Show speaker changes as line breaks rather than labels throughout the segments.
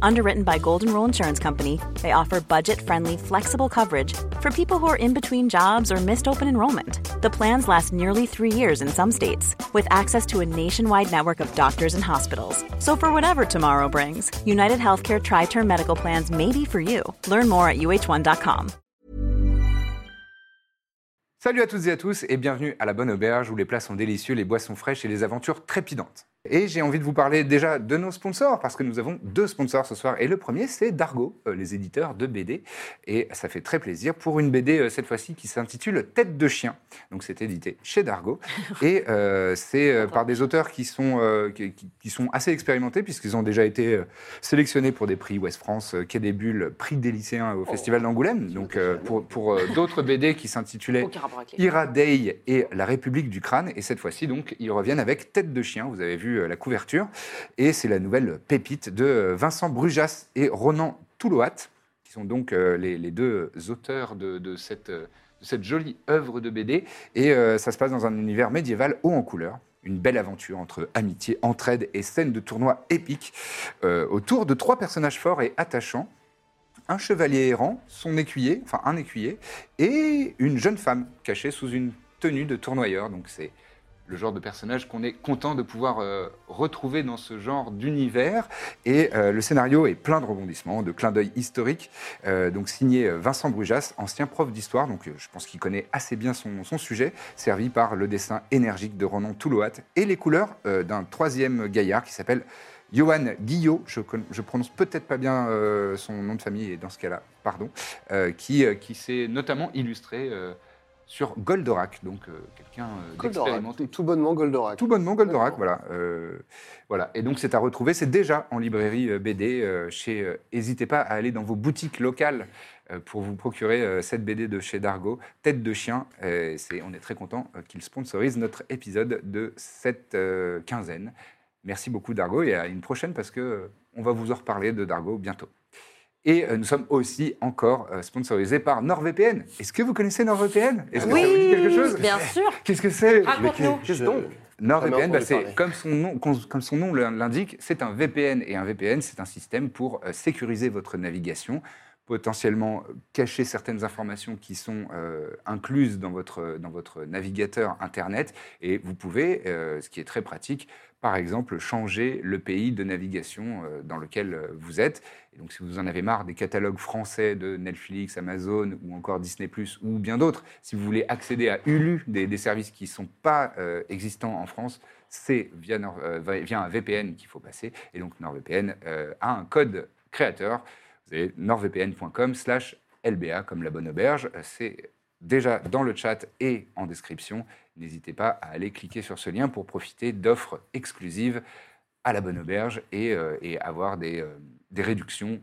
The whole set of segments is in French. Underwritten by Golden Rule Insurance Company, they offer budget friendly, flexible coverage for people who are in between jobs or missed open enrollment. The plans last nearly three years in some states, with access to a nationwide network of doctors and hospitals. So, for whatever tomorrow brings, United Healthcare Tri Term Medical Plans may be for you. Learn more at uh1.com.
Salut à toutes et à tous et bienvenue à la Bonne Auberge où les plats sont délicieux, les boissons fraîches et les aventures trépidantes. Et j'ai envie de vous parler déjà de nos sponsors, parce que nous avons deux sponsors ce soir. Et le premier, c'est Dargo, euh, les éditeurs de BD. Et ça fait très plaisir pour une BD, euh, cette fois-ci, qui s'intitule Tête de chien. Donc c'est édité chez Dargo. Et euh, c'est euh, par des auteurs qui sont, euh, qui, qui- qui sont assez expérimentés, puisqu'ils ont déjà été euh, sélectionnés pour des prix Ouest France, euh, Quai des Bulles, prix des lycéens au Festival d'Angoulême. Donc euh, pour, pour euh, d'autres BD qui s'intitulaient
Aucun rapport avec les.
Ira Day et La République du Crâne. Et cette fois-ci, donc, ils reviennent avec Tête de Chien. Vous avez vu euh, la couverture. Et c'est la nouvelle pépite de euh, Vincent Brujas et Ronan Touloat, qui sont donc euh, les, les deux auteurs de, de cette, euh, de cette jolie œuvre de BD. Et euh, ça se passe dans un univers médiéval haut en couleur. Une belle aventure entre amitié, entraide et scène de tournoi épique euh, autour de trois personnages forts et attachants. Un chevalier errant, son écuyer, enfin un écuyer, et une jeune femme cachée sous une tenue de tournoyeur. Donc c'est le genre de personnage qu'on est content de pouvoir euh, retrouver dans ce genre d'univers. Et euh, le scénario est plein de rebondissements, de clins d'œil historiques. Euh, donc signé euh, Vincent Brujas, ancien prof d'histoire, donc euh, je pense qu'il connaît assez bien son, son sujet, servi par le dessin énergique de Ronan Touloat et les couleurs euh, d'un troisième gaillard qui s'appelle Johan Guillot, je, con- je prononce peut-être pas bien euh, son nom de famille, et dans ce cas-là, pardon, euh, qui, euh, qui s'est notamment illustré euh, sur Goldorak, donc euh, quelqu'un euh,
Goldorak,
d'expérimenté.
tout, tout bonnement Goldorak.
Tout bonnement Goldorak, voilà. Euh, voilà. Et donc c'est à retrouver, c'est déjà en librairie euh, BD euh, chez. euh, N'hésitez pas à aller dans vos boutiques locales euh, pour vous procurer euh, cette BD de chez Dargo, Tête de chien. Euh, c'est, on est très content euh, qu'ils sponsorisent notre épisode de cette euh, quinzaine. Merci beaucoup Dargo et à une prochaine parce que euh, on va vous en reparler de Dargo bientôt. Et euh, nous sommes aussi encore euh, sponsorisés par NordVPN. Est-ce que vous connaissez NordVPN Est-ce que ça vous dit quelque chose
bien sûr.
Qu'est-ce que c'est
Raconte-nous.
Qu'est-ce donc J'en ai
NordVPN,
entendu
bah, c'est
parler.
comme son nom, cons- comme son nom l'in- l'indique, c'est un VPN et un VPN, c'est un système pour euh, sécuriser votre navigation, potentiellement euh, cacher certaines informations qui sont euh, incluses dans votre euh, dans votre navigateur internet et vous pouvez, euh, ce qui est très pratique, par exemple changer le pays de navigation euh, dans lequel euh, vous êtes. Et donc si vous en avez marre des catalogues français de Netflix, Amazon ou encore Disney ⁇ ou bien d'autres, si vous voulez accéder à Hulu, des, des services qui ne sont pas euh, existants en France, c'est via, Nord- euh, vi- via un VPN qu'il faut passer. Et donc NordVPN euh, a un code créateur. Vous avez nordvpn.com slash LBA comme la bonne auberge. Euh, C'est déjà dans le chat et en description. N'hésitez pas à aller cliquer sur ce lien pour profiter d'offres exclusives à la bonne auberge et, euh, et avoir des, euh, des réductions.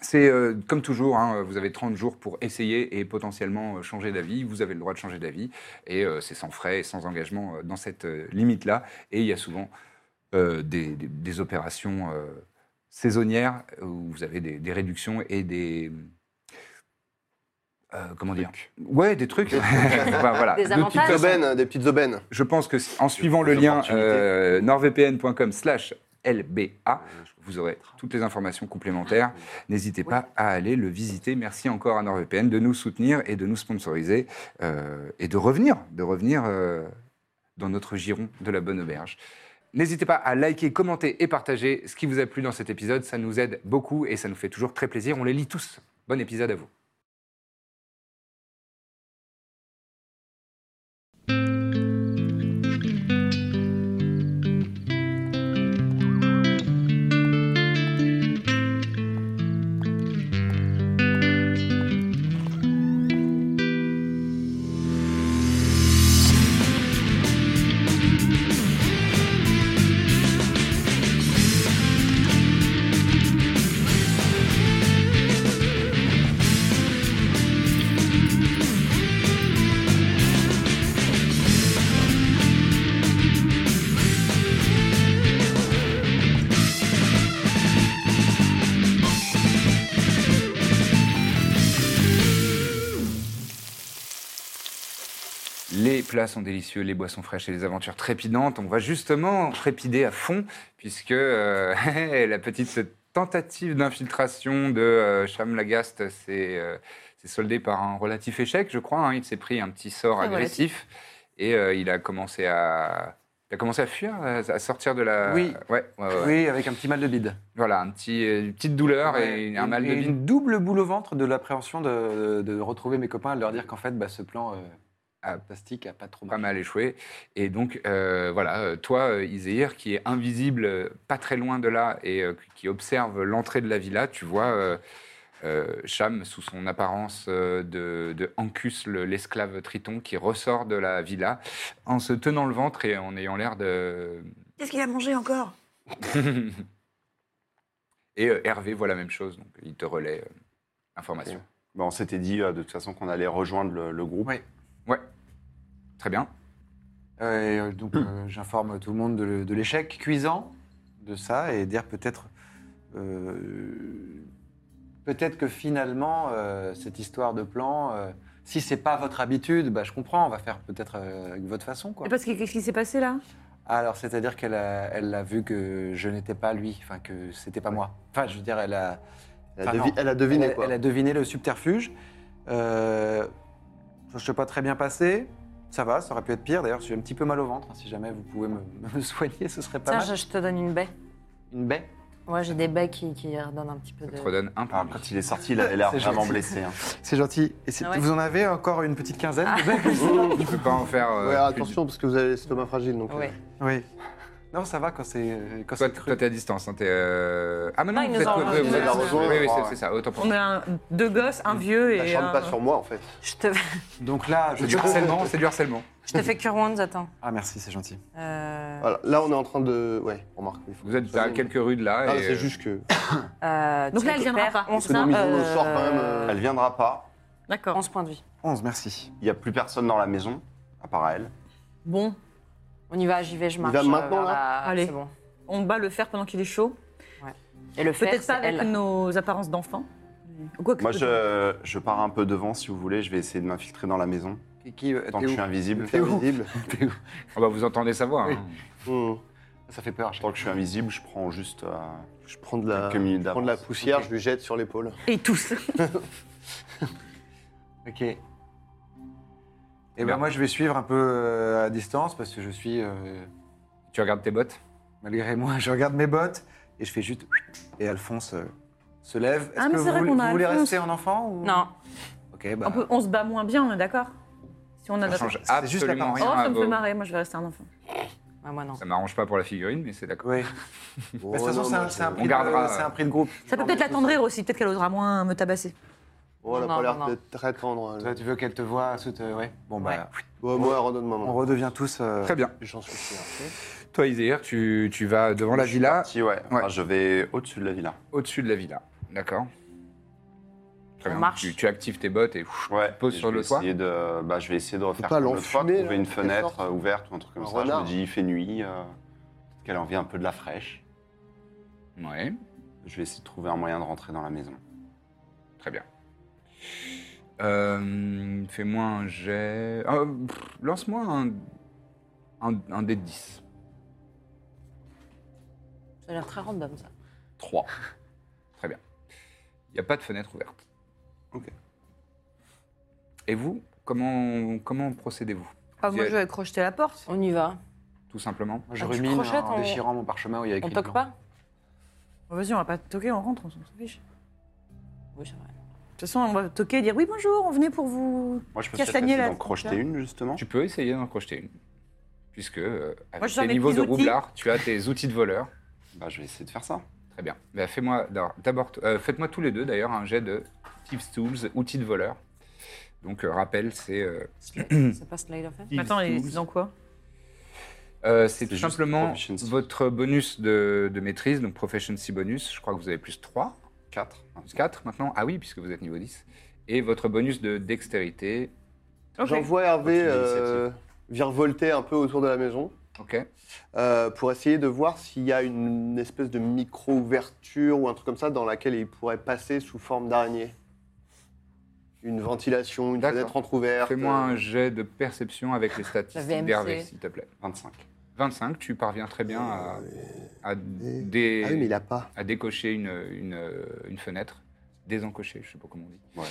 C'est euh, comme toujours, hein, vous avez 30 jours pour essayer et potentiellement euh, changer d'avis. Vous avez le droit de changer d'avis et euh, c'est sans frais et sans engagement euh, dans cette euh, limite-là. Et il y a souvent euh, des, des- des opérations euh, saisonnières où vous avez des, des réductions et des. euh, comment dire Ouais, des trucs. Enfin, voilà.
Des
De toute
avantages.
Des
façon,
aubaines, euh, des petites aubaines.
je pense que si- en suivant le
Des
lien
opportunités.
euh, nordvpn.com slash LBA, vous aurez toutes les informations complémentaires. N'hésitez pas à aller le visiter. Merci encore à NordVPN de nous soutenir et de nous sponsoriser euh, et de revenir, de revenir euh, dans notre giron de la bonne auberge. N'hésitez pas à liker, commenter et partager ce qui vous a plu dans cet épisode. Ça nous aide beaucoup et ça nous fait toujours très plaisir. On les lit tous. Bon épisode à vous. Les plats sont délicieux, les boissons fraîches et les aventures trépidantes. On va justement trépider à fond, puisque euh, la petite tentative d'infiltration de euh, Cham Lagaste s'est euh, s'est soldée par un relatif échec, je crois. hein. Il s'est pris un petit sort
Très
agressif et euh, il a commencé à. Il a commencé à fuir, à à sortir de la.
Oui.
Ouais, Ah ouais, ouais.
Oui, avec un petit mal de bide.
Voilà, un petit, euh, une petite douleur et
Ouais.
un mal de
Et
bide.
Une double boule au ventre de l'appréhension de, de retrouver mes copains et de leur dire qu'en fait, bah, ce plan euh,
Ah.
fantastique a pas trop
pas
marché.
mal échoué. Et donc, euh, voilà, euh, toi, euh, Izehir, qui est invisible, euh, pas très loin de là, et euh, qui observe l'entrée de la villa, tu vois euh, euh, Cham, sous son apparence euh, de, de Ancus, le- l'esclave triton, qui ressort de la villa en se tenant le ventre et en ayant l'air de...
Qu'est-ce qu'il a mangé encore
et euh, Hervé voit la même chose, donc il te relaie euh, l'information.
Bah, on s'était dit euh, de toute façon qu'on allait rejoindre le, le groupe.
Ouais.
Très bien.
Euh, et, euh, donc, euh, j'informe tout le monde de, le- de l'échec cuisant de ça et dire peut-être. euh, peut-être que finalement, euh, cette histoire de plan, euh, si c'est pas votre habitude, bah, je comprends, on va faire peut-être euh, avec votre façon. Quoi.
Et Parce que qu'est-ce qui s'est passé là
Alors, c'est-à-dire qu'elle a, elle a vu que je n'étais pas lui, enfin que c'était pas moi. Enfin, je veux dire, elle a.
Elle a,
Enfin,
devi-
Ah non.
elle a deviné
elle, a-
quoi.
elle a deviné le subterfuge. Euh, ça s'est pas très bien passé. Ça va, ça aurait pu être pire. D'ailleurs, j'ai un petit peu mal au ventre. hein. Si jamais vous pouvez me, me soigner, ce serait pas
Tiens,
mal.
je, je te donne une baie.
Une baie.
Moi, j'ai des baies qui, qui redonnent un petit peu
Ça
de.
te redonne un point.
Ah, quand il est sorti, il avait l'air
C'est
vraiment
gentil.
blessé. hein.
C'est gentil. Et c'est-
Ah ouais. Ah.
Vous en avez encore une petite quinzaine de baies comme ça
Tu peux pas en faire... euh,
Ouais,
plus
attention parce que vous avez l'estomac fragile donc. euh,
Ouais.
Oui. Non, ça va quand c'est quand
Toi,
c'est
t-
cru.
toi, t'es à distance. hein, t'es, euh, Ah, mais
Non,
non,
ils
vous
nous
êtes.
ont-
ouais,
ils
vous
nous
êtes-
ont
Oui, oui,
rejoints.
c'est- c'est ça, autant pour
On
moi.
a un- deux gosses, un vieux
La
et
chante
un-
euh,
pas sur moi en fait.
Je te,
Donc là, je
C'est du harcèlement, c'est du harcèlement.
je te fais cure wounds, attends.
Ah merci, c'est gentil.
Euh,
Voilà. Là on est en train de. Ouais, on marque. il faut
Vous êtes
que-
à quelques rues de là.
Ah,
et, euh,
c'est juste que.
euh,
Donc
tu
là, elle viendra
récupères
pas.
11,
Économisons
euh,
nos sorts, quand même, euh.
Elle viendra pas.
D'accord.
11 euh, points de vie.
11, merci.
Il n'y a plus personne dans la maison, à part elle.
Bon,
On y va, j'y vais, je marche.
va
euh,
maintenant,
vers
là
la-
Allez.
C'est bon.
on bat le fer pendant qu'il est chaud.
Et le fer,
Peut-être
c'est
pas avec
elle.
nos apparences d'enfants. Ou quoi que-
Moi, je, je pars un peu devant, si vous voulez. Je vais essayer de m'infiltrer dans la maison,
Qui- qui- euh,
tant
t'es
que je
où
suis invisible.
C'est visible.
T'es où
ah bah, vous entendez sa voix. hein.
Hmm.
Ça fait peur. je
Tant que je suis invisible, je prends juste... euh,
Je prends de la,
Quelques minutes
je prends de la
d'avance.
poussière,
Ok.
je lui jette sur l'épaule.
Et tous.
Ok. Et ben
Bien.
moi je vais suivre un peu euh, à distance parce que je suis euh,
Tu regardes tes bottes.
malgré moi, je regarde mes bottes et je fais juste et Alphonse euh, se lève. Est-ce
Ah, mais
que
c'est
vous,
vrai
voulez-
qu'on a
vous voulez
Alphonse.
rester en enfant ou
Non,
Ok bah.
On, peut- on se bat moins bien, on est d'accord Si on a
Ça
notre-
change
C'est juste
absolument
Oh,
l'apparence.
rien. à
ça me
vos-
fait marrer, moi je vais rester un enfant.
Ouais, Ah, moi non.
Ça m'arrange pas pour la figurine, mais c'est d'accord.
Ouais.
Oh,
Oh,
Bah, de toute façon, c'est un, c'est un prix de- euh,
gardera.
c'est un prix de groupe.
Ça peut peut-être l'attendrir aussi, peut-être qu'elle osera moins me tabasser.
Oh, elle a
Non,
pas
non,
l'air
non.
d'être très tendre. elle.
Toi, tu veux qu'elle te voie sous te- ouais. Bon bah,
Ouais, moi, redonne-moi.
on
moi.
redevient tous. euh,
Très bien.
J'en suis sûr.
Toi, Iséir, tu, tu vas devant la
je suis
villa,
parti, Ah, ouais. Enfin,
Ouais.
je vais au-dessus de la villa.
au-dessus de la villa. D'accord Très
On
bien.
marche.
Tu, tu actives tes bottes et ouf,
Ouais.
tu te poses
et
sur
je vais
le toit.
essayer de, bah, je vais essayer de refaire
pas
comme l'autre fois,
l'enfumer,
trouver
là,
une
quelque
fenêtre
sorte.
euh, ouverte ou un truc comme
Un
ça.
renard.
Je me dis, il fait nuit, euh, peut-être qu'elle envie un peu de la fraîche.
Ouais,
Je vais essayer de trouver un moyen de rentrer dans la maison.
très bien. Euh, Fais-moi un jet. Ah, pff, Lance-moi un, un, un dé de 10.
Ça a l'air très random, ça.
3. Très bien. Il n'y a pas de fenêtre ouverte.
Ok.
Et vous, comment, comment procédez-vous
Ah,
Vous
moi
y
je vais crocheter la porte.
On y va.
Tout simplement
Moi, je
Ah, tu
rumine
crochettes,
en
on-
déchirant mon parchemin où il y a écrit.
On toque
blanc.
pas
Bon, Vas-y, on va pas toquer, on rentre, on s'en fiche.
Oui, c'est vrai.
De toute façon, on va toquer et dire oui, bonjour, on venait pour vous.
Moi, je peux
Castagner
peut-être essayer
la-
d'en crocheter une, justement.
Tu peux essayer d'en crocheter une. Puisque, euh,
Moi,
avec
je sors
tes
mes
niveaux
petits
de
outils.
roublard, tu as tes outils de voleur.
Bah, je vais essayer de faire ça.
Très bien. Bah, Fais-moi d'abord- d'abord, euh, faites-moi tous les deux d'ailleurs un jet de Thieves Tools, outils de voleur. Donc, euh, rappel, c'est euh,
C'est pas Slide of Hand
Thieves
Attends, et
Tools.
dans quoi
Euh, c'est
C'est
tout
juste
simplement
proficiency.
votre bonus de, de maîtrise, donc proficiency bonus. Je crois que vous avez plus 3.
4.
Plus 4 maintenant. Ah oui, puisque vous êtes niveau 10. Et votre bonus de dextérité.
Ok.
J'envoie Hervé
Continue
euh, virevolter un peu autour de la maison
Ok.
euh, pour essayer de voir s'il y a une espèce de micro-ouverture ou un truc comme ça dans laquelle il pourrait passer sous forme d'araignée. une ventilation, une
D'accord.
fenêtre entrouverte. Euh,
Fais-moi un jet de perception avec les
La
statistiques
VMC.
d'Hervé, s'il te plaît.
25.
25, tu parviens très bien à, à
Ah
dé-
oui, mais il a pas.
à décocher une, une- une fenêtre. Désencocher, je sais pas comment on dit.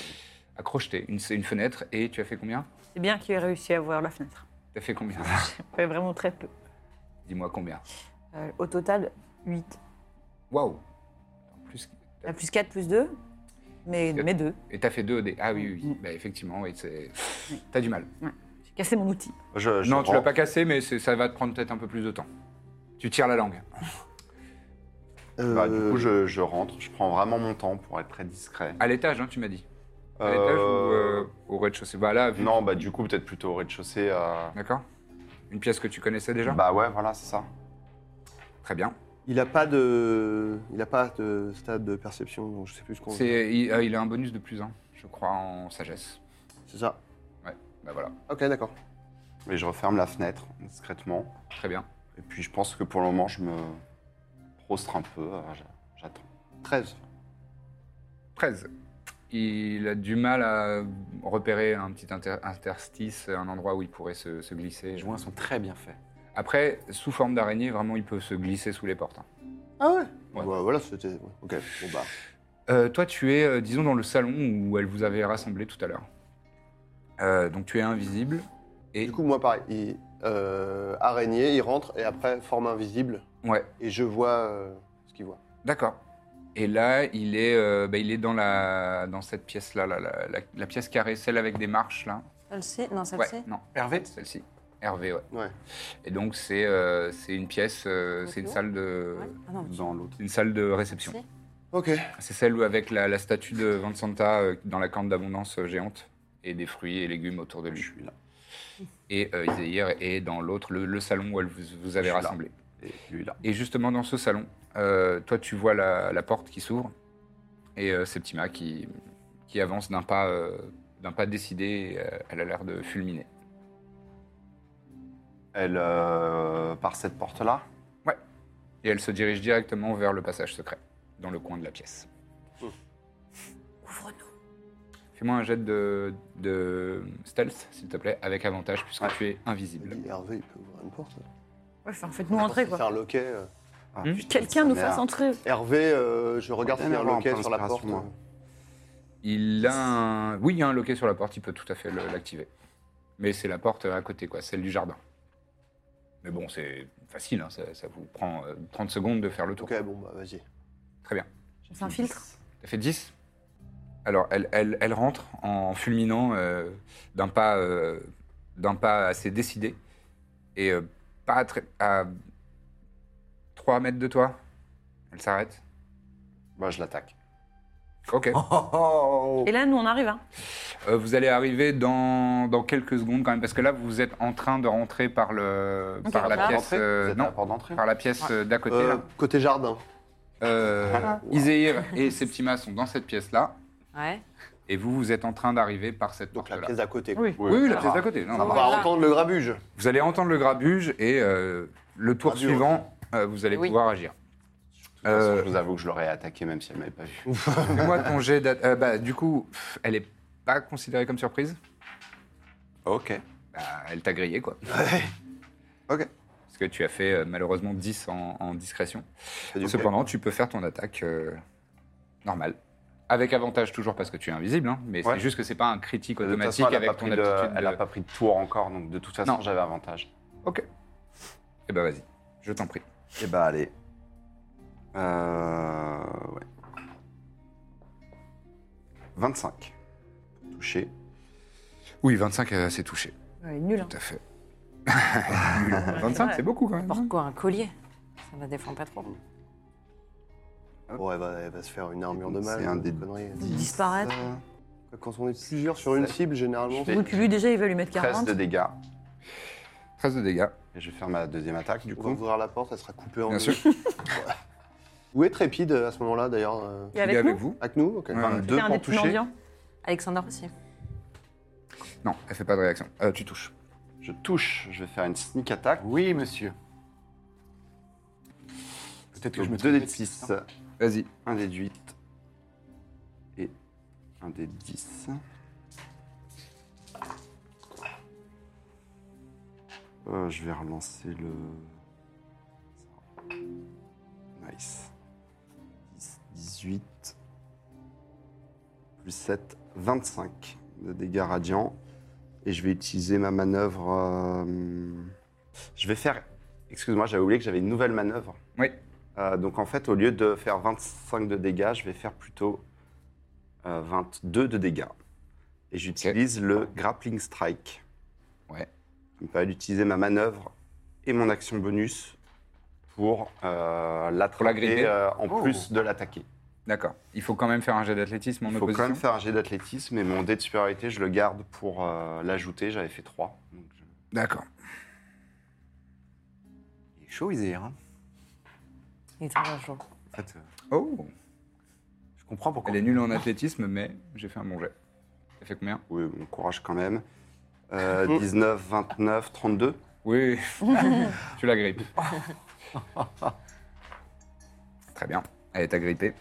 À crocheter une, une fenêtre. Et tu as fait combien
C'est bien qu'il ait réussi à voir la fenêtre.
Tu as fait combien
Fait vraiment très peu.
Dis-moi combien.
Euh, au total, 8.
Waouh En plus-
La plus 4, plus 2. Mais,
Quatre.
mais 2.
Et t'as fait deux dés. Ah oui, oui, oui. Bah, effectivement, oui, c'est... t'as du mal.
J'ai cassé mon outil.
Je, je
non, tu
rends-
l'as pas cassé, mais c'est- ça va te prendre peut-être un peu plus de temps. Tu tires la langue.
Bah, du coup,
Euh,
je, je rentre. Je prends vraiment mon temps pour être très discret.
À l'étage, hein, tu m'as dit. À
Euh,
l'étage ou euh, au rez-de-chaussée Bah là, vu-
Non, bah du coup, peut-être plutôt au rez-de-chaussée. euh,
D'accord Une pièce que tu connaissais déjà
Bah ouais, voilà, c'est ça.
Très bien.
Il a pas de, il a pas de stade de perception, donc je sais plus ce qu'on.
C'est, il, euh, il a un bonus de plus 1, je crois, en sagesse.
C'est ça.
Bah voilà,
Ok, d'accord.
Et je referme la fenêtre discrètement.
très bien.
Et puis, je pense que pour le moment, je me prostre un peu. euh, j- J'attends.
13.
13. Il a du mal à repérer un petit inter- interstice, un endroit où il pourrait se, se glisser.
Les joints sont très bien faits.
Après, sous forme d'araignée, vraiment, il peut se glisser sous les portes. hein.
Ah ouais.
Ouais.
Bah, voilà, c'était. ouais, Ok. Bon bah.
Euh, toi, tu es, euh, disons, dans le salon où elle vous avait rassemblé tout à l'heure. Euh, donc, tu es invisible. Et
Du coup, moi, pareil. Il, euh, araignée, il rentre et après forme invisible
ouais,
et je vois euh, ce qu'il voit.
d'accord. Et là, il est, euh, bah, il est dans la, dans cette pièce là, la, la- la- la pièce carrée, celle avec des marches là.
Celle-ci Non,
Ouais,
celle-ci
non,
Hervé,
celle-ci. Hervé, ouais.
Ouais.
Et donc c'est, euh, c'est une pièce, euh,
Ok.
c'est une salle de,
Euh,
Ouais. Ah non, mais tu-
Dans l'autre.
c'est une salle de réception.
Si.
Oh,
Ok.
C'est celle où avec la, la statue de Vincenta euh, dans la corne d'abondance euh, géante et des fruits et légumes autour de lui.
Je suis là.
Et euh, Iséir est dans l'autre, le, le salon où elle vous, vous avez
Je suis là.
rassemblé.
Et lui, là.
Et justement dans ce salon, euh, toi tu vois la, la porte qui s'ouvre et euh, Septima qui, qui avance d'un pas, euh, d'un pas décidé. euh, elle a l'air de fulminer.
Elle euh, par cette porte-là.
Et elle se dirige directement vers le passage secret, dans le coin de la pièce.
Ouvre-nous.
Fais-moi un jet de, de stealth, s'il te plaît, avec avantage puisque tu es
Il
invisible.
dit, Hervé, il peut ouvrir une porte.
Ouais, enfin, faites-nous entrer, quoi.
Faire loquet. euh.
Ah,
Hmm.
putain,
Quelqu'un
sa
nous
mère.
fasse entrer.
Hervé, euh, je regarde
Ouais,
s'il y a un
mais on
loquet
prend
sur la porte.
l'inspiration, moi.
Il a un... Oui, il y a un loquet sur la porte, il peut tout à fait le- l'activer. Mais c'est la porte à côté, quoi, celle du jardin. Mais bon, c'est facile, hein, ça, ça vous prend euh, 30 secondes de faire le tour.
Ok, bon bah vas-y.
On fait un filtre.
T'as fait 10 Alors, elle, elle- elle rentre en fulminant euh, d'un pas, euh, d'un pas assez décidé. Et euh, pas à, très- à 3 mètres de toi. Elle s'arrête.
Bah, je l'attaque.
Ok.
oh,
Et là, nous, on arrive. Hein.
Euh, vous allez arriver dans, dans quelques secondes quand même, parce que là, vous êtes en train de rentrer par, le,
Ok,
par,
par
la
la
pièce,
Entrée
euh,
Vous êtes à
non,
la porte d'entrée.
par la pièce euh, d'à côté.
Euh,
là.
côté jardin.
Euh, Izehir et Septima sont dans cette pièce-là,
Ouais.
et vous, vous êtes en train d'arriver par cette
Donc la
porte-là.
pièce d'à côté.
Oui. Ah,
Oui, oui, la pièce d'à côté. non,
On
non.
va
Voilà.
entendre le grabuge.
Vous allez entendre le grabuge et euh, le tour
Grabuge.
suivant, euh, vous allez
Oui.
pouvoir agir.
De toute façon,
Euh,
je vous avoue que je l'aurais attaqué même si elle m'avait pas vu.
Fais-moi ton jet d'a- euh, bah, du coup, pff, elle est pas considérée comme surprise.
Ok.
Bah, elle t'a grillé, quoi.
Ok.
Parce que tu as fait euh, malheureusement 10 en, en discrétion. Cependant, tu peux faire ton attaque euh, normale. Avec avantage toujours parce que tu es invisible, hein, mais
Ouais.
c'est juste que c'est pas un critique
De toute
automatique
façon, elle a
avec
pas
ton
pris de-
aptitude.
Elle
de-
n'a pas pris de tour encore, donc de toute façon,
Non.
j'avais avantage.
Ok. Eh ben vas-y, je t'en prie.
Eh bah, allez. Euh. Ouais. 25. Touché.
Oui, 25, euh, c'est touché,
Ouais, nul. Hein.
tout à fait.
Ouais,
25,
Ah, vrai.
Ah, c'est beaucoup quand même. hein.
Pourquoi un collier Ça la défend pas trop.
Bon, elle va, elle va se faire une armure de mal.
C'est un
une
des
connerie.
Disparaître.
Quand on est plusieurs sur une
Sept.
cible, généralement.
Je vais-
Oui, puis lui, déjà, il va lui mettre
13
40.
de dégâts.
13 de dégâts,
Et je vais faire ma deuxième attaque, du
On va
coup.
ouvrir la porte, elle sera coupée en
bien
deux.
sûr.
Où est Trépide à ce moment-là d'ailleurs euh,
Il est avec,
Il est
nous.
vous
Avec nous Ok.
Ouais.
C'est
22
un des
pour
plus
toucher.
mendiants.
Alexander aussi.
Non, elle fait pas de réaction. Euh, tu touches.
Je touche. Je vais faire une sneak attack.
Oui, monsieur. Peut-être que je me
2
trompe
des
de
6.
putain.
Vas-y.
Un des 8. Et un des 10. Euh, je vais relancer le. Nice. 10, 18. Plus 7, 25 de dégâts radiants. Et je vais utiliser ma manœuvre. euh, Je vais faire. Excuse-moi, j'avais oublié que j'avais une nouvelle manœuvre.
Oui.
Euh, donc en fait, au lieu de faire 25 de dégâts, je vais faire plutôt euh, 22 de dégâts. Et j'utilise le grappling strike.
Ouais.
Ça me permet d'utiliser ma manœuvre et mon action bonus pour euh, l'attraper
l'agripper
euh, en
Oh.
plus de l'attaquer.
D'accord. Il faut quand même faire un jet d'athlétisme en
Il faut
opposition.
quand même faire un jet d'athlétisme et mon dé de supériorité, je le garde pour euh, l'ajouter. J'avais fait 3. donc je-
D'accord.
Il est chaud, Isir. Hein.
Il est un jour.
En fait, euh,
Oh
je comprends pourquoi.
Elle est nulle en athlétisme, mais j'ai fait un bon jet. Ça fait combien
Oui, bon courage quand même. Euh, 19, 29, 32.
Oui. tu la grippes. Très bien. Elle est agrippée.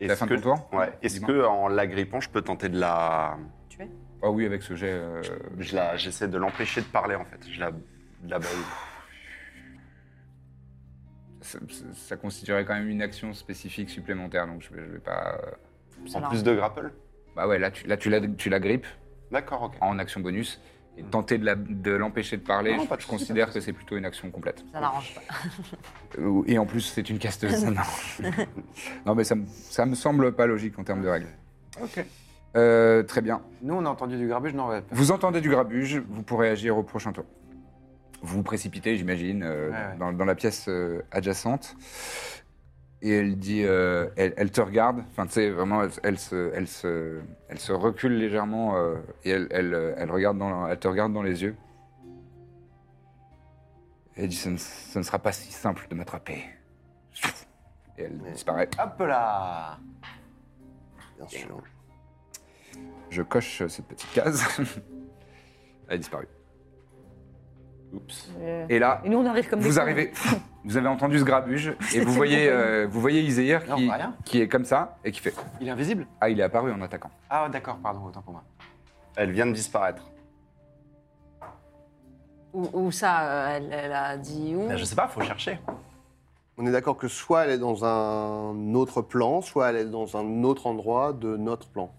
Est-ce
la fin
que...
de ton tour
Ouais. Est-ce
Dis-moi.
que en l'agrippant, je peux tenter de la.
Ah oui, avec ce jet. euh,
Je la... J'essaie de l'empêcher de parler en fait. Je la. de la baille.
ça, ça- ça constituerait quand même une action spécifique supplémentaire, donc je vais, je vais pas. euh,
En plus de grapple
Bah ouais, là tu, là, tu, la, tu la grippes
D'accord, ok.
en action bonus. Et tenter de la- de l'empêcher de, parler,
Non,
je,
pas de
je
souci,
considère que c'est plutôt une action complète.
Ça n'arrange pas.
Euh, Et en plus, c'est une casteuse. non. non, mais ça, me- ça me semble pas logique en termes de règles.
Ok.
Euh, très bien.
Nous, on a entendu du grabuge, non, ouais.
Vous entendez du grabuge, vous pourrez agir au prochain tour. Vous vous précipitez, j'imagine, euh,
Ouais, ouais.
Dans, dans la pièce euh, adjacente. Et elle dit, euh, elle, elle te regarde, enfin tu sais, vraiment, elle, elle se, elle, se, elle se recule légèrement euh, et elle, elle, euh, elle regarde dans, elle te regarde dans les yeux. Elle dit, ce ne, ce ne sera pas si simple de m'attraper. Et elle disparaît.
Hop là
Bien sûr.
Je coche euh, cette petite case. elle a disparu.
Oups.
Euh,
Et là,
Et nous, on arrive comme des
Vous
cons.
arrivez, vous avez entendu ce grabuge et vous voyez, euh, vous voyez Izehir
Non,
qui,
rien.
qui est comme ça et qui fait
Il est invisible
Ah, il est apparu en attaquant.
Ah, d'accord, pardon, autant pour moi.
Elle vient de disparaître.
Ou, ou ça, euh, elle, elle a dit où
Ben, je sais pas, faut chercher.
On est d'accord que soit elle est dans un autre plan, soit elle est dans un autre endroit de notre plan.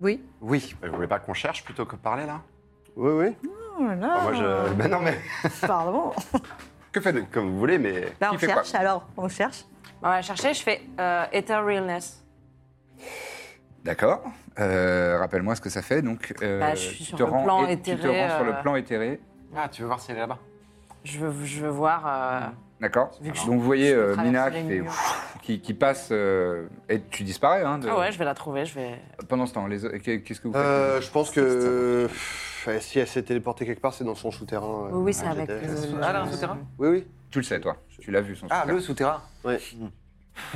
Oui.
Oui.
Vous voulez pas qu'on cherche plutôt que parler là
Oui, oui.
Oh là là.
Enfin, Moi je. Ben non mais.
Pardon.
Que faites Comme vous voulez, mais.
Bah,
Qui
on
fait quoi
cherche alors. On cherche.
On va la chercher, je fais euh, Etherealness.
D'accord. Euh, Rappelle-moi ce que ça fait. Donc, euh,
Bah, je suis sur
te
le
rends
plan
et- tu te
éthéré,
rends sur le
euh.
plan éthéré.
Ah, tu veux voir si elle est là-bas
Je veux, je veux voir. euh,
D'accord.
Vu que je-
Donc vous voyez
je peux
euh,
traverser
Mina
les
qui, fait
murs.
ouf, qui- qui passe euh, et tu disparais. hein, de-
Ah ouais, je vais la trouver, je vais.
Pendant ce temps, les autres- qu'est- qu'est-ce que vous faites
Euh, je pense que pff, euh, si elle s'est téléportée quelque part, c'est dans son souterrain. euh,
Oui, oui, c'est
que
avec
j'étais.
le-
Ah, là, un souterrain
Oui, oui.
Tu le sais, toi. Tu l'as vu. Son
Ah,
soutien.
le souterrain
Ouais.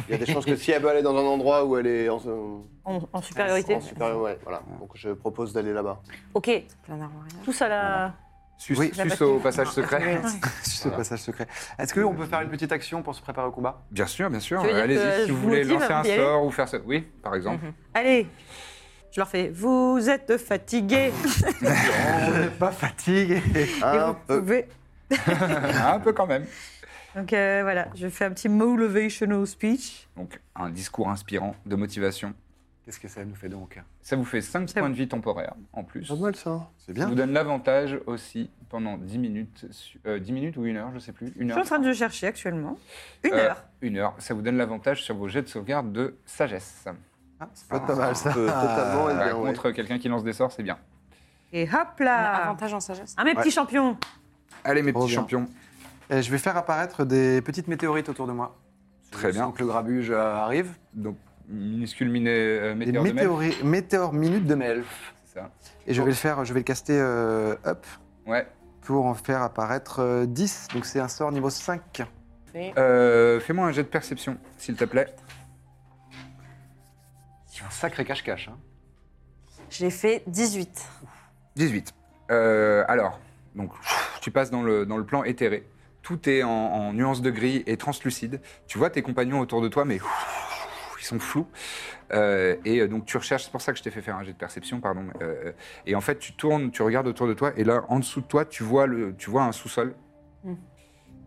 Il y a des chances que si elle veut aller dans un endroit où elle est en, en-
En, en supériorité.
en supérieur, ouais, voilà. Donc je propose d'aller là-bas.
Ok.
Planar Warrior.
Tout ça là.
Suce,
Oui.
suce au passage secret.
C'est ce passage secret. Est-ce qu'on peut faire une petite action pour se préparer au combat
Bien sûr, bien sûr.
Tu veux dire que
Allez-y si
je
vous
vous
voulez
motive
lancer
à Mhm.
un
y aller
sort ou faire ça. Oui, par exemple.
Allez. Je leur fais. Vous êtes fatigués.
On n'est pas fatigué.
Et
Un
vous
peu.
pouvez.
un peu quand même.
Donc euh, voilà, je fais un petit motivational speech.
Donc, un discours inspirant de motivation.
Qu'est-ce que ça nous fait donc
Ça vous fait 5 points de vie temporaires en plus.
Pas
Ah,
mal ça.
C'est
Ça
bien.
vous donne l'avantage aussi pendant 10 minutes, su- euh, 10 minutes ou 1 heure, je sais plus. Une
Je
heure.
suis en train de le chercher actuellement. Une
Euh,
heure.
Une heure. Ça vous donne l'avantage sur vos jets de sauvegarde de sagesse.
Ah, c'est
Pas,
pas-
mal ça. peut totalement être
Voilà,
bien, ouais.
Ah, contre quelqu'un qui lance des sorts, c'est bien.
Et hop
On a
là.
Avantage en sagesse.
Ah mes petits champions.
Allez, mes
Trop
petits
bien.
champions.
Euh, je vais faire apparaître des petites météorites autour de moi.
Très bien.
Donc le grabuge euh, arrive.
Donc, minuscule miné, euh,
Des
météore de Oh. Mel,
météorites, météores minutes de Mel.
c'est ça.
Et je vais le faire, je vais le caster euh, up
Ouais.
pour en faire apparaître euh, 10. Donc c'est un sort niveau 5.
Euh, Fais-moi un jet de perception, s'il te plaît.
C'est un sacré cache-cache. hein.
J'ai fait 18.
18. Euh, alors, donc, tu passes dans le, dans le plan éthéré. Tout est en, en nuances de gris et translucide. Tu vois tes compagnons autour de toi, mais ils sont flous. Euh, et euh, donc tu recherches, c'est pour ça que je t'ai fait faire un jet de perception, pardon. Euh, et en fait, tu tournes, tu regardes autour de toi, et là, en dessous de toi, tu vois, le, tu vois un sous-sol.
Mm.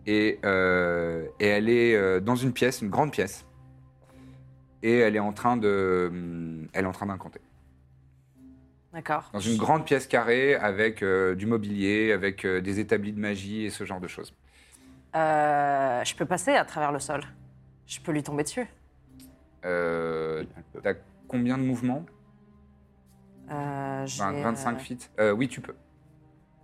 Et, euh, et elle est euh, dans une pièce, une grande pièce. Et elle est en train de, hum, elle est en train d'incanter.
D'accord.
Dans une grande pièce carrée avec euh, du mobilier, avec euh, des établis de magie et ce genre de choses.
Euh, je peux passer à travers le sol. Je peux lui tomber dessus.
Euh, T'as combien de mouvements
Euh, j'ai,
Vingt- 25
euh,
feet. Euh, oui, tu peux.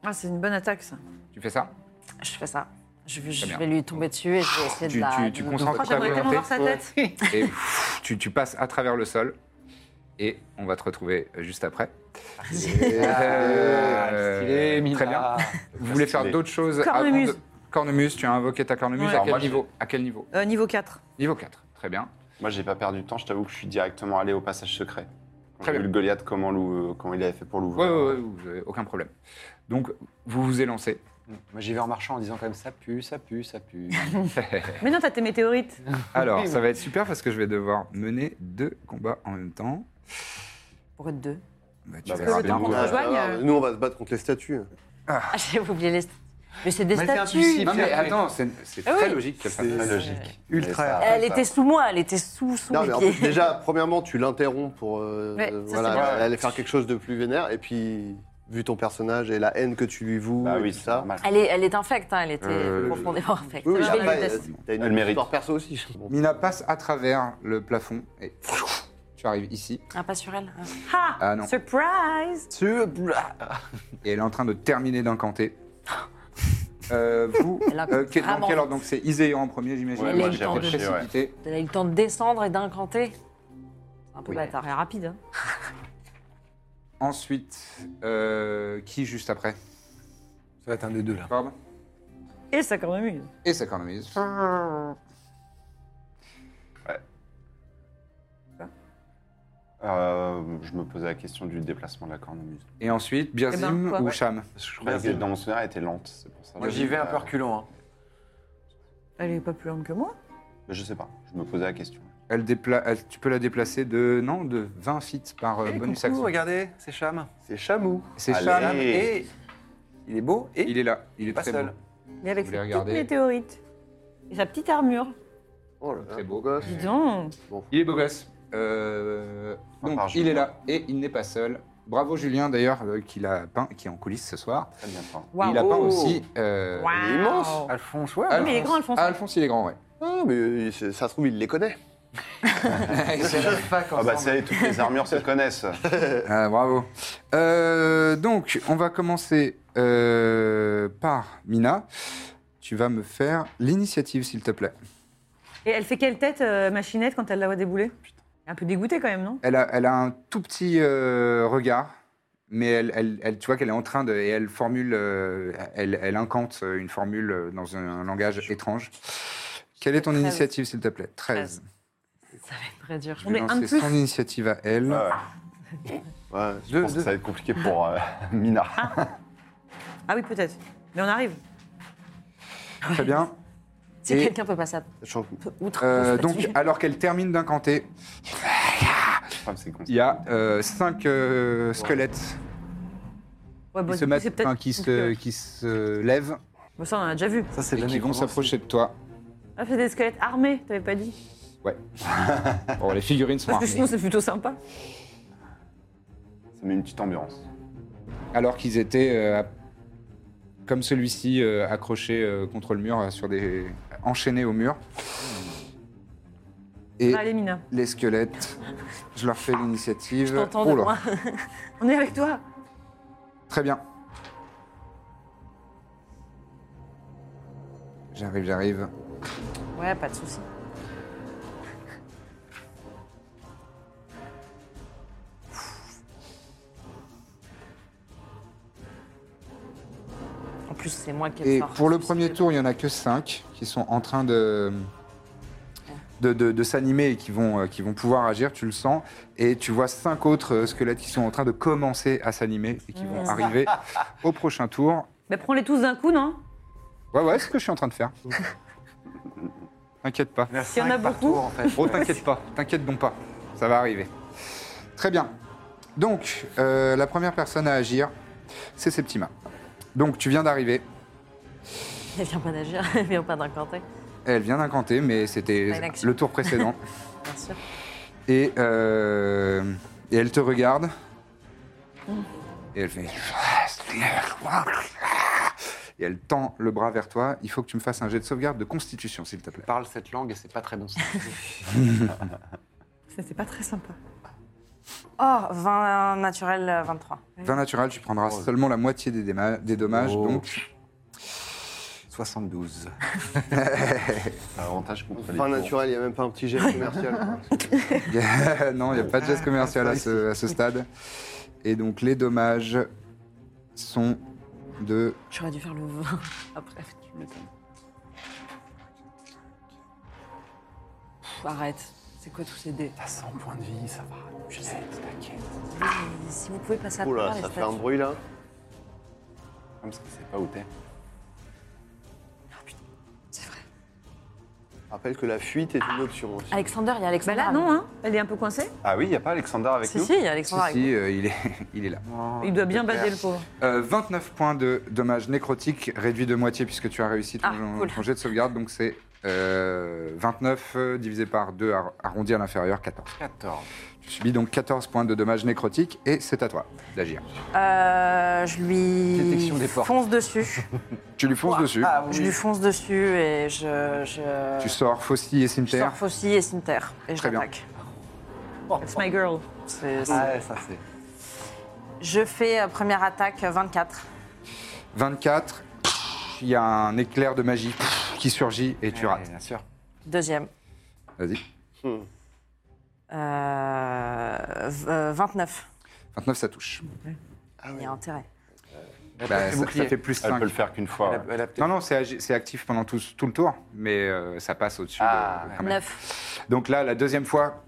Ah, c'est une bonne attaque, ça.
Tu fais ça
euh, Je fais ça. Je, vais- je
bien.
vais lui tomber dessus et je vais essayer
Tu-
de la.
tu- tu
de-
concentres
Oh,
ta
J'aimerais tellement
volonté.
voir sa tête.
et pff, tu, tu passes à travers le sol. Et on va te retrouver juste après.
Ah,
Euh,
Stylé, Mila.
très bien. Vous voulez faire
Ah, Stylé.
d'autres choses avant
Cornemuse.
de- Cornemuse, tu as invoqué ta cornemuse.
Ouais.
À,
Alors
quel
moi,
niveau à quel niveau
Euh, niveau 4.
Niveau 4. Très bien.
Moi, j'ai pas perdu de temps, je t'avoue que je suis directement allé au passage secret. Quand
Très
j'ai vu
bien.
le Goliath, comment, l'ou- comment il avait fait pour
Ouais,
l'ouvrir.
ouais, ouais, vous avez aucun problème. Donc, vous vous élancez.
Moi, j'y vais en marchant en disant quand même ça pue, ça pue, ça pue.
Mais non, t'as tes météorites.
Alors, ça va être super parce que je vais devoir mener deux combats en même temps.
Pour être deux.
Bah, tu
Bah,
verras
bah,
le
bien.
temps qu'on
Ouais.
se rejoigne.
Alors,
euh,
nous, on va se battre contre les statues.
Ah, j'ai oublié les. Mais c'est des
Mais c'est
statues.
intuitif.
Non, mais attends, c'est c'est
Ah oui.
très logique qu'elle fasse
Très
ça.
logique.
Ultra.
Et ça-
Elle était sous moi, elle était sous sous
Non,
mes
mais en
pieds.
fait, déjà, premièrement, tu l'interromps pour euh,
Ouais, ça,
voilà,
c'est bien.
aller faire quelque chose de plus vénère. Et puis, vu ton personnage et la haine que tu lui voues,
Bah
et
oui,
tout
c'est
ça.
normal.
Elle est, elle est infecte, hein, elle était
Euh,
profondément infecte.
Oui, oui,
Je vais lui-
après,
tester.
euh, t'as
Elle
une
mérite.
histoire perso aussi. Bon.
Mina passe à travers le plafond et tu arrives ici.
Ah, pas sur elle. hein.
Ha
Ah non.
Surprise
Et elle est en train de terminer d'incanter. Euh, vous,
Elle incante
euh, que- dans
vraiment
quel
vite.
ordre Donc c'est Iséan en premier, j'imagine.
Ouais,
Elle Ah moi, est j'ai
j'ai
tendue.
accroché, ouais.
précipité.
Elle a eu le temps de descendre et d'incanter. C'est un peu
Oui.
bâtard.
Ouais, rapide. hein.
Ensuite, euh, qui juste après
Ça va être un des deux là.
Corbe
Et ça cornemuse.
et sa cornemuse.
Euh, je me posais la question du déplacement de la cornemuse.
Et ensuite, Birzim
Eh ben, quoi
ou
Ouais.
Cham
Parce que je croyais que dans mon souvenir, elle était lente. c'est pour ça.
Moi, j'y vais un peu
Euh,
reculant. hein.
Elle est pas plus grande que moi.
mais Je sais pas, je me posais la question.
elle dépla- elle- Tu peux la déplacer de, non, de 20 feet par euh,
Eh,
bonus
coucou,
action.
regardez, c'est Cham.
C'est Chamou.
C'est
Allez.
Cham.
Et-
Et il est beau et
Il est là, il est
pas
très
seul.
beau.
Mais avec
Vous
ses
les
petites
regardez.
météorites. Et sa petite armure.
Oh là là,
Très beau.
gosse.
Dis donc.
Il est beau gosse. Euh,
Ah,
donc
par
il
Julien.
est là et il n'est pas seul. Bravo Julien d'ailleurs euh, qui l'a peint, qui est en coulisses ce soir.
Très bien, fort.
Et Il a peint
Oh.
aussi. euh,
Waouh.
il est immense.
Alphonse, ouais.
Alphonse.
mais il est grand, Alphonse.
Ah, Alphonse il est grand, ouais.
Ah, mais euh, c'est- ça se trouve, il les connaît.
Ah bah ça y est, toutes les armures se connaissent.
Ah, bravo. Euh, donc on va commencer euh, par Mina. Tu vas me faire l'initiative s'il te plaît.
Et elle fait quelle tête, euh, Machinette, quand elle la voit débouler Elle est Un peu dégoûtée quand même, non
Elle a, elle a un tout petit euh, regard, mais elle, elle- elle- tu vois qu'elle est en train de. Et elle formule. euh, elle, elle incante euh, une formule euh, dans un, un langage étrange. Quelle est ton
13.
initiative, s'il te plaît 13.
Ça va être très dur.
Je vais
On est un de
lancer
plus.
son initiative à elle.
Ouais,
Ouais.
je pense que ça va être compliqué pour euh, Mina.
Ah oui, peut-être. Mais on arrive.
Très bien.
Si
Et-
quelqu'un peut passer à...
Sachant que-
outre.
Euh,
ce statut.
donc, alors qu'elle termine d'incanter,
Enfin, c'est con.
il y a 5 squelettes
Ouais, bon,
qui,
du
se,
coup,
mettent-
c'est peut-être
enfin, qui, se,
compliqué.
qui se lèvent
Bon, ça, on en a déjà vu.
Ça, c'est
et
de la
qui vont
nécromancie.
s'approcher de toi.
Ah, c'est des squelettes armés, t'avais pas dit
Bon, Oh, les figurines sont
Parce que
armées.
sinon, c'est plutôt sympa.
Ça met une petite ambiance.
alors qu'ils étaient euh, à- comme celui-ci euh, accrochés euh, contre le mur euh, sur des enchaînés au mur. Et
Allez, Mina,
les squelettes, je leur fais l'initiative.
Je t'entends de
Oula,
loin.
on est avec toi.
Très bien. J'arrive, j'arrive.
Ouais, pas de souci. En plus, c'est moi qui ai
Et
fort.
pour le premier tour, il n'y en a que 5 qui sont en train de, de, de- de s'animer et qui vont, euh, qui vont pouvoir agir, tu le sens. Et tu vois cinq autres euh, squelettes qui sont en train de commencer à s'animer et qui vont arriver au prochain tour.
Mais prends-les tous d'un coup, non
Ouais, ouais, c'est ce que je suis en train de faire. T'inquiète pas.
Merci.
Il y en a beaucoup.
en fait.
Oh, t'inquiète pas, t'inquiète donc pas, ça va arriver. Très bien. Donc, euh, la première personne à agir, c'est Septima. Donc, tu viens d'arriver.
Elle vient pas d'agir, elle vient pas d'incanter,
Elle vient d'incanter, mais c'était
Pas une action.
le tour précédent.
bien sûr.
et, euh, et elle te regarde. Et elle fait. Et elle tend le bras vers toi. Il faut que tu me fasses un jet de sauvegarde de constitution, s'il te plaît.
Parle cette langue et c'est pas très bon. signe.
C'était pas très sympa.
Oh, 20 naturel euh, 23.
20 naturel, tu prendras seulement la moitié des, déma- des dommages.
Oh.
Donc,
72.
Avantage contre les
Enfin,
tours.
naturel, il n'y a même pas un petit geste commercial.
non, il n'y a pas de geste commercial à ce, à ce stade. Et donc, les dommages sont de
J'aurais dû faire le 20 après. Pff, arrête, c'est quoi tous ces dés
T'as 100 points de vie, ça va. Je sais, t'inquiète.
Et Si vous pouvez passer à
Oula,
travers les
ça fait un
statues.
bruit là.
Comme ça, c'est pas où t'es.
C'est vrai.
Rappelle que la fuite est une option aussi.
Alexander, il y a
Bah
Alexander.
là, non, hein Elle est un peu coincée
Ah oui, il n'y a pas Alexander avec
Si,
nous
si, il y a Alexander.
Si,
avec nous.
si, euh, il, est, il est là.
Il doit bien baser le pauvre.
Euh, 29 points de dommages nécrotiques réduits de moitié puisque tu as réussi ton,
Ah, cool.
ton jet de sauvegarde. Donc c'est euh, 29 euh, divisé par 2 ar- arrondi à l'inférieur, 14.
14.
Tu subis donc 14 points de dommages nécrotiques et c'est à toi d'agir.
Euh, je
Détection
lui
des portes.
fonce dessus.
Tu lui fonces dessus,
Ah
Je lui fonce dessus et je. je...
tu sors Faucille et
je
Cimetière.
sors Faucille et Cimetière et je
Très bien.
l'attaque.
It's my girl.
C'est- c'est-
Ah ouais, ça c'est.
Je fais euh, première attaque euh, 24.
24, il y a un éclair de magie qui surgit et tu
Ouais,
rates.
Bien sûr.
Deuxième.
Vas-y.
Euh, v- euh, 29.
29, ça touche. Ah
Il y a intérêt.
Bah,
c'est
ça,
bouclier.
ça fait plus
Elle
5.
peut le faire qu'une fois.
ben, Elle a- elle a peut-être-
Non, non, c'est agi- c'est actif pendant tout, tout le tour, mais euh, ça passe au-dessus
Ah,
de, quand même.
9.
Donc là, la deuxième fois,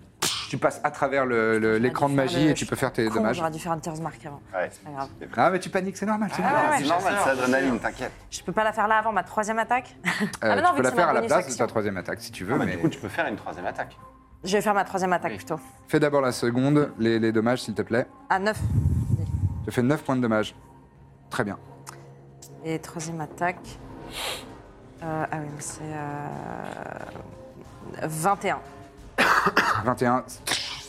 tu passes à travers le- le- l'écran de magie et tu peux faire tes dommages.
J'aurais dû faire une tierce marque avant.
Ouais.
C'est pas grave.
Ah, mais tu paniques, c'est normal. c'est normal.
Non,
ouais,
c'est
je
normal,
sors,
c'est
je
adrénaline, t'inquiète.
Je peux pas la faire là avant ma troisième attaque
Euh,
Ah, mais non,
tu
vu
peux
que
la
c'est
faire
ma
à la
bonus
place de
action.
ta troisième attaque si tu veux,
Ah, bah,
mais
Du coup, tu peux faire une troisième attaque.
Je vais faire ma troisième attaque
Oui.
plutôt.
fais d'abord la seconde, les, les dommages s'il te plaît.
À 9.
Tu fais 9 points de dommages. Très bien.
Et troisième attaque. Euh, ah oui, mais c'est. euh, 21.
21,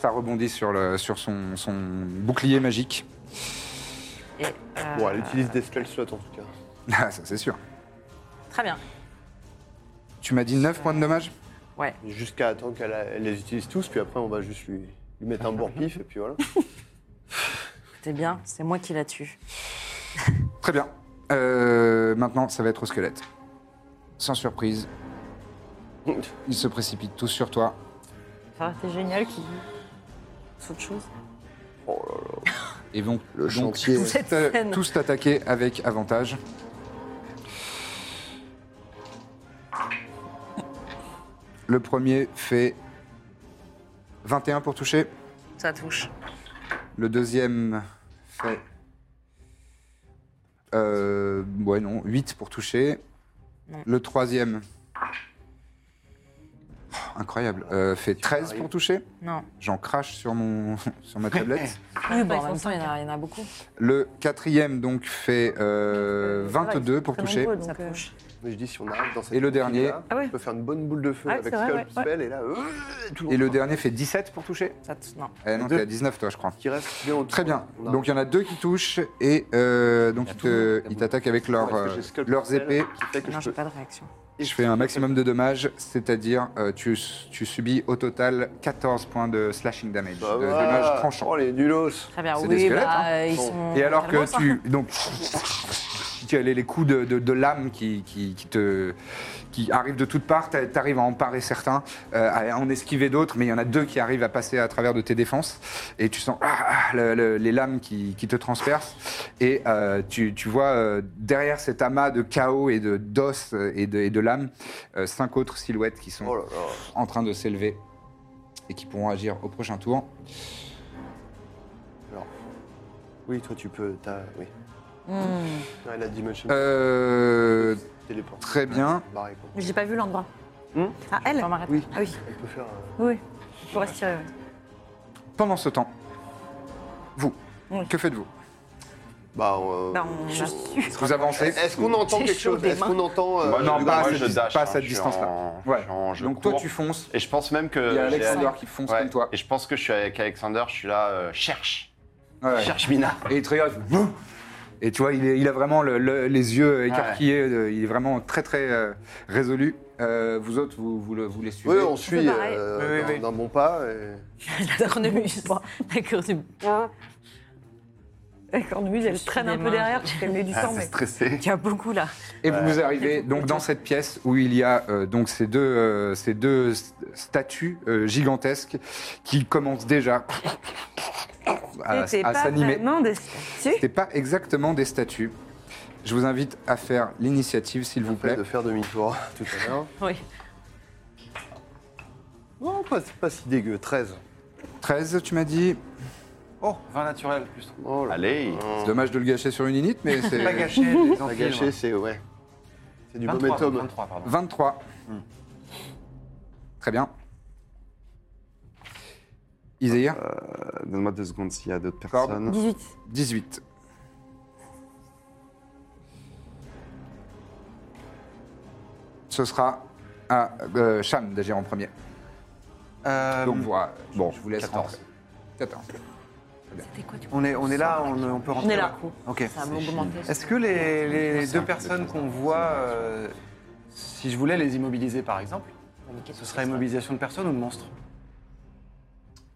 ça rebondit sur, le, sur son, son bouclier magique.
Et, euh,
Bon, elle utilise des spell slots en tout cas.
Ah, ça c'est sûr.
Très bien.
Tu m'as dit 9 points de dommages
Ouais.
Jusqu'à attendre qu'elle a- elle les utilise tous, puis après on va juste lui, lui mettre un bourre-pif et puis voilà.
T'es bien, c'est moi qui la tue.
Très bien. Euh, maintenant, ça va être au squelette. Sans surprise, ils se précipitent tous sur toi.
Ah, c'est génial qui.
C'est autre chose.
Et vont
Le
donc
chantier.
tous
Cette
t'a-
scène.
tous t'attaquer avec avantage. Le premier fait 21 pour toucher.
Ça touche.
Le deuxième fait. euh, ouais, non, 8 pour toucher. Le troisième. Oh, incroyable. euh, fait 13 pour toucher.
Non.
J'en crache sur, mon, sur ma tablette.
Ah Oui, bon,
ils
en même
sont
temps, il y, en a- il y en a beaucoup.
Le quatrième, donc, fait euh, 22 pour
Très
toucher.
nombreux, donc,
Ça
euh,
touche.
Mais je dis, si on arrive dans cette.
Et le dernier.
là,
Ah ouais.
On peut faire une bonne boule de feu
Ah,
avec
c'est vrai,
Scalp
ouais,
Spell et là. euh, tout
Et le
monde
dernier fait 17 pour toucher
Ça touche. Non.
Eh Non,
Deux.
t'es à 19, toi, je crois.
qui reste bien autour.
Très bien.
On a-
Donc, il y en a deux qui touchent et euh, donc
Il y a
ils
tout le
te-
monde.
ils t'attaquent avec leur,
Est-ce que j'ai
euh,
Scalp
leurs
Spell
épées.
qui fait que
Non,
je
j'ai
peux-
pas de réaction.
Je fais un maximum de dommages, c'est-à-dire euh, tu, tu subis au total 14 points de slashing damage,
Bah
Ça
de
va.
dommages tranchants.
Oh les nulos
Très bien.
C'est
Oui,
des squelettes,
bah,
hein.
euh, ils
Bon.
sont.
Et alors que
calmos, hein.
tu. Donc. Tu as les, les coups de, de- de lame qui, qui, qui te, qui arrivent de toutes parts, t'a- t'arrives à en parer certains, euh, à en esquiver d'autres, mais il y en a deux qui arrivent à passer à travers de tes défenses, et tu sens ah, ah, le- le- les lames qui, qui te transpercent, et euh, tu, tu vois euh, derrière cet amas de chaos et de d'os euh, et de, et de lames, euh, cinq autres silhouettes qui sont
Oh là là.
en train de s'élever et qui pourront agir au prochain tour.
Oui, toi tu peux. T'as. Oui.
Mm.
Ouais, la dimension.
Euh,
Téléport.
très bien.
Barré, quoi.
J'ai pas vu l'endroit. Ah, elle
Enfin, m'arrête.
Oui.
Ah oui,
Elle peut faire.
oui. Il faut respirer, oui.
Pendant ce temps, vous,
Oui.
que faites-vous
Bah, euh,
Bah, on...
Vous avancez
Est-ce qu'on entend
J'ai
quelque
chaud
chose
des
Est-ce
mains.
qu'on entend. euh,
Moi,
Bah non,
je-
pas à
moi,
cette
je
dis-
dash,
pas à
hein,
cette
je suis
distance-là.
en-
Ouais.
je suis en- je
Donc
cours.
toi, tu fonces.
Et je pense même que.
Il y a
j'ai-
Alexander qui fonce
Ouais.
comme toi.
Et je pense que je suis avec Alexander, je suis là, euh, cherche.
Ouais.
Cherche Mina.
Et il te regarde. il fait, Boum Et tu vois, il, est- il a vraiment le- le- les yeux écarquillés. euh, Il est vraiment très, très euh, résolu. Euh, vous autres, vous, vous, le- vous les suivez
Oui, on suit
fait pareil.
euh,
Oui, oui,
d'un-
oui.
d'un bon pas. et-
La cornemuse. La cornemuse.
La cornemuse, elle traîne un peu derrière parce qu'elle est du sang,
C'est
mais...
stressé.
Il y a beaucoup là.
Et vous vous arrivez donc dans cette pièce où il y a euh, donc ces deux, euh, ces deux st- statues euh, gigantesques qui commencent déjà à, à
C'était pas
s'animer.
vraiment des statues.
C'est pas exactement des statues. Je vous invite à faire l'initiative, s'il vous plaît.
de faire demi-tour tout à l'heure.
Oui.
Non, Oh, pas, c'est pas si dégueu, 13.
13, tu m'as dit.
Oh, vin naturel plus.
Oh là.
Allez.
C'est dommage de le gâcher sur une init, mais c'est.
Pas gâché, les
Pas gâché, c'est ouais. C'est du momentum.
23, pardon.
23. Très bien. Isaïe,
Euh, Donne-moi deux secondes s'il y a d'autres
Corbe.
personnes.
18.
18. Ce sera à euh, Cham d'agir en premier.
Euh,
Donc voilà. Bon, je vous laisse
14.
rentrer. 14.
on, est, on est là, on, on peut rentrer.
est là.
là. Ok.
Ça va augmenter.
Est-ce que les, les deux personnes qu'on voit, euh, si je voulais les immobiliser par exemple, ce serait immobilisation de personnes ou de monstres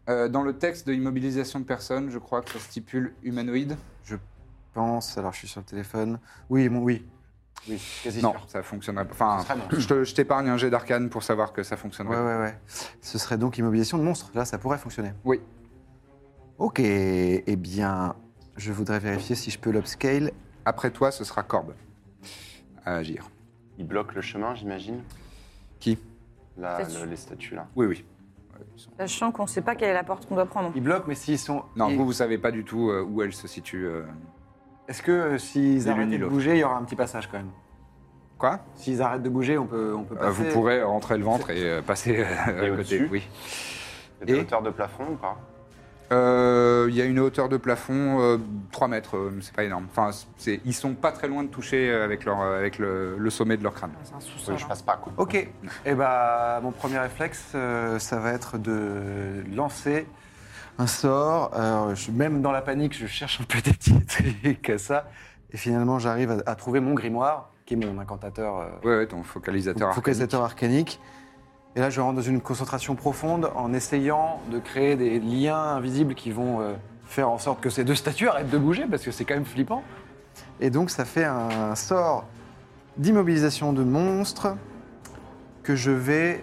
Euh, dans le texte de immobilisation de personnes, je crois que ça stipule humanoïde.
Pense, alors je suis sur le téléphone. Oui, bon, oui. Oui, quasi
Non,
sûr.
ça fonctionnerait pas. Enfin,
Ce serait bon.
je te- je t'épargne un jet d'arcane pour savoir que ça
Ouais,
fonctionnerait.
ouais, ouais. Ce serait donc immobilisation de monstres. Là, ça pourrait fonctionner.
Oui.
Ok, eh bien, je voudrais vérifier si je peux l'upscale.
Après toi, ce sera Corbe à agir.
Ils bloquent le chemin, j'imagine.
Qui
Là,
Statue.
le- les statues là.
Oui, oui.
Sachant qu'on ne sait pas quelle est la porte qu'on doit prendre.
Ils bloquent, mais s'ils sont.
Non,
ils-
vous, vous savez pas du tout euh, où elle se situe. euh.
Est-ce que euh, s'ils
Ni l'une
arrêtent
ni
de
l'autre.
bouger, il y aura un petit passage quand même
Quoi
S'ils arrêtent de bouger, on peut, on peut
Euh,
passer.
Vous pourrez rentrer le ventre et euh, passer euh,
Et
à côté.
au-dessus
Oui.
C'est des
Et
hauteurs de plafond ou pas
Euh, Il y a une hauteur de plafond, euh, 3 mètres, euh, c'est pas énorme. Enfin, c'est, ils sont pas très loin de toucher euh, avec, leur, euh, avec le, le sommet de leur crâne.
C'est un sous-sol. hein.
Oui, je passe pas. Quoi.
Ok. Et eh bah, mon premier réflexe, euh, ça va être de lancer un sort. Euh, je- même dans la panique, je cherche un peu des petits trucs à ça. Et finalement, j'arrive à, à trouver mon grimoire, qui est mon incantateur. euh,
Ouais, ouais, ton focalisateur.
Donc, focalisateur arcanique. Et là, je rentre dans une concentration profonde en essayant de créer des liens invisibles qui vont euh, faire en sorte que ces deux statues arrêtent de bouger parce que c'est quand même flippant. Et donc, ça fait un sort d'immobilisation de monstres que je vais.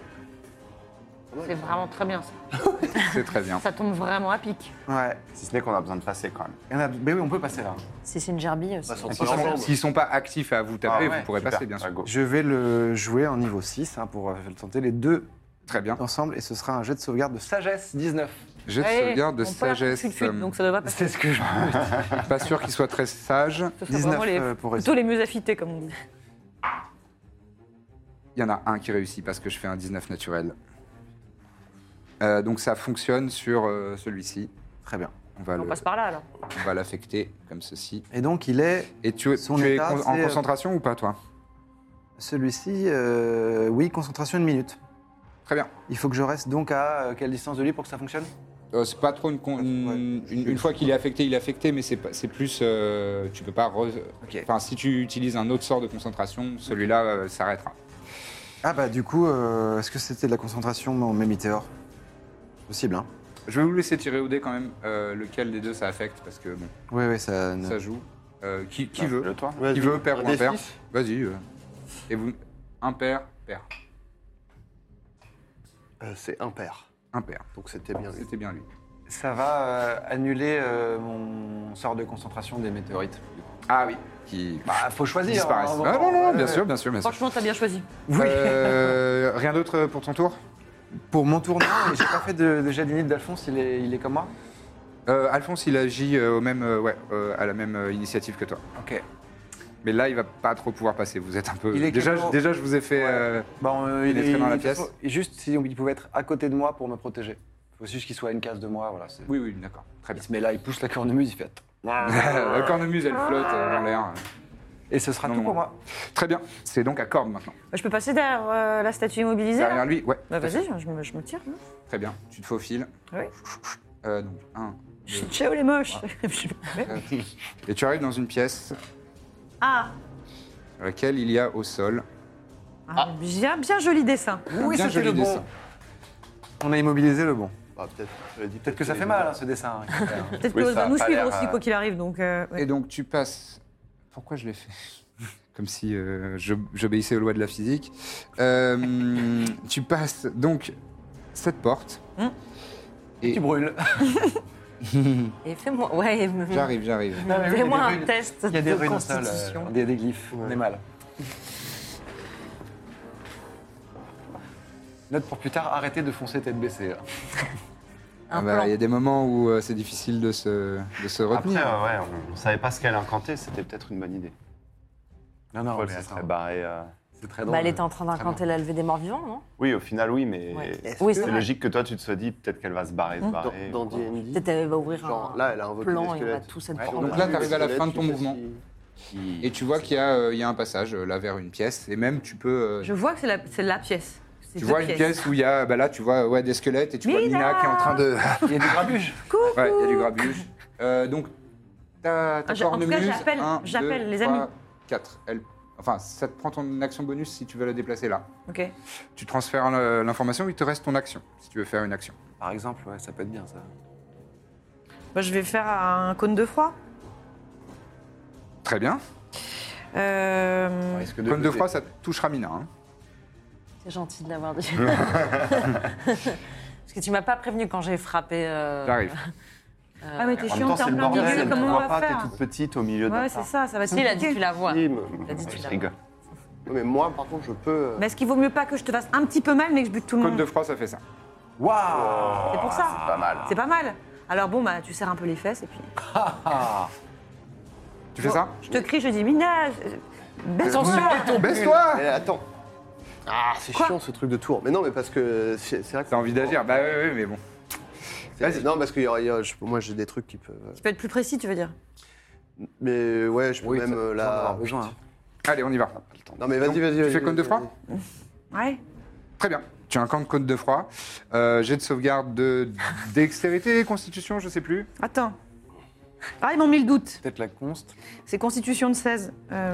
C'est vraiment très bien ça.
arcanique. C'est très bien.
Ça tombe vraiment à pic.
Ouais.
Si ce n'est qu'on a besoin de passer quand même.
Il y en a- Mais oui, on peut passer là.
Si c'est une gerbille aussi.
Bah, sans-
S'ils sont, s'ils sont pas actifs à vous taper,
Ah ouais,
vous pourrez
Super.
passer, bien sûr.
Ah, go.
Je vais le jouer en niveau 6 hein, pour euh, tenter les deux
Très bien.
ensemble et ce sera un jet de sauvegarde de sagesse 19.
Jet de
Ouais,
sauvegarde de
on peut la faire
sagesse.
tout de suite,
euh,
donc ça devrait pas
C'est ce que je
Pas sûr qu'il soit très sage.
Ce serait
19
vraiment les,
euh, pour
plutôt les mieux affûtés, comme on dit.
Il y en a un qui réussit parce que je fais un 19 naturel. Euh, donc ça fonctionne sur euh, celui-ci.
Très bien.
On va,
On
le-
passe par là, alors.
on va l'affecter comme ceci.
Et donc, il est
Et tu,
Son
tu es
état,
con- en
c'est, euh,
concentration ou pas, toi
Celui-ci, euh, oui, concentration une minute.
Très bien.
Il faut que je reste donc à euh, quelle distance de lui pour que ça fonctionne
Euh, c'est pas trop une. con-
Ouais.
une, une- une fois qu'il est affecté, il est affecté, mais c'est pas- c'est plus. euh, tu peux pas. re-
Ok.
Enfin, si tu utilises un autre sort de concentration, celui-là euh, s'arrêtera.
Ah bah du coup, euh, est-ce que c'était de la concentration Non, mais météore Possible, hein
Je vais vous laisser tirer au dé quand même euh, lequel des deux ça affecte, parce que bon,
Oui, oui, ça... ne-
ça joue. Euh, qui qui
Bah,
veut
Le toi
Vas-y.
Qui veut père
Un
ou impair
D6?
Vas-y. euh. Et vous Impair, pair.
Euh, C'est impair.
Impair.
Donc c'était bien lui.
C'était bien lui.
Ça va euh, annuler euh, mon sort de concentration des météorites. du coup.
Ah oui. Qui
Bah, faut choisir.
disparaissent.
hein,
Ah non, non,
ouais,
bien
ouais.
sûr, bien sûr, bien sûr.
Franchement, t'as bien choisi.
Euh, rien d'autre pour ton tour
Pour mon tournant, et j'ai pas fait de, de jet d'init d'Alphonse, il est, il est comme moi
Euh, Alphonse, il agit euh, au même, euh, ouais, euh, à la même euh, initiative que toi.
Ok.
Mais là, il va pas trop pouvoir passer. Vous êtes un peu.
Il est
déjà,
quelque-
je- déjà, je vous ai fait. euh,
Bon, euh,
Il est très dans la
de toute
pièce.
façon, Juste si on- il pouvait être à côté de moi pour me protéger. Il faut juste qu'il soit à une case de moi. Voilà, c'est-
Oui, oui, d'accord. Très
Il
bien.
se met là, il pousse la cornemuse, il fait attends.
Le cornemuse, elle flotte euh, dans l'air.
Et ce sera
Non,
tout
non,
pour
non.
moi.
Très bien. C'est donc à corde maintenant.
Bah, Je peux passer derrière euh, la statue immobilisée là
Derrière lui, ouais.
Bah vas-y, je, je me, je me tire. hein.
Très bien. Tu te faufiles.
Oui.
Euh, donc, un.
Je suis ciao les moches.
Et tu arrives dans une pièce
ah,
dans laquelle il y a au sol.
ah, bien, bien joli dessin.
Oui,
bien
c'était le bon.
dessin.
On a immobilisé le bon.
Bah, peut-être
Ah, Peut-être que ça fait mal, hein, ce dessin. hein, qu'il fait, hein.
Peut-être
Oui,
que
ça
va
a
nous
pas
suivre
l'air,
aussi
euh,
quoi qu'il arrive donc. euh, ouais.
Et donc tu passes. Pourquoi je l'ai fait Comme si euh, je- j'obéissais aux lois de la physique. Euh, tu passes donc cette porte. Et
Tu brûles.
Et fais-moi. Ouais, me-
j'arrive, j'arrive.
mais oui,
fais-moi
il y a des
un
runes.
test
Il y a des
de
runes au sol,
constitution.
euh, il y a des glyphes. On est mal. Note pour plus tard, arrêtez de foncer tête baissée. hein. là.
Ah bah, Il y a des moments où euh, c'est difficile de se, de se
Après,
retenir.
euh, ouais, on, on savait pas ce qu'elle incantait, c'était peut-être une bonne idée.
Non, non,
Paul
mais
se
attends.
serait barré. euh,
C'est très drôle.
Bah, elle était en train
Très
d'incanter la levée des morts vivants, non
Oui, au final, oui, mais
Ouais.
c'est
Oui, c'est vrai.
logique que toi, tu te sois dit peut-être qu'elle va se barrer, se barrer.
Dans, dans
quoi.
D&D,
Peut-être elle va euh, bah, ouvrir
genre,
un
là, elle a invoqué
plan
des
et on va
squelettes.
tous être
Ouais.
pendus.
Donc là, tu arrives à la
Squelette,
fin de
je
ton
sais
mouvement.
si-
Et tu vois qu'il y, a, euh, il y a un passage euh, là vers une pièce. Et même tu peux. euh,
Je vois que c'est la, c'est la pièce. C'est
tu
deux
vois une pièce où il y a. Bah là, tu vois ouais, des squelettes et tu vois
Mina
Nina qui est en train de.
Il y a des grabuges.
Ouais, il y a du grabuge. Euh, donc, ta, ta
Ah, j'ai- en tout cas,
cornemuse,
j'appelle-
un,
j'appelle
deux,
les amis.
trois, quatre. Elle, enfin, ça te prend ton action bonus si tu veux la déplacer là.
Ok.
Tu transfères le- l'information, il te reste ton action, si tu veux faire une action.
Par exemple, ouais, ça peut être bien ça.
Bah, je vais faire un cône de froid.
Très bien.
Euh,
Parce que
Comme deux
côté-
fois, ça touchera Mina. hein.
C'est gentil de l'avoir dit. Parce que tu m'as pas prévenu quand j'ai frappé. euh,
J'arrive.
euh,
Ah mais t'es
En même
chiant,
temps,
t'es en
c'est le
plein
bordel, elle
milieu,
ne
comment on
voit
va
pas, t'es
faire
toute petite au milieu
Ouais,
d'un
c'est ça, ça va être
Si, il a dit
compliqué.
tu la vois.
Sim.
Il a dit tu
Je
la
rigole.
Ouais, mais moi, par contre, je peux. euh,
Mais est-ce qu'il vaut mieux pas que je te fasse un petit peu mal, mais que je bute tout le
Cône de
monde
froid, ça fait ça.
Waouh
C'est pour ça.
C'est pas mal.
C'est pas mal. Alors bon, bah tu serres un peu les fesses et puis.
Tu fais
Oh.
ça
Je te crie, je dis Mina, euh, baisse-toi.
Baisse-toi
mais attends. Ah, c'est
Quoi
chiant ce truc de tour. Mais non, mais parce que c'est c'est vrai que.
T'as envie d'agir Bah oui, oui, mais bon.
C'est-
Vas-y.
Non, parce que y aura- y aura- je- moi, j'ai des trucs qui peuvent. euh,
Tu peux être plus précis, tu veux dire
Mais ouais, je peux
Oui,
même
ça-
euh,
ça, on en aura
là.
besoin. hein.
Allez, on y va.
Non, mais vas-y,
Donc,
vas-y.
tu
vas-y,
fais cône de
vas-y,
froid
vas-y.
Ouais.
Très bien. Tu incantes cône de froid. Euh, J'ai de sauvegarde de dextérité, constitution, je sais plus.
Attends. Ah, ils m'ont mis le doute.
Peut-être la const.
C'est Constitution de 16. Euh,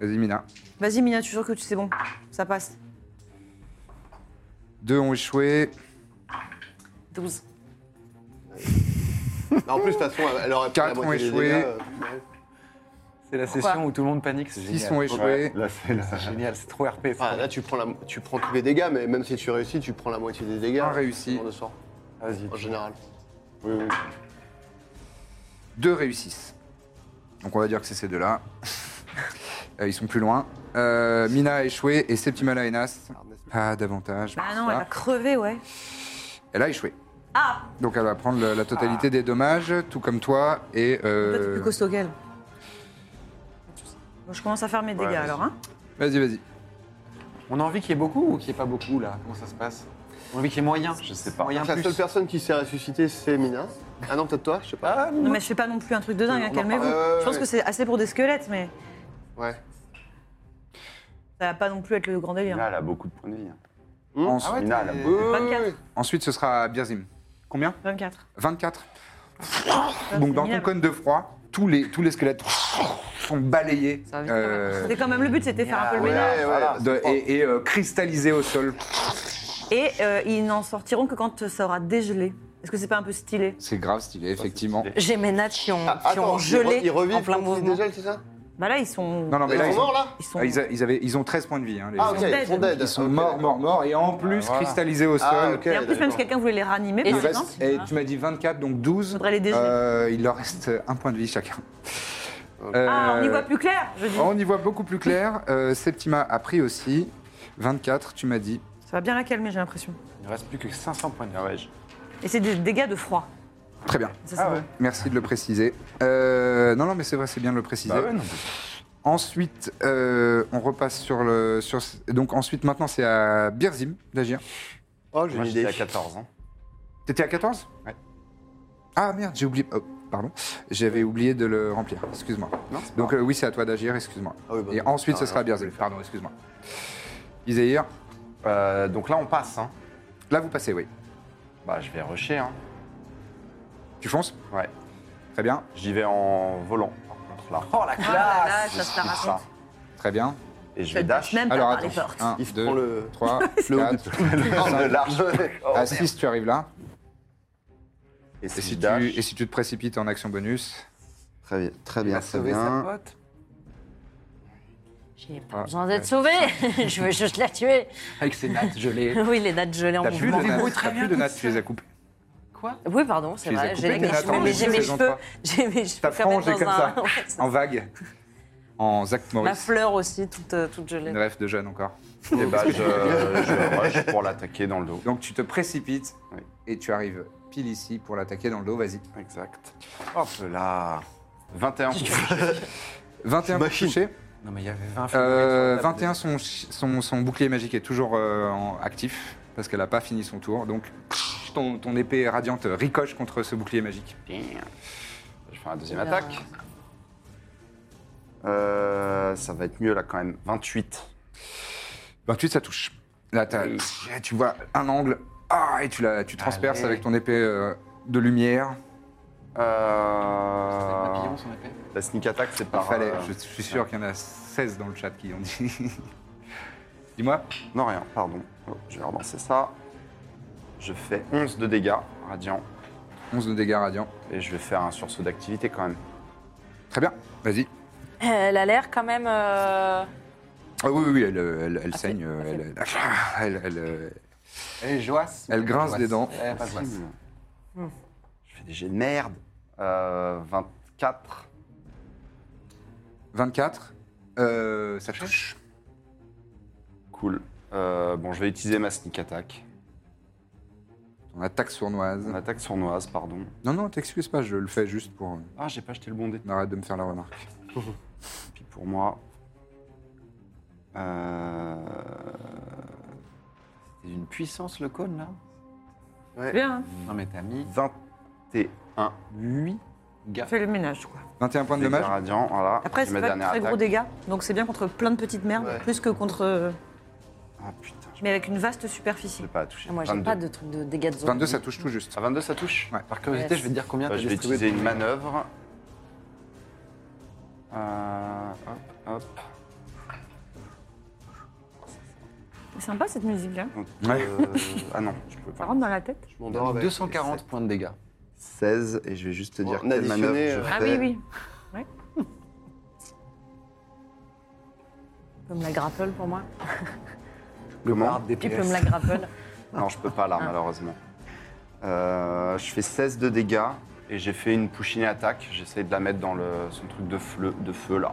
Vas-y, Mina.
Vas-y, Mina, tu es sûre que tu sais bon Ça passe.
Deux ont échoué.
12.
Non, en plus, de toute façon, elle aurait pris la
Quatre ont
moitié des
échoué.
dégâts, euh,
C'est la
Pourquoi
session où tout le monde panique, c'est
Six
génial.
ont échoué.
Ouais, Là, c'est là.
C'est génial, c'est trop RP. ça.
Enfin, Ah, là, tu prends, la, tu prends tous les dégâts, mais même si tu réussis, tu prends la moitié des dégâts.
Un réussi.
ce genre de sort,
Vas-y.
en général.
Oui, oui.
Deux réussissent. Donc on va dire que c'est ces deux-là. Euh, ils sont plus loin. Euh, Mina a échoué et Septima Laenas. Pas d'avantage.
Ah
pour
non,
ça.
elle Ah. va crever, ouais.
Elle a échoué. Donc elle va prendre le- la totalité des dommages, tout comme toi. Et
Toi, t'es
euh,
plus costaud qu'elle. Bon, je commence à faire mes dégâts
vas-y.
alors, hein.
vas-y, vas-y.
On a envie qu'il y ait beaucoup ou qu'il n'y ait pas beaucoup là Comment ça se passe On a envie qu'il y ait moyen Je sais pas. Moyen
Donc, la
plus.
seule personne qui s'est ressuscitée, c'est Mina. Ah non, peut-être toi, je sais pas.
Ah,
Non, mais je fais pas non plus un truc de dingue, hein,
On en
calmez-vous.
parle. Ouais,
euh,
ouais,
je pense
ouais.
que c'est assez pour des squelettes, mais
Ouais.
ça va pas non plus être le grand délire.
Mina, elle a beaucoup de points de vie. hein.
Ah
Hmm
Ensuite,
ouais,
Mina, elle a
t'es-
beaucoup.
24,
ensuite, ce sera Birzim. Combien
24.
24. Donc dans ton
minable.
cône de froid, tous les, tous les squelettes sont balayés.
Ça va vite, hein.
euh,
C'était quand même le but, c'était faire un peu le
Ouais,
ménage.
ouais,
voilà.
bah,
de- et et, euh, cristallisés au sol.
Et euh, ils n'en sortiront que quand euh, ça aura dégelé. Est-ce que c'est pas un peu stylé
C'est grave stylé, effectivement.
stylé.
J'ai mes nattes qui ont,
Ah,
qui ont
attends,
gelé
ils, re- ils revivent
en plein
quand ils
mouvement.
dégèlent, c'est ça
Bah là, ils sont.
Non, non, mais
Ils
là,
sont
ils
morts, là
Ils sont.
Ah, Ils, a- ils avaient, ils ont 13 points de vie. hein, les-
Ah, ok, ils
dead.
sont dead.
Ils sont
Ok,
morts,
d'accord.
morts, morts, et en plus
voilà.
cristallisés au
Ah,
sol.
ok.
Et en plus, même
d'accord.
si quelqu'un voulait les ranimer,
Et
Il
par
c'est-
reste-
exemple.
et tu m'as dit 24, donc 12.
Faudrait les dégeler.
Euh, il leur reste un point de vie chacun.
Ah, on y
Euh,
voit plus clair, je dis.
on y voit beaucoup plus clair. Euh, Septima a pris aussi. 24, tu m'as dit.
Ça va bien la calmer, j'ai l'impression.
Ah
Il ne reste plus que 500 points de vie.
Et c'est des dégâts de froid.
Très bien.
Ça, c'est
Ah
bon.
Merci de le préciser. Euh, non, non, mais c'est vrai, c'est bien de le préciser.
Bah
Ah
Ensuite, euh, on repasse sur le. Sur, donc, ensuite, maintenant, c'est à Birzim d'agir.
Oh, j'ai
Moi,
une
j'étais
idée.
à 14 ans.
T'étais à 14
Ouais.
Ah merde, j'ai oublié. oh, pardon. J'avais oublié de le remplir. Excuse-moi.
Non, c'est pas
Donc, euh, oui, c'est à toi d'agir, excuse-moi.
Ah oui, bah,
Et
non,
ensuite,
ça
ce sera
va,
à
je peux
Birzim.
le faire.
Pardon, excuse-moi. Iséir,
Euh, donc là, on passe. Hein.
là, vous passez, oui.
Bah, je vais rusher. Hein.
Tu fonces
Ouais.
Très bien,
J'y vais en volant, par contre, là.
Oh la
Ah là
classe
là,
Je
ça se la
kiffe
raconte.
très bien.
Et je
Ça
vais
te
dash.
passe même pas
Alors,
par les
attends. Ah.
portes.
1,
Yves
2,
prend le-
3,
Le haut
4.
de large. Oh,
À 6, Ah, tu arrives là.
Et
Et
si,
si, tu,
dash,
et si tu te précipites en action bonus
Très bien, très
Il
bien,
a
très
sauvé sa
bien.
pote.
J'ai pas
Ah,
besoin d'être sauvé. je veux juste la tuer.
Avec ses nattes gelées.
Oui, les dates gelées en
T'as plus de
mouvement.
nattes, t'as plus de nattes, tu les as coupées.
Oui, pardon,
Tu
c'est
les as
vrai.
coupées,
J'ai
tes nattes en
mes- j'ai
début
mes
de saison
cheveux.
trois.
J'ai mes cheveux
Ta
quand même
frange est
dans
comme
un-
ça,
Ouais, c'est-
en vague, en Zach
Ma
Morris.
fleur aussi, toute, euh, toute gelée.
Une rêve de jeune encore.
Et bah, je, je rush pour l'attaquer dans le dos.
Donc tu te précipites
Oui.
et tu arrives pile ici pour l'attaquer dans le dos, vas-y.
Exact. Hop là 21
21 pour
Machine.
toucher.
Non, mais il y avait 20
Euh,
figurines sur la table.
21, son, chi- son, son bouclier magique est toujours euh, en actif parce qu'elle n'a pas fini son tour. Donc ton, ton épée radiante ricoche contre ce bouclier magique.
Je fais un deuxième
Oula.
attaque. Euh, ça va être mieux là quand même. 28.
28, Bah, ça touche. Là, t'as- tu vois un angle ah, et tu, la, tu transperces
Allez.
avec ton épée euh, de lumière.
C'est avec
Euh,
papillon, son épée.
la sneak attack, c'est
Il
par.
fallait,
euh,
je suis sûr qu'il y en a 16 dans le chat qui ont dit. Dis-moi,
Non, rien, pardon. Oh, je vais relancer ça. Je fais 11 de dégâts radiant.
11 de dégâts radiants.
Et je vais faire un sursaut d'activité quand même.
Très bien, vas-y.
Elle a l'air quand même. euh,
Ah oui, oui, oui, elle, euh, elle, elle
Ah,
saigne,
c'est-
euh,
ah,
elle, elle- elle, euh,
Elle est joasse.
Elle grince
Joasse.
des dents.
Elle est eh, pas joasse.
Je fais des jets de merde. Euh, 24.
24. Euh, ça touche.
Cool. Euh, bon, je vais utiliser ma sneak attack.
On attaque sournoise.
Mon attaque sournoise, pardon.
Non, non, t'excuses pas, je le fais juste pour.
Ah, j'ai pas acheté le bon dé.
On arrête de me faire la remarque.
Puis pour moi. Euh...
C'est une puissance le cône là.
C'est bien, hein.
Non mais t'as mis
21.
8 gars.
fais le ménage, quoi.
21 points de
Dégâts
dommage.
radiants, voilà.
Après,
C'est
c'est pas de très gros dégâts, donc c'est bien contre plein de petites merdes,
Ouais.
plus que contre. euh,
Ah putain, je
Mais avec une vaste
je
superficie.
vais pas la toucher.
Moi, j'ai
22.
pas de truc de dégâts de zone.
22, ça touche tout juste.
À 22, ça touche
Ouais.
Par curiosité,
Ouais.
je vais te dire
bah,
combien
Euh,
t'as
Je vais
distribué
utiliser
de-
une manœuvre. Euh, hop, hop.
C'est sympa cette musique-là.
Donc,
Ouais.
euh, ah non, je peux
Ça
pas.
rentre dans la tête.
Je m'endors avec.
240 points de dégâts.
Hein
16, et je vais juste te dire
On
quelle
additionné,
manœuvre je
euh,
fais.
Ah oui, oui.
Tu peux me la grapple pour moi
Comment
Tu peux me la grapple
Non, je peux pas là, malheureusement. Euh, je fais 16 de dégâts et j'ai fait une pouchinée attaque. J'essaye de la mettre dans le, son truc de feu, de feu là.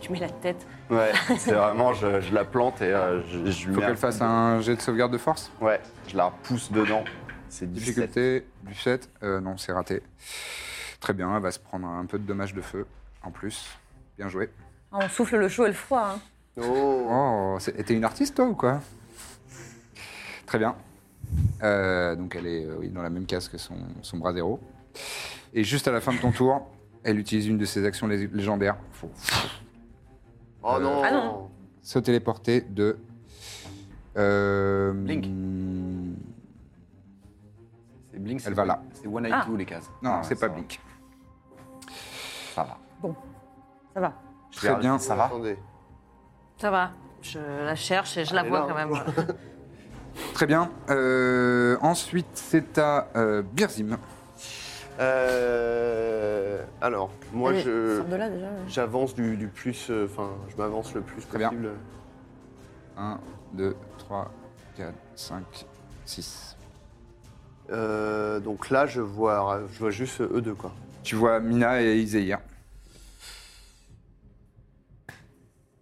Tu mets la tête.
Ouais, c'est vraiment, je, je la plante et euh, je, je lui
Faut
mets un
qu'elle fasse
coup de-
un jet de sauvegarde de force.
Ouais, je la pousse dedans. C'est difficile.
Difficulté du 7. Euh, non, c'est raté. Très bien, elle va se prendre un peu de dommages de feu en plus. Bien joué.
Ah, On souffle le chaud et le froid. hein.
Oh.
Oh, c'est- t'es une artiste toi ou quoi Très bien. Euh, donc elle est euh, oui, dans la même case que son, son bras zéro. Et juste à la fin de ton tour, elle utilise une de ses actions lég- légendaires. Faut
Oh non.
Ah non.
se téléporter de... Euh,
Link.
Non,
C'est Blink, c'est
Elle va là.
C'est 192 les cases. Ah,
c'est
ça
pas
va.
Blink.
Ça va.
Ça va.
Très bien.
Ça va
Attendez.
Ça va. Je la cherche et je la
Elle est
vois
là,
quand
hein.
même.
Très bien. Euh, ensuite, c'est à euh, Birzim.
Euh, alors, moi,
Allez,
je
Sors de là déjà. ouais.
j'avance du, du plus. euh, Enfin, je m'avance le plus
Très bien.
possible.
1, 2, 3, 4, 5, 6.
Euh, donc là, je vois, je vois juste eux deux, quoi.
Tu vois Mina et Iséir.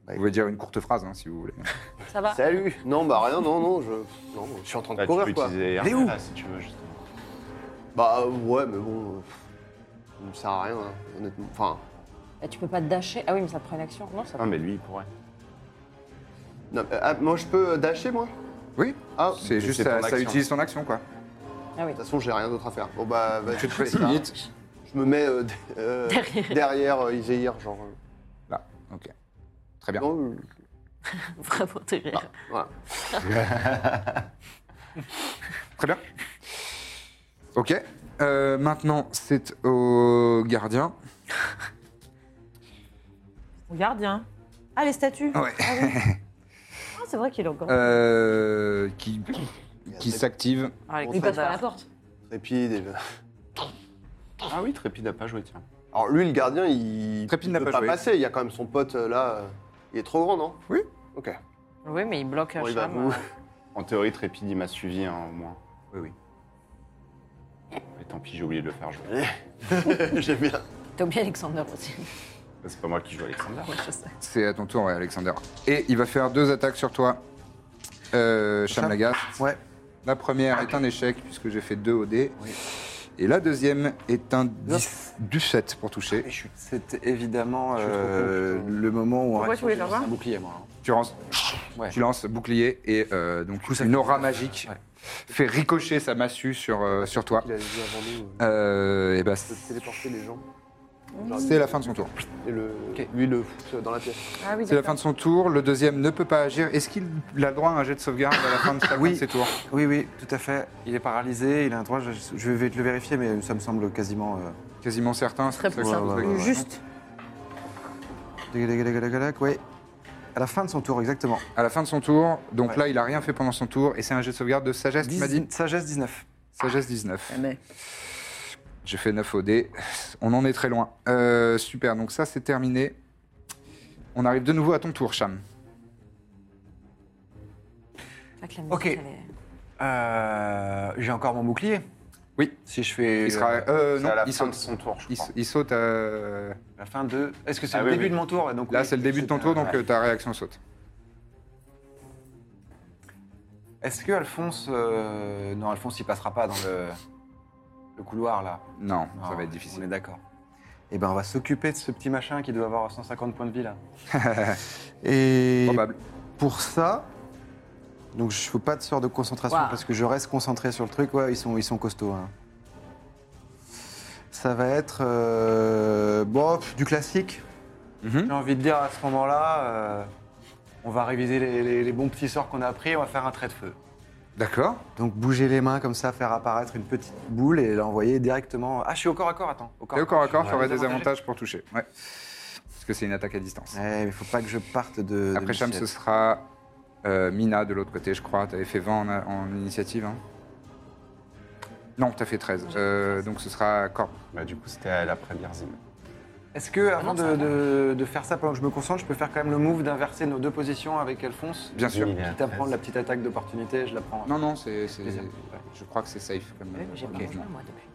Vous pouvez dire une courte phrase hein, si vous voulez.
Ça va.
Salut. Non, bah rien, non, non. Je, non, je suis en train de
Bah, tu
courir,
peux
quoi.
utiliser un
Mais où
là, si tu veux, justement.
Bah ouais, mais bon. euh, Ça me sert à rien, hein, honnêtement. Enfin,
Et Eh, tu peux pas te dasher. Ah oui, mais ça te prend une action. Non, ça
Ah, mais lui, il pourrait.
non, euh, ah, moi je peux euh, dasher, moi
Oui,
Ah, de
c'est juste
c'est
ça,
ton
ça
action.
utilise son action, quoi.
Ah oui.
toute façon, j'ai rien d'autre à faire. Bon bah, vas-y,
Tu te
fais ça.
précipites.
Je me mets euh, d- euh, derrière euh, Iséir, genre. euh,
Là, ok. Très bien.
Non, euh,
Vraiment terrible.
voilà.
Très bien. Ok. Euh, maintenant, c'est au gardien.
Au gardien. Ah, les statues
Ouais.
Ah, c'est vrai qu'il est encore.
Euh, qui qui s'active.
Ah, les
On
gros
passe
Par la
connards.
porte.
Trépide. et-
Ah oui, Trépide n'a pas joué, tiens.
Alors lui, le gardien, il.
Trépide
il
n'a
peut
pas
pas
joué.
passer. Il y a quand même son pote euh, là. euh, Il est trop grand, non
Oui.
Ok.
Oui, mais il bloque euh.
Bon, il va
Cham.
vous.
En théorie, Trépide, il m'a suivi, hein, au moins.
Oui, oui.
Mais tant pis, j'ai oublié de le faire jouer.
J'aime bien.
T'as oublié Alexander aussi.
C'est pas moi qui joue Alexander.
Ouais, je sais.
C'est à ton tour, ouais, Alexander. Et il va faire deux attaques sur toi, euh, Cham Lagasse.
Ouais.
La première est un échec, puisque j'ai fait 2 au dé. Et la deuxième est un 10 du 7 pour toucher.
C'est évidemment
suis trop con,
euh,
putain.
le moment où. en
Pourquoi
réaction,
tu voulais
j'ai
faire
lancé
ça
un bouclier, moi. hein.
Tu lances,
Ouais.
tu lances bouclier et euh, donc une aura magique
Ouais.
fait ricocher sa massue sur, euh, sur toi.
Il avait dit avant nous euh,
Euh, et bah,
de téléporter les gens.
c'est la fin de son tour.
Et le, lui, le fout dans la pièce.
Ah oui,
C'est la fin de son tour. Le deuxième ne peut pas agir. Est-ce qu'il a le droit à un jet de sauvegarde à la fin de chacun
Oui.
de ses tours
Oui, oui, tout à fait. Il est paralysé, il a un droit. Je, je vais te le vérifier, mais ça me semble quasiment. euh,
Quasiment certain. c'est
Très
pour ça que
peu
je
certain.
vous ai-
Ouais, ouais.
Juste.
Dégalégalagalagalac, ouais. À la fin de son tour, exactement.
À la fin de son tour, donc
Ouais.
là, il a rien fait pendant son tour et c'est un jet de sauvegarde de sagesse, tu m'as dit
Dix- Sagesse 19.
Sagesse
Ah,
19.
Jamais.
J'ai fait 9 au dé. On en est très loin. Euh, super, donc ça, c'est terminé. On arrive de nouveau à ton tour, Cham.
Pas que la musique,
Ok.
elle est-
Euh, J'ai encore mon bouclier.
Oui.
Si je fais.
Il sera. Euh,
C'est
non,
à la
il
fin de
saute.
son tour, je
Il,
crois.
il saute. euh,
La fin de. Est-ce que c'est
Ah
le
oui,
début
oui.
de mon tour et donc,
Là,
oui,
c'est le début de ton tour, donc
ouais.
euh, ta réaction saute.
Est-ce que Alphonse. euh, Non, Alphonse, il passera pas dans le, le couloir là.
Non, ça
Non,
va être
On
difficile.
est d'accord. Eh ben, on va s'occuper de ce petit machin qui doit avoir 150 points de vie là. et
Probable.
pour ça, donc je fais pas de sort de concentration
Waouh.
parce que je reste concentré sur le truc. Ouais, ils sont, ils sont costauds. hein. Ça va être euh, bon, pff, du classique.
Mhm.
J'ai envie de dire à ce moment-là, euh, on va réviser les, les- les bons petits sorts qu'on a appris. On va faire un trait de feu.
D'accord.
Donc bouger les mains comme ça, faire apparaître une petite boule et l'envoyer directement. Ah, je suis au corps à corps. Attends,
Et au corps à corps,
Ouais.
tu aurais des
Désavantagé.
avantages pour toucher. Ouais. Parce que c'est une attaque à distance.
Ouais, Eh, mais faut pas que je parte de. de
Après Cham, ce
Lucette.
sera euh, Mina de l'autre côté, je crois. T'avais fait 20 en, en initiative, hein Non, t'as fait 13. Euh, donc ce sera Corp.
Bah, du coup, c'était à l'après Birzim.
Est-ce que, avant de, de- de faire ça, pendant que je me concentre, je peux faire quand même le move d'inverser nos deux positions avec Alphonse
Bien sûr.
Il est à
Quitte à prendre
13.
la petite attaque d'opportunité, je la prends.
Non, non, c'est. c'est-
Plaisir.
Je crois que c'est safe. Comme,
Ouais,
J'ai
comme
pas
mouvement.
mangé, moi, depuis.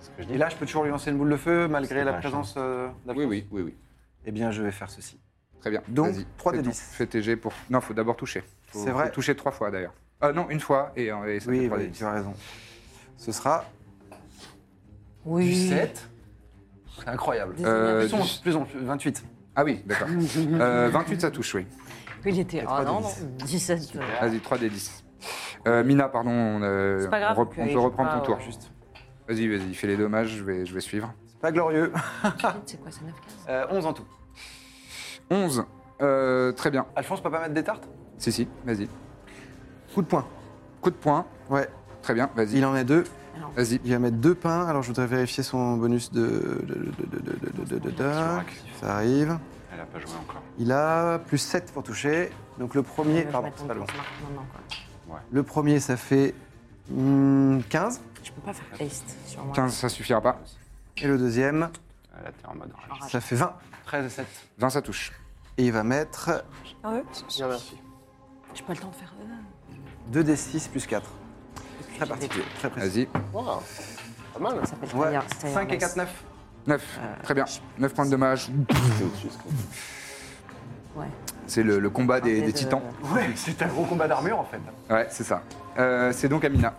C'est ce que je dis.
Et là, je peux toujours lui lancer une boule de feu malgré
C'est
la
pas un
présence euh, d'Alphonse
Oui, oui, oui, oui.
Eh bien, je vais faire ceci.
Très bien.
Donc,
Vas-y,
3
fais
des
ton-
10.
Fais tes jets pour. Non, faut d'abord toucher. Faut-
C'est vrai.
faut toucher trois fois d'ailleurs. Ah non, une fois et, et ça fait
Oui,
trois
oui,
des dix.
tu as raison. Ce sera
Oui.
du 7. C'est incroyable.
Euh,
plus,
du-
11, plus 11, 28.
Ah oui, d'accord. Euh, 28, ça touche, oui.
Il était.
trois
Ah non,
de
non. 17. euh,
Vas-y, 3 des 10. Euh, Mina, pardon, on, euh,
C'est pas grave,
on, rep-
ok,
on
je
peut
sais
reprendre
pas,
ton tour.
ouais.
Juste.
Vas-y, vas-y, fais les dommages, je vais, je vais suivre.
C'est pas glorieux. Ah.
C'est quoi, c'est 9 15
Euh, 11 en tout.
11. Euh, très bien.
Alphonse peut pas mettre des tartes
Si, si, vas-y.
Coup de poing.
Coup de poing.
Ouais,
Très bien, vas-y.
il en a deux.
Vas-y.
Il va mettre deux pains, alors je voudrais vérifier son bonus de. de, de, de, de, de, de, de- Ça arrive.
Elle a pas joué encore.
Il a plus 7 pour toucher. Donc le premier.
Euh, Je vais
Pardon,
mettre
c'est
mon
pas le bon.
petit marque maintenant, quoi.
Le premier, ça fait hmm, 15.
Je peux pas faire haste sur moi.
15, ça suffira pas.
Et le deuxième,
Elle était en mode
Ah,
rage.
ça fait 20. 13 et 7.
20, ça touche.
Et il va mettre
Bien, merci.
J'ai pas le temps de faire. euh,
2d6 plus 4. Très particulier,
particulier.
très précis.
Vas-y.
Wow. Oh, Pas mal. hein,
Ça s'appelle
Ouais,
Tailleur- Tailleur
5 et 4,
Laisse.
9.
9.
Euh,
Très bien. 9 points de dommage.
Ouais.
C'est le, le combat des,
Un
des
de- euh,
titans.
Ouais, c'est un gros combat d'armure en fait.
Ouais, c'est ça. Euh, c'est donc Amina.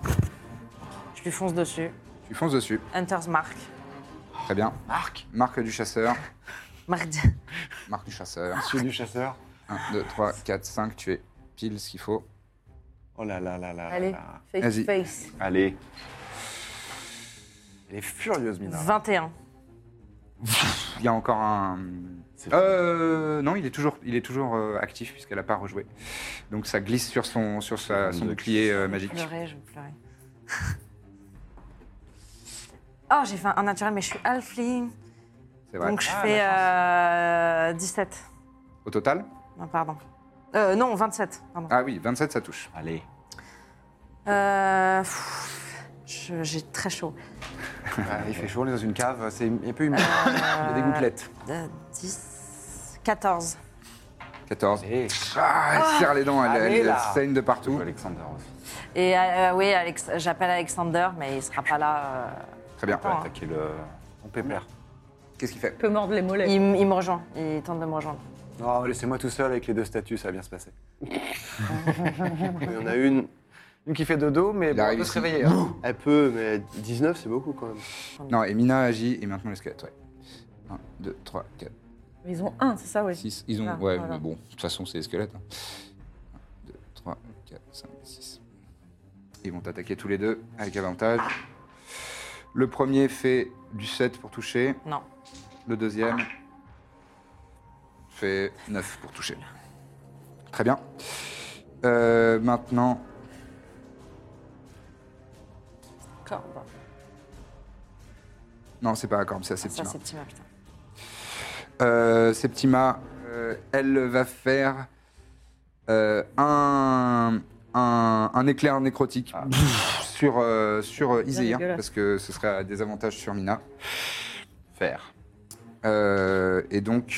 Je lui fonce dessus.
Tu
Tu fonces dessus.
Hunter's Mark.
Très bien. Marque. Marque du chasseur.
Mark de-
Marque du chasseur.
Celui du chasseur.
1, 2, 3, 4, 5. Tu es pile ce qu'il faut.
Oh là là là là.
Allez,
là.
face
Vas-y.
to face.
Allez. Elle est furieuse, Mina.
21.
Il y a encore un. Euh, non, il est toujours, il est toujours euh, actif puisqu'elle n'a pas rejoué. Donc ça glisse sur son, sur sa, son bouclier euh, magique.
Pleurer, je vais pleurer. Oh, j'ai fait un naturel, mais je suis halfling.
C'est vrai.
Donc je
Ah,
fais euh, 17.
Au total
Non, pardon. Euh, non, 27. Pardon.
Ah oui, 27, ça touche.
Allez.
Euh, pff, je- j'ai très chaud.
Ah, il fait chaud, on est dans une cave, c'est un peu humide.
Ah,
Il y a des gouttelettes.
Euh, 10, 14.
14.
Et
Ah, elle serre les dents, elle,
Allez,
elle
là.
saigne de partout.
Alexander aussi.
Et euh, oui, Alex, j'appelle Alexander, mais il sera pas là. euh,
Très bien.
Attends, hein.
Attaquer le. Ton pépère.
Qu'est-ce qu'il fait
Peut mordre les mollets.
il, m- il me rejoint, il tente de me rejoindre.
Non, oh, laissez-moi tout seul avec les deux statues, ça va bien se passer.
Il y en a une.
Une qui fait dodo, mais
Il
bon, on
arrive
peut se
ici.
réveiller. hein.
Elle peut, mais 19, c'est beaucoup quand même.
Non, et Mina agit et maintenant les squelettes, ouais. 1, 2, 3, 4,
Ils ont un, c'est ça, oui.
6. Ils ont.
Ah,
ouais,
voilà.
mais bon, de toute façon, c'est hein. les squelettes. 1, 2, 3, 4, 5, 6. Ils vont t'attaquer tous les deux avec avantage. Le premier fait du 7 pour toucher.
Non.
Le deuxième fait 9 pour toucher. Très bien. Euh, maintenant,
Corbe.
non, c'est pas à corbe, c'est à
Ça,
Septima.
c'est petit, putain.
Euh, Septima, euh, elle va faire euh, un, un, un éclair nécrotique Pff, sur, euh, sur euh, Izzy, hein,
dégueulasse.
parce que ce serait à désavantage sur Mina.
Faire.
Euh, et donc,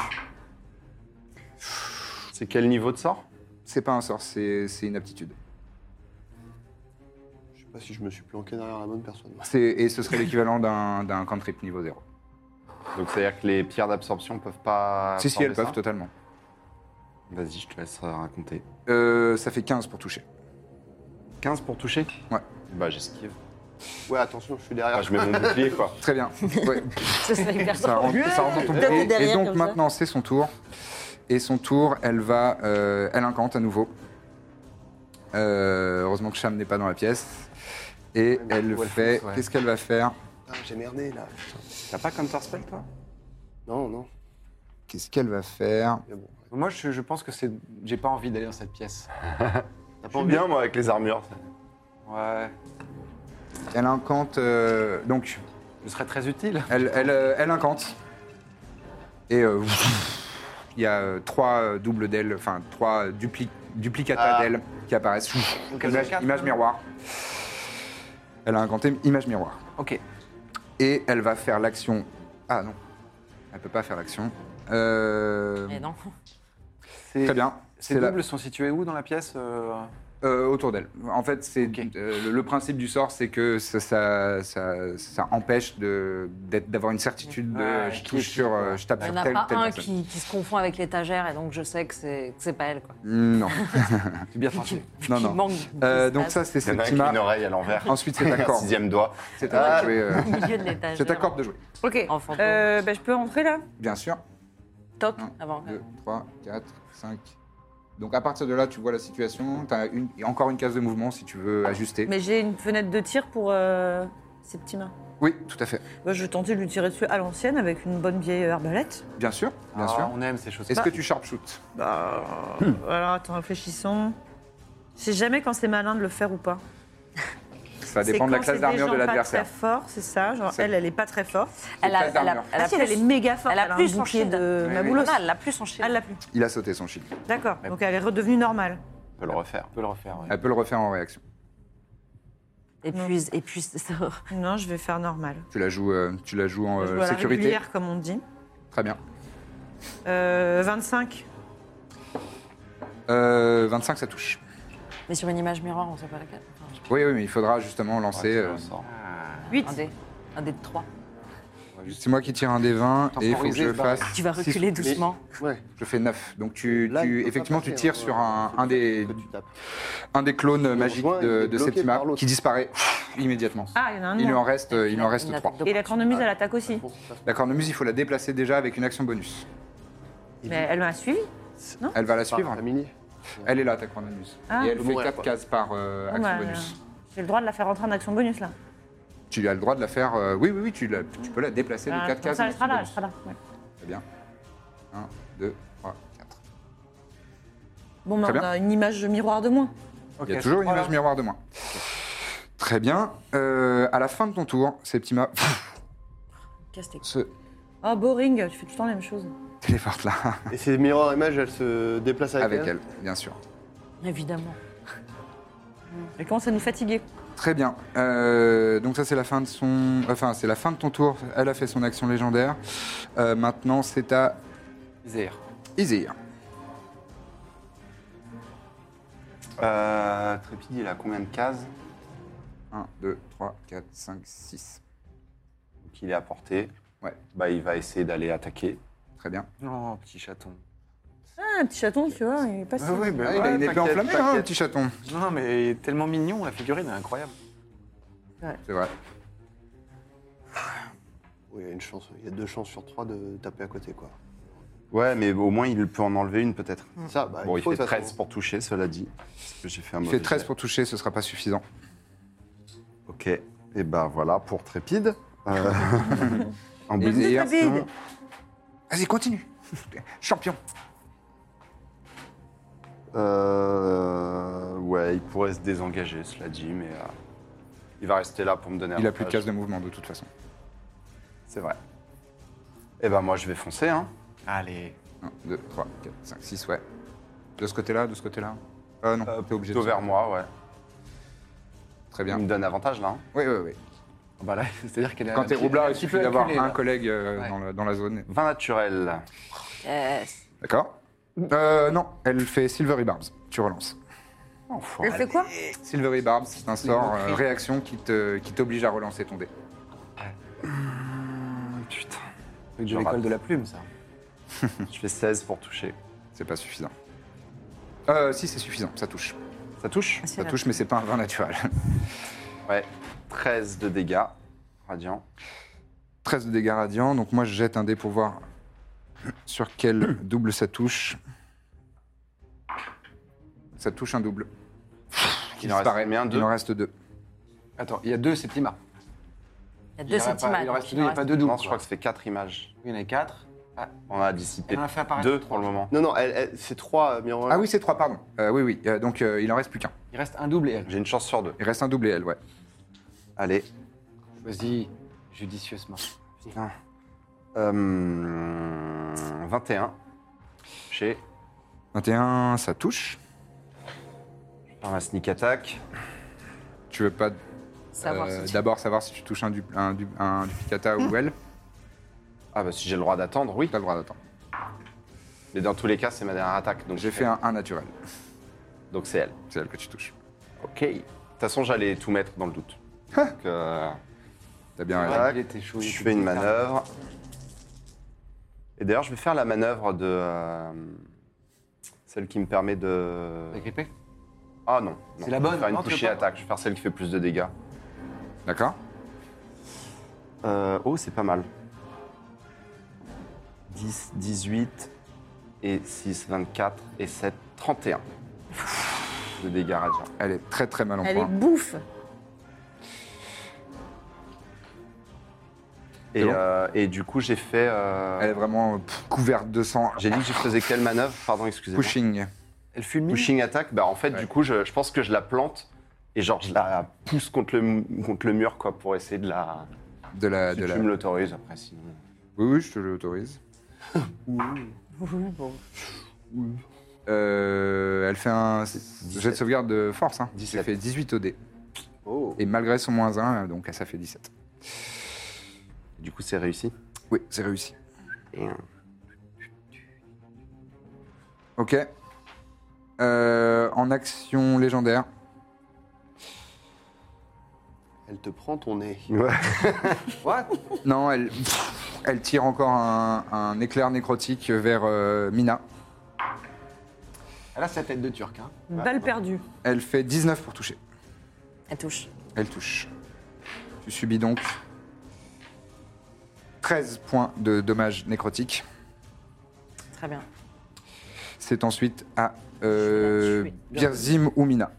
C'est quel niveau de sort
c'est pas un sort, c'est c'est une aptitude.
Je sais pas si je me suis planqué derrière la bonne personne.
C'est- Et ce serait l'équivalent d'un d'un cantrip niveau 0.
Donc c'est-à-dire que les pierres d'absorption peuvent pas.
Si, si, elles peuvent
absorber ça
totalement.
Vas-y, je te laisse euh, raconter.
Euh, ça fait 15 pour toucher.
15 pour toucher
Ouais.
Bah j'esquive.
Ouais, attention, je suis
Enfin,
Ah,
derrière.
je mets mon bouclier quoi.
Très bien. Ouais.
Ce serait hyper
Ça rentre, ça rentre dans ton
Toi, t'es
bouclier. Et
derrière
donc
comme ça.
maintenant, c'est son tour. Et son tour, elle va. euh, elle incante à nouveau. Euh, heureusement que Cham n'est pas dans la pièce. Et
mais
elle
où elle
fait.
fonce, bah, ouais.
Qu'est-ce qu'elle va faire
Ah, j'ai merdé là. putain.
T'as pas counter spell, toi
Non, non.
Qu'est-ce qu'elle va faire
Mais bon.
Moi, je, je pense que c'est. J'ai pas envie d'aller dans cette pièce.
T'as pas
Je suis
envie
bien moi avec les armures.
Ouais.
Elle incante. euh, donc,
Je serais très utile.
elle, elle, euh, elle incante. Et euh, il y a euh, trois euh, doubles d'elle, enfin trois dupli- duplicata
Ah.
d'elle qui apparaissent.
Donc, elle
Image,
a quatre,
image
hein.
miroir. Elle a incanté image miroir.
Ok.
Et elle va faire l'action. Ah non, elle peut pas faire l'action. Euh,
Mais Eh non.
C'est-
Très bien.
Ces
C'est la-
doubles sont situés où dans la pièce euh
euh, autour d'elle. En fait, c'est
Ok.
euh, le- le principe du sort, c'est que ça, ça, ça- ça empêche de- d'être- d'avoir une certitude de
Ouais,
je
qui
touche
est qui,
sur, euh,
quoi.
je tape
Il n'y
sur
en a
telle,
pas
telle
un
personne.
qui, qui se confond avec l'étagère et donc je sais que c'est que c'est pas elle. Quoi.
Non,
C'est bien tenté.
non,
Qui
non.
manque
Euh,
d'espace
donc ça, c'est
Il y en a un qui a
Septima.
une oreille à l'envers.
Ensuite, c'est ta
un
corde.
sixième doigt.
C'est ta corde de jouer. euh,
au milieu de l'étagère.
C'est ta corde de jouer.
Ok.
En fantôme.
Euh, bah, je peux rentrer là
Bien sûr.
Toc,
Un,
avant.
2, 3, 4, 5. Donc à partir de là, tu vois la situation. Tu as une, encore une case de mouvement si tu veux ajuster.
Mais j'ai une fenêtre de tir pour euh, Septima.
Oui, tout à fait.
Bah, je vais tenter de lui tirer dessus à l'ancienne avec une bonne vieille arbalète.
Bien sûr, bien
Ah,
sûr.
On aime ces choses.
Est-ce que tu sharpshoots
Bah. Alors attends, réfléchissons. Je sais jamais quand c'est malin de le faire ou pas.
Ça
C'est
dépend de la
quand
classe
c'est
d'armure
des
de
gens
l'adversaire.
Pas très fort, c'est ça. Genre,
C'est-
elle, elle est pas très forte.
Elle a,
classe
elle, a,
d'armure.
elle, a
Ah si, elle est
plus,
méga forte.
elle a plus
un
son
bouclier
shield.
de
Oui,
ma
oui.
bouleuse.
Non, elle l'a plus son shield.
Elle l'a plus.
Il a sauté son shield.
D'accord. Donc elle est redevenue normale.
On peut le refaire.
On peut le refaire. ouais.
Elle peut le refaire en réaction.
Épuise, épuise. ça.
Non, je vais faire normal.
Tu la joues, euh, tu la joues en
je
euh,
dois la
sécurité.
régulière, comme on dit.
Très bien.
Euh, 25.
Euh, 25, ça touche.
Mais sur une image miroir, on sait pas laquelle. Enfin, je sais
euh,
Oui, oui, mais il faudra justement euh,
hein.
Ouais,
lancer.
tu le
euh,
ressors.
8.
pas. Un dé. Un dé de 3.
Ouais,
C'est moi qui tire un des 20 et il faut que
Temporiser,
je
bah,
fasse.
Tu vas
six-
reculer doucement.
Ouais.
Je fais 9. Donc tu,
Là,
tu-
il peut pas
effectivement tu
passer,
tires
hein,
sur
euh,
un,
c'est
un des,
que tu tapes.
un des clones
le
magiques
rejoint, il
de,
est
de
bloqué
Septima
par l'autre.
qui disparaît immédiatement.
Ah, il y en a un de
Il lui
moins.
en reste, euh, il en
Une
reste
attaque
3.
de
Et la cornemuse, elle attaque
Ah,
aussi.
Bon, ça se
La cornemuse, il faut la déplacer déjà avec une action bonus.
Mais elle m'a suivi.
Elle va la
passe
suivre.
par Amini.
Elle est là, ta cornemuse.
Ah.
Et elle
Le
fait
mourir,
4
quoi.
cases par euh, action
Bon, bah,
bonus.
J'ai le droit de la faire rentrer en action bonus là.
Tu as le droit de la faire. euh, oui, oui, oui, tu, la- tu peux la déplacer de
Ah,
4
comme
cases.
ça,
en
elle sera là, elle
action
sera là. ouais.
bonus. Très bien. 1, 2, 3, 4.
Bon, bah,
Très
on a une image miroir de moins.
Il y a toujours une image miroir de moi. Très bien. Euh, à la fin de ton tour, Septima pff,
Casse tes couilles.
se
Oh, boring, tu fais tout le temps la même chose.
téléporte là
Et ces miroirs images, elles se déplacent avec,
avec elle, bien sûr.
Évidemment.
Elle commence à nous fatiguer.
Très bien. Euh, donc ça c'est la fin de son, enfin c'est la fin de ton tour. Elle a fait son action légendaire. Euh, maintenant c'est à
Zéhir.
Izir.
Euh, Trépide, il a combien de cases
1, 2, 3, 4, 5, 6.
qu'il est à portée
Ouais.
Bah, il va essayer d'aller attaquer.
Très bien.
Non, petit chaton.
Ah, un petit chaton, tu vois, il est pas si.
Ah, il a une épée enflammée, hein, le petit chaton.
Non, non, mais il est tellement mignon, la figurine est incroyable.
C'est vrai.
Oui, il y a une chance. Il y a deux chances sur trois de taper à côté, quoi.
Ouais, mais au moins, il peut en enlever une, peut-être.
Ça, bah,
bon, il,
faut,
fait
de toute
13
façon.
pour toucher, cela dit. Parce que j'ai fait un
Il
mauvais
fait 13
jet.
pour toucher, ce sera pas suffisant.
Ok. Et bah, voilà, pour Trépide. Euh, en
Et
bonus
Izir.
action.
Vas-y, continue. Champion.
Euh, ouais, il pourrait se désengager, cela dit, mais euh, il va rester là pour me
Il
donner
a
avantage.
plus de cases de mouvement de toute façon.
C'est vrai. Et ben moi, je vais foncer, hein.
Allez.
1, 2, 3, 4, 5, 6, ouais. De ce côté-là, de ce côté-là Ah non,
Euh,
t'es obligé de
plutôt vers
ça.
moi, ouais.
Très
Il
bien.
me donne avantage, là. hein.
Oui, oui, oui.
Ah Bah là, c'est-à-dire qu'elle est
Quand t'es roublard, il
petit
suffit
peu
d'avoir
acculée,
un
là.
collègue euh,
Ouais.
dans, la, dans la zone.
20 naturel.
Yes.
D'accord euh, Non, elle fait Silvery Barbs. Tu relances.
Enfoiré.
Elle fait quoi
Silvery Barbs, c'est un sort euh, réaction qui te- qui t'oblige à relancer ton dé.
Putain.
Truc
Je
de l'école
rate.
de la plume, ça.
Je fais 16 pour toucher.
C'est pas suffisant. Euh, si, c'est suffisant, ça touche.
Ça touche
Ça touche, mais c'est pas un vin naturel.
Ouais. 13 de dégâts. Radiant.
13 de dégâts radiants, donc moi je jette un dé pour voir sur quel double ça touche. Ça touche un double.
Il en reste
disparaît.
combien, deux
Il en reste deux.
Attends, il y a deux Septima.
Il y a
Il y
deux
en a pas-
centimes.
Il en reste deux, il n'y a pas
Est-ce
deux doubles.
Non, je crois que ça fait 4 images.
Il y en a quatre. Ah,
On a dissipé
elle en a fait apparaître.
2 pour le moment.
Non, non, elle- elle- c'est trois euh, miroirs.
Ah oui, c'est trois, pardon. Euh, oui, oui, euh, donc euh, il en reste plus qu'un.
Il reste un double et elle.
J'ai une chance sur deux.
Il reste un double et elle, ouais.
Allez.
Vas-y, judicieusement.
Putain. Euh, 21. Touché.
21, ça touche.
Par ma sneak attack.
Tu veux pas
Savoir
euh,
si tu-
d'abord savoir si tu touches un, du, un, du- un duplicata ou elle
Ah bah si j'ai le droit d'attendre, oui.
T'as le droit d'attendre.
Mais dans tous les cas, c'est ma dernière attaque. Donc
J'ai fait un 1 naturel,
Donc c'est elle.
c'est elle que tu touches.
Ok. De toute façon, j'allais tout mettre dans le doute.
Hein
Donc, euh,
T'as bien raison.
Tac.
il était chaud. il
je
était
fais une
tard.
manœuvre. Et d'ailleurs, je vais faire la manœuvre de. euh, celle qui me permet de.
T'as grippé
Ah non. non.
C'est la bonne,
Je vais faire
non,
une
tu
touchée
veux pas
attaque. Je vais faire celle qui fait plus de dégâts.
D'accord
Euh, oh, c'est pas mal. 10, 18, et 6, 24, et 7, 31. de dégâts radiants.
Elle est très très mal en
Elle est
point.
bouffe.
Et,
bon
euh, et du coup, j'ai fait. euh,
Elle est vraiment euh, pff, couverte de sang.
J'ai dit que je faisais quelle manœuvre Pardon, excusez-moi.
Pushing.
Elle fulmine.
Pushing attack, bah en fait,
Ouais.
du coup, je, je pense que je la plante et genre je la pousse contre le, mu- contre le mur, quoi, pour essayer de la.
De la,
si
de
tu
la...
me l'autorises après, sinon.
Oui, oui, je te l'autorise. Euh, elle fait un jet de sauvegarde de force. Hein. Elle
17.
fait 18 au dé.
Oh.
Et malgré son moins 1, donc ça fait 17.
Du coup, c'est réussi.
Oui, c'est réussi.
Et, euh,
Ok. Euh, en action légendaire,
Elle te prend ton nez.
What
Non, elle, elle tire encore un, un éclair nécrotique vers euh, Mina.
Elle a sa tête de turc, hein.
Une balle perdue.
Elle fait 19 pour toucher.
Elle touche.
Elle touche. Tu subis donc 13 points de dommages nécrotiques.
Très bien.
C'est ensuite à euh,
Je suis là, je suis là.
Birzim ou Mina.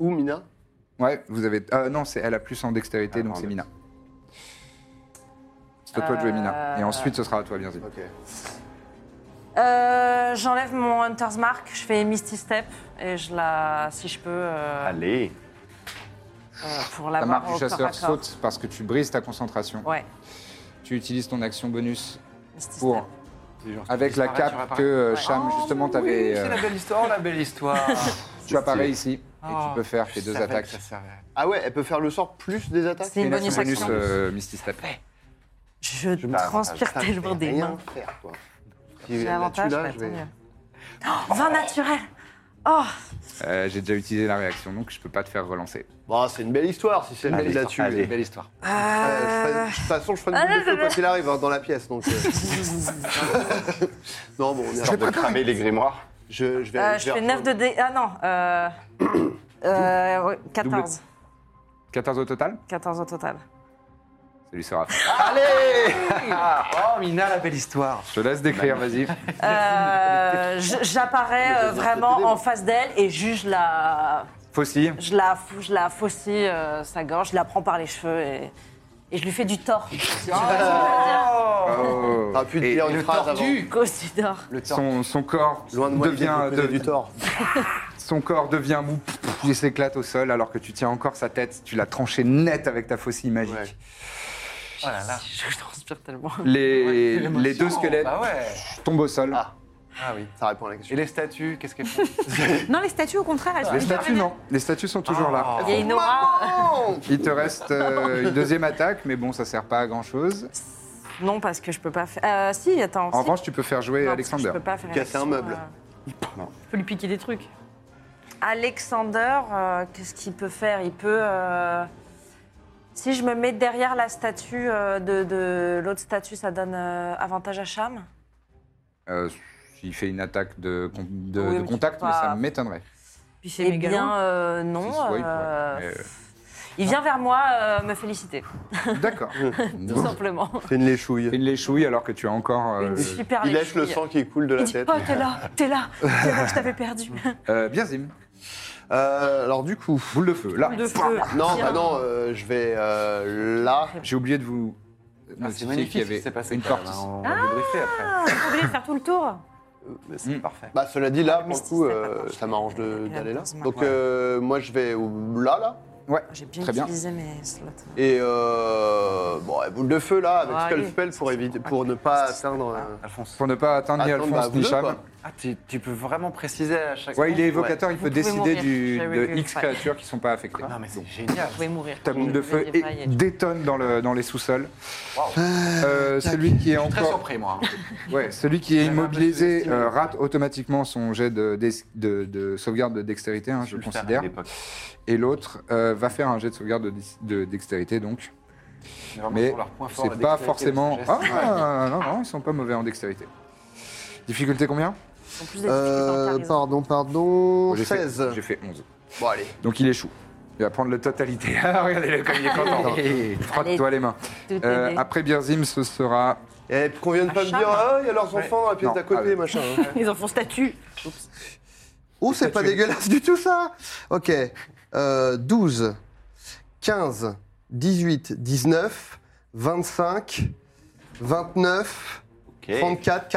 Ou Mina
Ouais, vous avez. Ah non, c'est elle a plus en dextérité, donc c'est Mina. C'est à toi de jouer Mina.
Euh,
Et ensuite, ce sera à toi, Birzim.
bah,
Ok.
Euh, J'enlève mon Hunter's Mark, je fais Misty Step et je la, si je peux, euh,
Allez.
euh, pour
Ah, La
l'avoir
marque
au
du
corps à
chasseur
corps.
saute parce que tu brises ta concentration.
Ouais,
Tu utilises ton action bonus
Misty
pour
Step.
C'est genre,
avec la
disparaît, tu
cape que
réapparais.
euh,
Ouais.
Cham justement
Oh, Oui,
t'avais.
c'est
euh,
la belle histoire, la belle histoire.
tu apparais ici et
Ah,
tu peux faire
je
tes deux
savais que
attaques.
ça servait à-
Ah ouais, elle peut faire le sort plus des attaques
C'est une
Et là,
bonus
c'est bonus
action.
euh, Misty Step.
Je,
bah,
transpire
Ah,
Ça, je vais
tellement des
rien
mains.
faire, toi.
J'ai
Si
avantage,
là-dessus, là,
ouais,
je
tant
vais-
mieux. Oh, 20 naturel Oh,
Euh, J'ai déjà utilisé la réaction donc je peux pas te faire relancer.
Bon, c'est une belle histoire si c'est une
Allez,
belle là-dessus.
allez.
Euh,
Belle histoire.
je
Euh.
ferai- De toute façon, je ferai
Ah,
une boule de feu quand il arrive hein, dans la pièce. Donc, euh. non, bon, on est
Sorte de cramer les grimoires.
je, je vais
Euh,
je
je
vais
fais 9 de dé... Ah non, euh, euh, ouais, 14.
14 au total
14 au total.
Ça lui sera. fait.
Oh, Mina, la belle histoire.
Je te laisse décrire, vas-y.
Euh, je- J'apparais euh,
bien
vraiment
procédé,
en
moi.
face d'elle et juste la...
Faucille,
Je la, fou- je la faucille euh, sa gorge, je la prends par les cheveux et, et je lui fais du tort.
Oh.
T'aurais pu te
Et
dire une
Le
phrase avant.
tordu
Cause du tort.
Le tordu.
son, son corps
Loin de moi, l'idée de
devient
vous causer
de-
du tort.
son corps devient mou, pff, pff, il s'éclate au sol alors que tu tiens encore sa tête, tu l'as tranché net avec ta faucille magique.
Ouais.
Oh là là.
Je transpire tellement.
Les,
Quelle
les deux
émotion.
squelettes
Ah ouais.
tombent au sol.
Bah Ah.
Ah oui.
Ça répond à la
Et
question.
les statues, qu'est-ce qu'elles font
Non, les statues, au contraire, elles sont
Les statues, non. Les statues sont toujours là.
Ah.
Oh.
Il y a une aura.
Il te reste euh, une deuxième attaque, mais bon, ça sert pas à grand chose.
Non, parce que je peux pas faire. Euh, si, attends.
En
si.
revanche, tu peux faire jouer
Non, parce que
Alexander.
Je peux pas faire.
Casser un
action,
meuble.
euh.
Faut lui piquer des trucs.
Alexander, euh, qu'est-ce qu'il peut faire Il peut. euh, Si je me mets derrière la statue euh, de, de l'autre statue, ça donne euh, avantage à Cham
Euh, il fait une attaque de, con- de-
Oui,
de
mais tu
contact,
peux
mais
pas-
ça m'étonnerait.
Puis c'est
Eh
méga
bien, euh, non.
Si, soit il
euh,
pourrait,
Il vient vers moi euh, me féliciter,
mais, euh, D'accord.
tout simplement.
C'est une léchouille.
Une léchouille alors que tu as encore. euh,
Une super
Il lèche le
lecture.
sang qui coule de la
Il dit,
tête.
oh, t'es là, t'es là, t'es là, je t'avais perdu.
euh, Birzim,
Euh, alors du coup,
boule de feu. Là,
De feu.
non, bah non, euh, je vais euh, là.
j'ai oublié de vous
Ah, C'est
notifier
magnifique
qu'il y
ce qui
avait
s'est passé.
une
quand même,
porte.
hein. On va débriefer après.
Ah, Faut oublier de faire tout le tour.
Mais C'est
Mm.
parfait.
Bah cela dit là, pour le
Mystique,
coup,
Ah, c'est
euh,
pas grave.
ça m'arrange de-
Il a
d'aller là.
besoin de
Donc
moi.
euh, moi je vais au- là, là.
Ouais,
J'ai bien
Très bien.
utilisé mes slots.
Et euh, bon, et boule de feu là, avec
Ouais,
Skull
allez.
Spell pour éviter, pour ne pas
Ah.
atteindre. euh,
Alphonse.
pour ne pas atteindre ni
Attends, bah,
Alphonse
vous
ni
deux,
Cham.
quoi.
Ah, tu, tu peux vraiment préciser à chaque
Ouais,
fois.
il est évocateur, il
Vous
peut
pouvez
décider
mourir.
du,
Je
de
vais
X
vous-
créatures qui sont pas affectées.
Non, mais c'est génial.
Vous pouvez mourir.
Ta boule de feu
Vous pouvez
et détonne dans, le, dans les sous-sols. Euh, celui qui est
Je suis très
encore,
surpris, moi. hein.
ouais, celui qui est
J'avais un peu
immobilisé
sous-estimé.
euh, rate automatiquement son jet de, d'es- de- de sauvegarde de dextérité, hein, je
le
le
faire à
considère.
l'époque.
Et l'autre euh, va faire un jet de sauvegarde de, dex- de dextérité, donc. Mais
Mais
c'est pas forcément. Ah non, non, ils sont pas mauvais en dextérité. Difficulté combien
En plus des difficultés en carré.
Euh, pardon, pardon.
J'ai fait-
16.
J'ai fait 11.
Bon allez.
Donc il échoue. Il va prendre le totalité. Ah, regardez-le comme il est content. Frotte-toi les mains.
Tout est
Euh,
dit.
après Birzim, ce sera.
Et puis Eh, qu'on vienne pas me dire, ah, il y a leurs enfants dans la pièce
Non,
d'à
ah ouais.
côté, machin. hein.
Les enfants statues.
Oh, c'est pas dégueulasse du tout ça Ok. Euh, 12, 15, 18, 19, 25, 29, 34,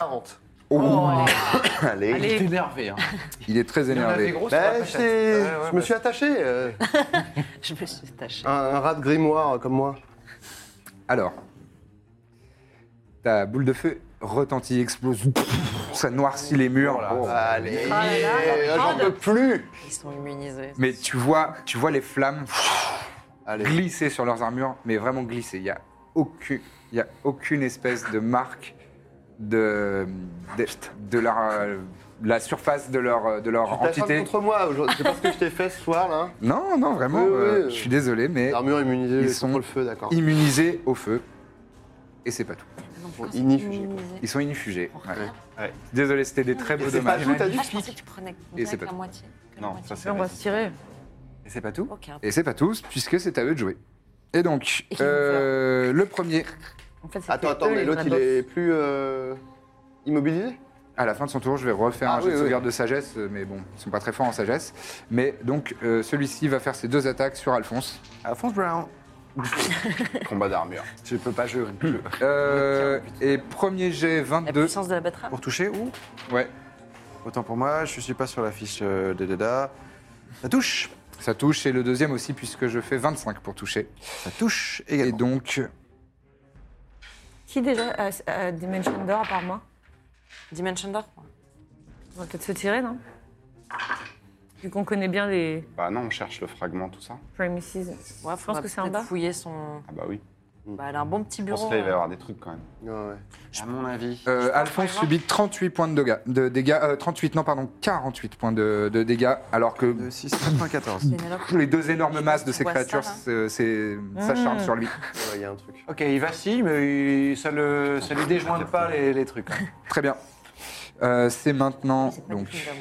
40.
Allez.
Il est énervé. hein.
Il est très
Il en a des
énervé.
grosses sur la
Ben,
pochette.
c'est-
Ouais, ouais,
je me
ouais.
suis attaché. euh,
Je me suis tâchée.
un, un rat de grimoire euh, comme moi.
Alors, ta boule de feu retentit, explose, ça noircit les murs.
Voilà.
Allez,
Ah là là, la
euh, j'en
grande.
peux plus.
Ils sont immunisés.
Mais tu vois, tu vois les flammes
Allez.
glisser sur leurs armures, mais vraiment glisser. Il n'y a, aucune- il y a aucune espèce de marque de, de, de leur, euh, la surface de leur, de leur
T'as faim
entité.
contre moi aujourd'hui. C'est parce que je t'ai fait ce soir là.
Non, non, vraiment,
Oui, oui,
euh,
euh,
je suis désolé, mais
L'armure immunisée
Ils
contre
sont
le feu, d'accord.
immunisés au feu. Et c'est pas tout.
Bon, inifugé.
Ah,
Ils sont inifugés. ouais. Désolé, c'était des très beaux
C'est pas
dommages.
tout, t'as dit
Ah, je pensais que tu prenais
Et c'est
direct
pas
la
tout.
moitié. que la
Non,
moitié.
ça c'est.
On va se tirer.
Et c'est pas tout
Ok,
Et c'est pas tous, puisque c'est à eux de jouer. Et donc,
Et qu'ils vont
euh, le premier,
En fait, c'était
Attends, attends,
eux,
mais
les
l'autre il
vrais
est plus euh, immobilisé
à la fin de son tour, je vais refaire
Ah
un jeu
oui,
de
oui.
sauvegarde de sagesse, euh, mais bon, ils sont pas très forts en sagesse. Mais donc, euh, celui-ci va faire ses deux attaques sur Alphonse.
Alphonse Brown.
Combat d'armure.
Je peux pas jouer.
Euh, et premier jet
La
22.
puissance de la betterave.
Pour toucher ou
Ouais,
Autant pour moi, je suis pas sur la fiche euh, de Dada. Ça touche.
ça touche. Et le deuxième aussi, puisque je fais 25 pour toucher.
Ça touche
Et
également.
donc, euh,
Qui déjà a, a Dimension Door à part moi
Dimension Door
On va peut-être se tirer, non Vu qu'on connaît bien les
Bah non, on cherche le fragment, tout ça.
premises.
Ouais,
Je pense que c'est en bas.
fouiller son.
Ah bah oui.
Bah, elle a un bon petit
Pour
bureau.
cela, il va y
hein.
avoir des trucs quand même.
Ouais.
à mon avis.
euh, Alphonse
pas
subit 38 points de dégâts. De dégâts euh, 38, non, pardon, 48 points de, de dégâts, alors que
De 6 à 14.
C'est une alloc.
les deux énormes masses de ces
vois ça,
créatures
là
se- c'est- s'acharnent sur lui.
Ouais, Il y a un truc.
Ok, il vacille, mais il- ça le, ça lui déjointe pas les, les trucs. hein.
Très bien. Euh, c'est maintenant
C'est pas du
donc
tout une dame.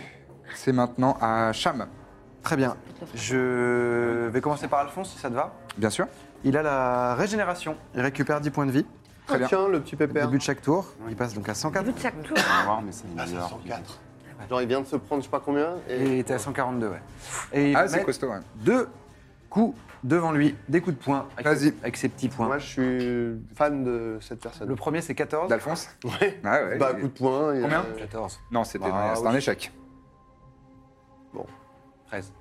c'est maintenant à Cham,
Très bien. Je vais commencer par Alphonse, si ça te va.
bien sûr.
Il a la régénération. Il récupère 10 points de vie
Très
Ah,
bien.
Tiens, le petit
au
pépère.
début de chaque tour. Il passe donc à 104.
hein.
On va voir, mais c'est bizarre.
Genre il vient de se prendre je sais pas combien.
Et il
Et...
était à 142, ouais. Et il
Ah
va
c'est
mettre
costaud. ouais.
deux coups devant lui, des coups de poing. avec-
Vas-y.
Avec ses petits points.
Moi je suis fan de cette personne.
Le premier, c'est Euh, 14.
D'Alphonse.
Ouais.
Ah ouais.
Bah coup de poing. et-
Combien
14.
Non c'était
Bah,
un- c'était un
oui.
échec.
Bon.
13.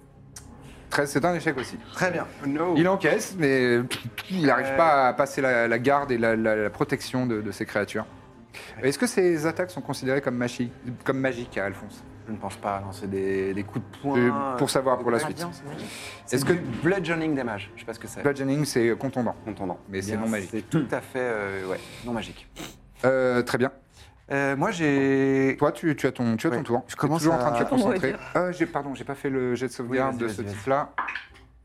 13 c'est un échec aussi.
Très bien.
Oh.
Il encaisse mais il n'arrive
Euh.
pas à passer la, la garde et la, la- la protection de, de ces créatures. Est-ce que ces attaques sont considérées comme, machi- comme magiques à Alphonse
Je ne pense pas lancer des, des coups de
Euh,
poing.
Pour savoir pour la
Ah,
suite.
bien, c'est magique.
Est-ce
Est-ce
que
que bludgeoning des mages Je sais pas ce que c'est.
bludgeoning c'est contondant
Contendant.
mais c'est
Bien,
non magique.
C'est Bah, tout à fait euh, ouais, non magique.
Euh, très bien.
Euh, moi, j'ai.
Toi, tu, tu as ton, tu as ton
Ouais.
tour.
Je commence
T'es toujours en train de
à-
te
Comment on va
concentrer. Euh, j'ai, pardon, j'ai pas fait le jet de sauvegarde
Oui,
de
vas-y,
ce
vas-y, vas-y.
type-là.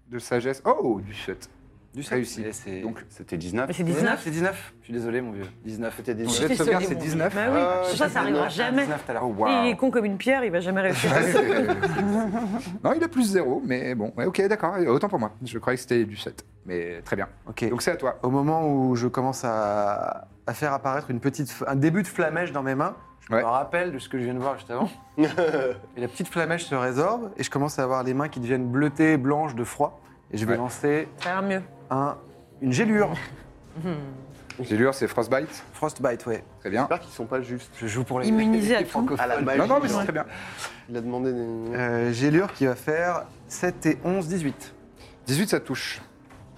De sagesse. Oh, du 7.
Du sept.
réussi.
Et c'est-
Donc,
C'était 19.
Mais c'est
19,
19
c'est 19. Je suis désolé, mon vieux. 19.
C'était des
ton jet de
Désolé,
sauvegarde, c'est
mon-
19.
Bah oui,
Ah,
ça, ça arrivera
19.
jamais.
19 tout à l'heure.
Oh, waouh.
Il est con comme une pierre, il va jamais réussir.
Ouais, c'est- non, il a plus 0, mais bon. Ouais, ok, d'accord. Autant pour moi. Je croyais que c'était du 7. Mais très bien.
Ok.
Donc, c'est à toi.
au moment où je commence à, à faire apparaître une petite, f- un début de flamèche dans mes mains, je
Ouais.
me rappelle de ce que je viens de voir juste avant. et la petite flamèche se résorbe et je commence à avoir les mains qui deviennent bleutées, blanches de froid. Et je vais
Ouais.
lancer
Ça ira mieux.
un, une gélure.
Gélure, c'est Frostbite.
Frostbite, ouais.
Très bien.
J'espère qu'ils sont pas justes.
Je joue pour les,
Immunisé à
les
tout.
francophones.
À la magie.
Non, non, mais c'est
genre.
très bien.
Il a demandé des...
Euh, gélure qui va faire 7 et 11, 18.
18, ça touche.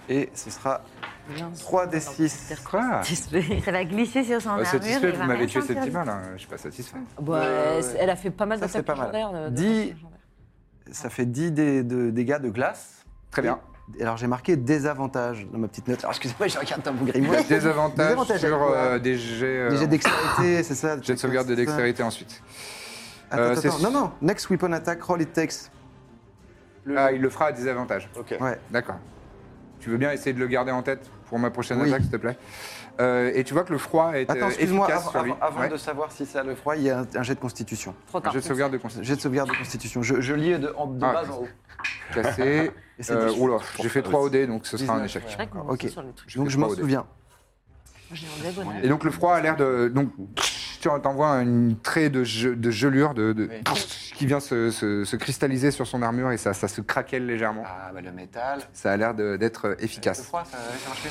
Et ce sera
Bien.
3 des 6.
Quoi
Ça va glisser sur son
Euh, Satisfait,
armure.
vous m'avez tué ces petits mains là. Je suis pas satisfait.
Bah,
Ouais,
c'est- Elle a fait pas mal
Ça, c'est
d'attaques
pas mal.
légendaires. de-
Dix.
d'attaques légendaires.
Ça fait 10 dé- de dégâts de glace.
Très bien.
Et Alors j'ai marqué désavantage dans ma petite note. Alors excusez-moi, je regarde un peu grimoire.
Des avantages
avantages
sur
avec quoi
euh, des jets. euh,
Des jets de dextérité, c'est ça
Jet de sauvegarde de dextérité ensuite.
Attends,
Euh,
attends,
c'est-
attends. Non, non, next weapon attack, roll it takes.
Ah, il le fera à désavantage.
Ok.
Ouais.
D'accord. Tu veux bien essayer de le garder en tête pour ma prochaine
Oui.
attaque, s'il te plaît Euh, Et tu vois que le froid est
Attends,
euh,
excuse-moi,
efficace
avant,
sur lui.
avant- avant
Ouais.
de savoir si ça a le froid, il y a un, un jet de constitution.
Trop
Un
tard.
jet de sauvegarde de constitution.
Jet de sauvegarde de constitution. Je, je lis de, en- de
Ah,
bas en haut.
Cassé.
Et c'est
Euh,
dix-huit.
oula, j'ai fait 3 OD, donc ce sera un
19,
échec.
C'est vrai qu'on
Ok.
est sur le truc.
Donc
fais
je m'en
trois au dé.
souviens.
Moi, j'ai un diagonale.
Et donc le froid a l'air de... Donc, tu en- t'envoies une trait de, ge- de gelure de, de- qui vient se, se- se cristalliser sur son armure et ça, ça se craquelle légèrement.
Ah, bah le métal.
Ça a l'air de- d'être euh,
Le
efficace.
froid, ça, ça marche bien.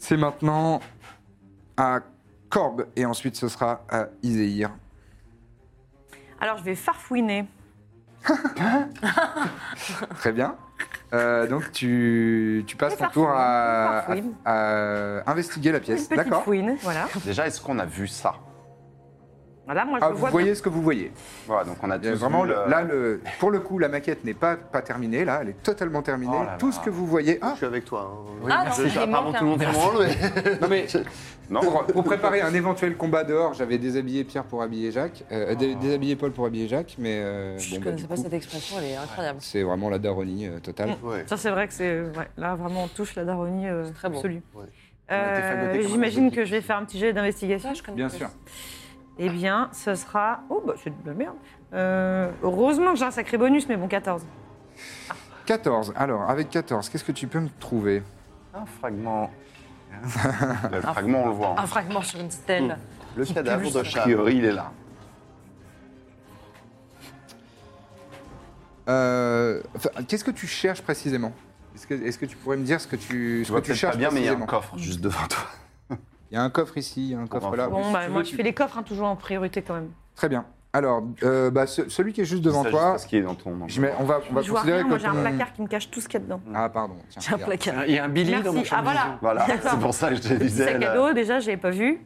C'est maintenant à Corbe et ensuite ce sera à Iséir.
Alors, je vais farfouiner.
Très bien. Euh, donc tu, tu passes ton tour à, à,
farfouille.
à investiguer la pièce.
Une petite
D'accord.
fouine, voilà.
Déjà, est-ce qu'on a vu ça
Voilà, moi, je
Ah,
le
vous
vois
voyez ce que vous voyez.
Voilà, donc on a
Il y a
tous
vraiment
vu
le-
le-
là le pour le coup la maquette n'est pas pas terminée là, elle est totalement terminée.
Oh là
Tout ce
là.
que vous voyez. Ah,
Je suis avec toi. hein.
Ah, non, c'est
Apparemment,
manque
tout le monde
un-
est branle, mais...
non mais
Non,
pour, pour préparer un éventuel combat dehors, j'avais déshabillé Pierre pour habiller Jacques, euh, dé-
Oh.
déshabillé Paul pour habiller Jacques, mais euh,
Je
bon,
ne
bah,
connaissais
du
pas
coup,
cette expression, elle est incroyable.
c'est vraiment la daronie euh, totale.
Ouais.
Ça, c'est vrai que c'est. ouais, là, vraiment, on touche la daronie euh,
très bon.
absolue.
Ouais.
Euh,
On a été fagoté comme un
J'imagine
zombie.
que je vais faire un petit jet d'investigation.
Ça, je connais
Bien
pas.
sûr.
Eh bien, ce sera. Oh, bah, c'est de la merde. Euh, heureusement que j'ai un sacré bonus, mais bon, 14.
14. Alors avec 14, qu'est-ce que tu peux me trouver
Un fragment.
le fragment, on le voit. hein.
Un fragment sur une stèle.
Mmh.
Le cadavre de
A
chat.
priori, il est là.
Euh, enfin, Qu'est-ce que tu cherches précisément Est-ce que, est-ce que tu pourrais me dire ce que tu, ce
Tu vois
que tu
peut-être pas
cherches
bien, mais il y a un
précisément
coffre juste devant toi.
Il y a un coffre ici, il y a un
Pour
coffre
info.
là.
Bon,
Si
bah,
tu
moi,
veux,
je
tu-
fais les coffres hein, toujours en priorité quand même.
Très bien. Alors, euh, bah, ce- celui qui est juste devant
Ça,
toi,
juste Ce qui est dans ton.
je mets- on va, on va
Je vois
considérer
rien, moi,
que
j'ai un
ton-
placard qui me cache tout ce qu'il y a dedans.
Ah pardon. Tiens,
J'ai un
regarde.
placard.
Il y a un Billy dans mon
Merci. Ah,
chambre.
voilà.
Voilà,
D'accord.
c'est pour ça que je te
Petit
disais.
sac à
là.
dos, déjà, je l'avais pas vu.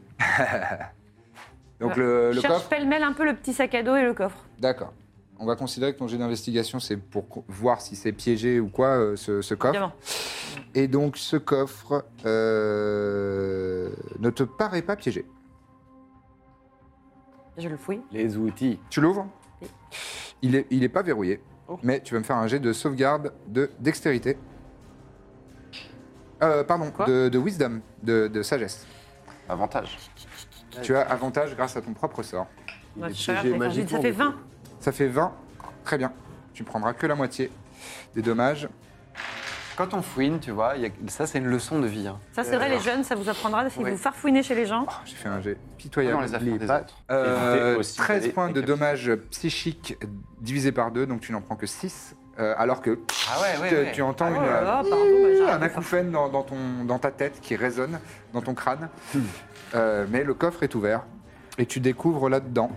Donc Euh, le,
je
le
cherche
coffre,
pêle-mêle un peu le petit sac à dos et le coffre.
d'accord. On va considérer que ton jet d'investigation, c'est pour co- voir si c'est piégé ou quoi, euh, ce, ce coffre.
Évidemment.
Et donc, ce coffre euh, ne te paraît pas piégé.
Je le fouille.
Les outils.
Tu l'ouvres Il n'est il est pas verrouillé,
Oh.
mais tu vas me faire un jet de sauvegarde de dextérité. Euh, pardon,
Quoi
de, de wisdom, de, de sagesse.
Avantage.
Tu as avantage grâce à ton propre sort.
Ouais,
est
je suis là,
piégé
ça fait-
magiquement,
Ça fait
du coup.
20.
Ça fait 20. Très bien. Tu prendras que la moitié des dommages.
Quand on fouine, tu vois, il y a- ça c'est une leçon de vie. hein.
Ça, c'est vrai, les jeunes, ça vous apprendra si
Oui.
vous farfouinez chez les gens.
Oh, J'ai fait un jet
Dans
pitoyable.
les affaires des autres.
Euh,
Éviter aussi
13
d'aller
points de
décapiter.
dommages psychiques divisés par 2, donc tu n'en prends que 6. alors que
Ah ouais, ouais,
te-
ouais.
tu entends
Oh
une,
là là, pardon, bah, j'arrête
un
de farfouiner.
acouphène dans, dans ton, dans ta tête qui résonne, dans ton crâne.
Hmm.
Euh, mais le coffre est ouvert et tu découvres là-dedans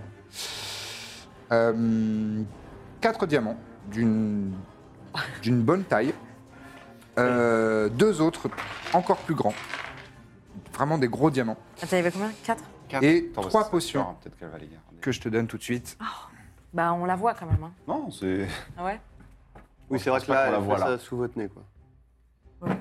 4 diamants d'une d'une bonne taille, euh, deux autres encore plus grands, vraiment des gros diamants,
Attends, il y avait combien 4
Quatre.
et
Attends,
trois
parce que ça
potions.
sort, Peut-être qu'elle va les garder.
que je te donne tout de suite.
Bah, on la voit quand même. hein.
Non, c'est.
Ah ouais
Oui, c'est vrai
Je pense
que là,
pas qu'on la
elle
voit,
fait ça
là.
sous votre nez, quoi.
Ouais.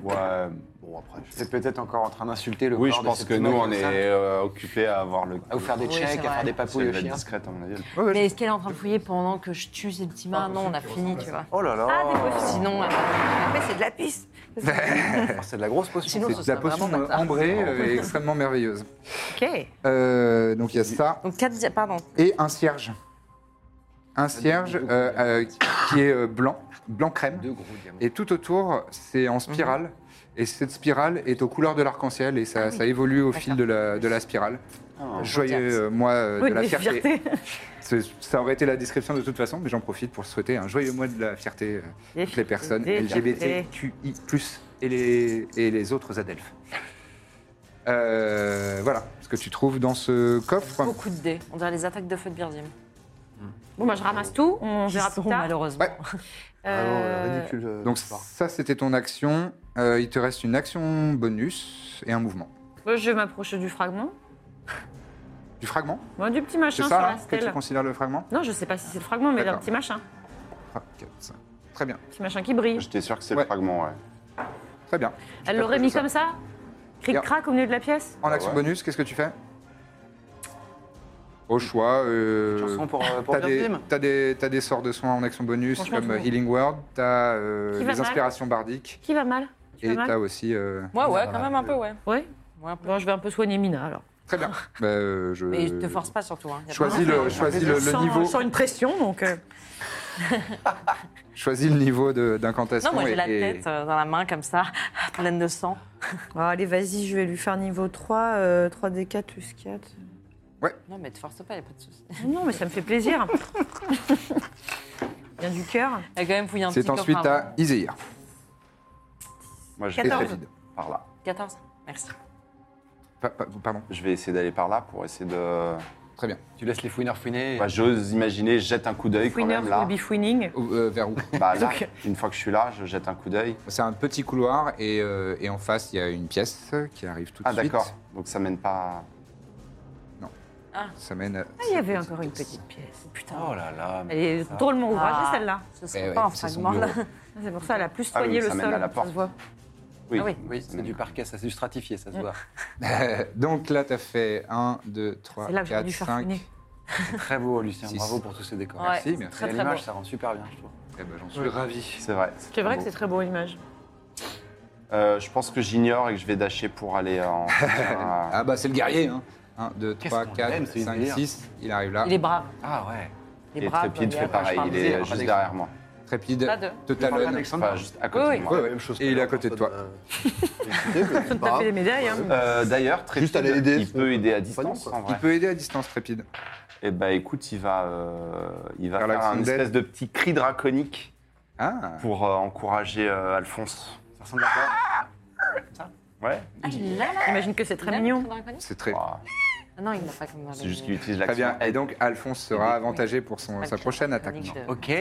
Bon, après, je-
C'est peut-être encore en train d'insulter le
Oui,
corps
je
de
pense
cet
que nous,
humain
on
comme
est
ça.
euh, occupés à avoir le.
À vous faire des
Oui,
checks,
c'est
à
vrai.
faire des
Si
papouilles
elle
aux
va être
chiens.
discrète, à mon avis.
Ouais, ouais,
Mais est-ce qu'elle est en train de fouiller pendant que je tue ces petits
Ah,
mains Non, on a fini, tu vois.
Oh là là
Ah, des potions.
Sinon, elle va- après, c'est de la pisse.
Ah, C'est de la grosse potion.
Sinon,
c'est
ce
la
serait
potion
vraiment
euh,
bâtard.
ambrée euh, est extrêmement merveilleuse.
Ok.
Euh, donc il y a ça
Donc, 4 dia... Pardon.
et un cierge. Un cierge euh, euh, qui est euh, blanc, blanc crème.
Deux gros diamants.
Et tout autour, c'est en spirale. Et cette spirale est aux couleurs de l'arc-en-ciel et ça, ça évolue au fil de la, de la spirale. Joyeux euh, mois euh,
Oui,
de la
mais
fierté.
fierté.
C'est- Ça aurait été la description de toute façon, mais j'en profite pour souhaiter un joyeux mois de la fierté euh, à toutes les personnes
Des fiertés.
LGBTQI+, et les, et les autres adelphes. Euh, voilà ce que tu trouves dans ce coffre.
Beaucoup de dés. On dirait les attaques de feu de Birdim.
Bon, bah, je ramasse tout, on verra plus tard.
malheureusement.
Ouais.
Vraiment,
Euh,
ridicule. euh,
Donc
ce soir.
ça, c'était ton action. Euh, il te reste une action bonus et un mouvement.
moi, je vais m'approcher du fragment.
Du fragment
Moi, du petit
C'est
machin sur
ça
la
là, que tu
stèle.
considères le fragment
Non, je sais pas si c'est le fragment, mais un
D'accord.
petit machin.
3, 4, 5. Très bien,
Petit machin qui brille.
J'étais sûr que c'est
Ouais.
le fragment, ouais.
très bien.
Elle l'aurait mis
ça.
comme ça Cric-crac au milieu de la pièce
Bah
En action
ouais.
bonus, qu'est-ce que tu fais Au choix. euh,
Chanson pour, euh, pour
T'as des,
Birdim.
t'as des- t'as des sorts de soins en action bonus
Franchement,
comme
tout.
euh, Healing Word, t'as euh,
Qui va
les
mal
inspirations bardiques
Qui va mal Qui
et
va mal
t'as aussi. euh,
Moi, ouais, quand même un peu, ouais.
Ouais.
Ouais, un peu.
Bon, je vais un peu soigner Mina alors.
Très bien. Bah, euh, je...
Mais ne te force pas surtout. Hein. Y a
Choisis
pas-
le, choisis le, le
sans,
niveau,
sans une pression, donc. euh,
choisis le niveau de- d'incantation.
Non, moi j'ai
et-
la
et-
tête euh, dans la main comme ça, pleine de sang.
bon, allez, vas-y, je vais lui faire niveau 3, euh, 3D4 plus 4.
Non, mais te force pas, y a pas de souci.
Ah Non, mais ça me fait plaisir. Bien du cœur.
Elle a quand même fouillé un petit
C'est
coffre
ensuite
avant.
à Iséir.
Moi, je vais
14.
très vite par là.
14 Merci.
Pa- pa- pardon.
Je vais essayer d'aller par là pour essayer de.
Très bien.
Tu laisses les fouineurs fouiner.
Bah, J'ose imaginer, je jette un coup d'œil quand
Fouineur
même là.
will be fouining.
Ah, euh, vers où
Bah, là, une fois que je suis là, je jette un coup d'œil.
C'est un petit couloir et, euh, et en face, il y a une pièce qui arrive tout de
Ah
suite.
d'accord, donc ça mène pas.
Ça mène.
Ah, il y avait encore une petite pièce. Putain.
Oh là là. mais
Elle est
ça-
drôlement ouvragée,
Ah.
celle-là.
Ce
Eh
serait
ouais,
pas un
c'est son
fragment là.
bureau.
C'est pour ça, elle a plus
Ah oui,
soigné
ça
le
mène
sol.
à la
ça se
porte.
voit.
Oui.
Ah oui.
Oui, c'est du parquet, ça c'est du stratifié,
Mm.
ça se voit.
Euh, Donc là, t'as fait 1, 2, 3,
C'est là que j'aurais
4,
dû faire
5.
fouiner.
Très beau, Lucien.
Six.
Bravo pour tous ces décors.
Ouais,
Merci,
c'est
merci.
Très
Et
très beau.
L'image, ça rend super bien, je trouve.
Eh ben, j'en suis
Je suis ravi.
C'est vrai.
C'est vrai
beau.
que c'est très beau l'image.
Euh, je pense que j'ignore et que je vais dasher pour aller en.
Ah bah c'est le guerrier. Hein. 1, 2,
Qu'est-ce
3,
qu'on
4,
l'aime, ce
5,
délire.
6. Il arrive là.
Il est brave.
Ah ouais.
Il
et
est brave. euh,
Trépide
Daniel.
fait pareil, il
parle
est
pas
juste
d'exemple.
derrière moi.
Trépide.
Pas de-
Te talonne.
Enfin, juste à côté
Oui,
de
oui.
moi.
Ouais, ouais.
chose
Et il est à côté de toi.
euh,
Comme
Bah.
t'as fait les médailles. hein.
Euh, D'ailleurs, Trépide,
Juste aller aider
il
son
peut aider à
compagnon,
distance
quoi.
en vrai.
Il peut aider à distance, Trépide.
Eh ben écoute, il va, euh, il va
Faire
faire un
l'action d'aide.
espèce de petit cri draconique
Ah
pour euh, encourager euh, Alphonse.
Ça ressemble à quoi
Ouais.
Ah, il l'a là.
J'imagine que c'est
Il
très
l'a,
mignon.
le draconnier
C'est très.
Oh,
Ouah,
Ah Non, il n'a pas comme dans
C'est
les-
juste qu'il utilise
Très
l'action.
bien. Et donc, Alphonse sera avantagé pour son,
Avec
sa
la
prochaine attaque.
technique de-
Ok.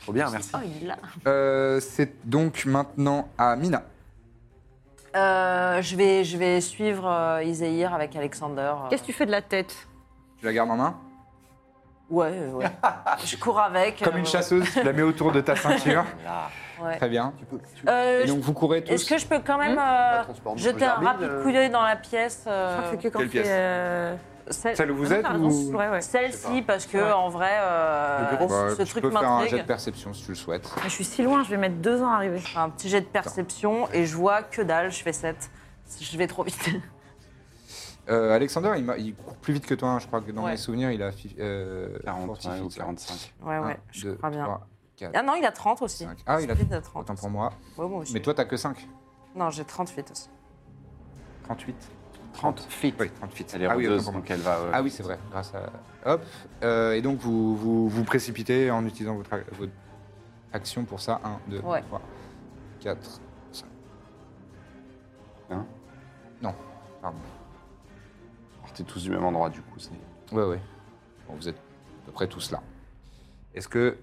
Trop bien, merci.
Oh, il l'a.
Euh, c'est donc maintenant à Mina.
Euh, je, vais, je vais suivre euh, Iséir avec Alexander. euh.
Qu'est-ce que tu fais de la tête
Tu la gardes en main
Ouais, euh, ouais. je cours avec.
Comme
euh,
une chasseuse, tu la mets autour de ta ceinture.
Là.
ouais.
Très bien.
Ah,
Euh,
Et
je-
donc, vous courez tous.
Est-ce que je peux quand même euh,
transporte
jeter un
Gerbille,
rapide
euh,
coup d'œil dans la pièce euh,
Hmm Je crois que c'est que quand
Quelle
c'est,
pièce
euh,
celle-
Celle où vous
Ah non,
êtes
t'as raison,
ou...
c'est vrai, ouais.
Celle-ci, parce que en vrai,
Bah,
euh, ce
tu
truc
peux faire un jet
m'intrigue.
de perception si tu le souhaites.
Mais Ah, Je suis si loin, je vais mettre deux ans à arriver.
Je fais un petit jet de perception et je vois que dalle, je fais 7. Je vais trop vite.
Euh, Alexander, il, m'a- il court plus vite que toi, hein, je crois que dans
Ouais.
mes souvenirs, il a fi- euh,
40
fortifié,
ouais, ou
ça.
45.
Ah Ouais, ouais,
Un,
je
deux,
crois bien.
trois, quatre,
Ah non, il a 30 aussi.
cinq. Ah, il a
Speed à 30.
Autant pour moi.
Ouais, moi aussi.
Mais toi, t'as que 5.
Non, j'ai 38 aussi.
38
30 feet.
Oui, 38.
Elle est
ah, oui, autant
rôdeuse,
pour moi.
donc elle va. euh,
Ah oui, c'est vrai, grâce à... Hop. Euh, et donc, vous, vous vous précipitez en utilisant votre, a- votre action pour ça. 1, 2,
Ouais.
3, 4, 5.
Hein
Non, pardon.
Partez tous du même endroit du coup. c'est-
Ouais, ouais. Bon, vous êtes à peu près tous là. Est-ce que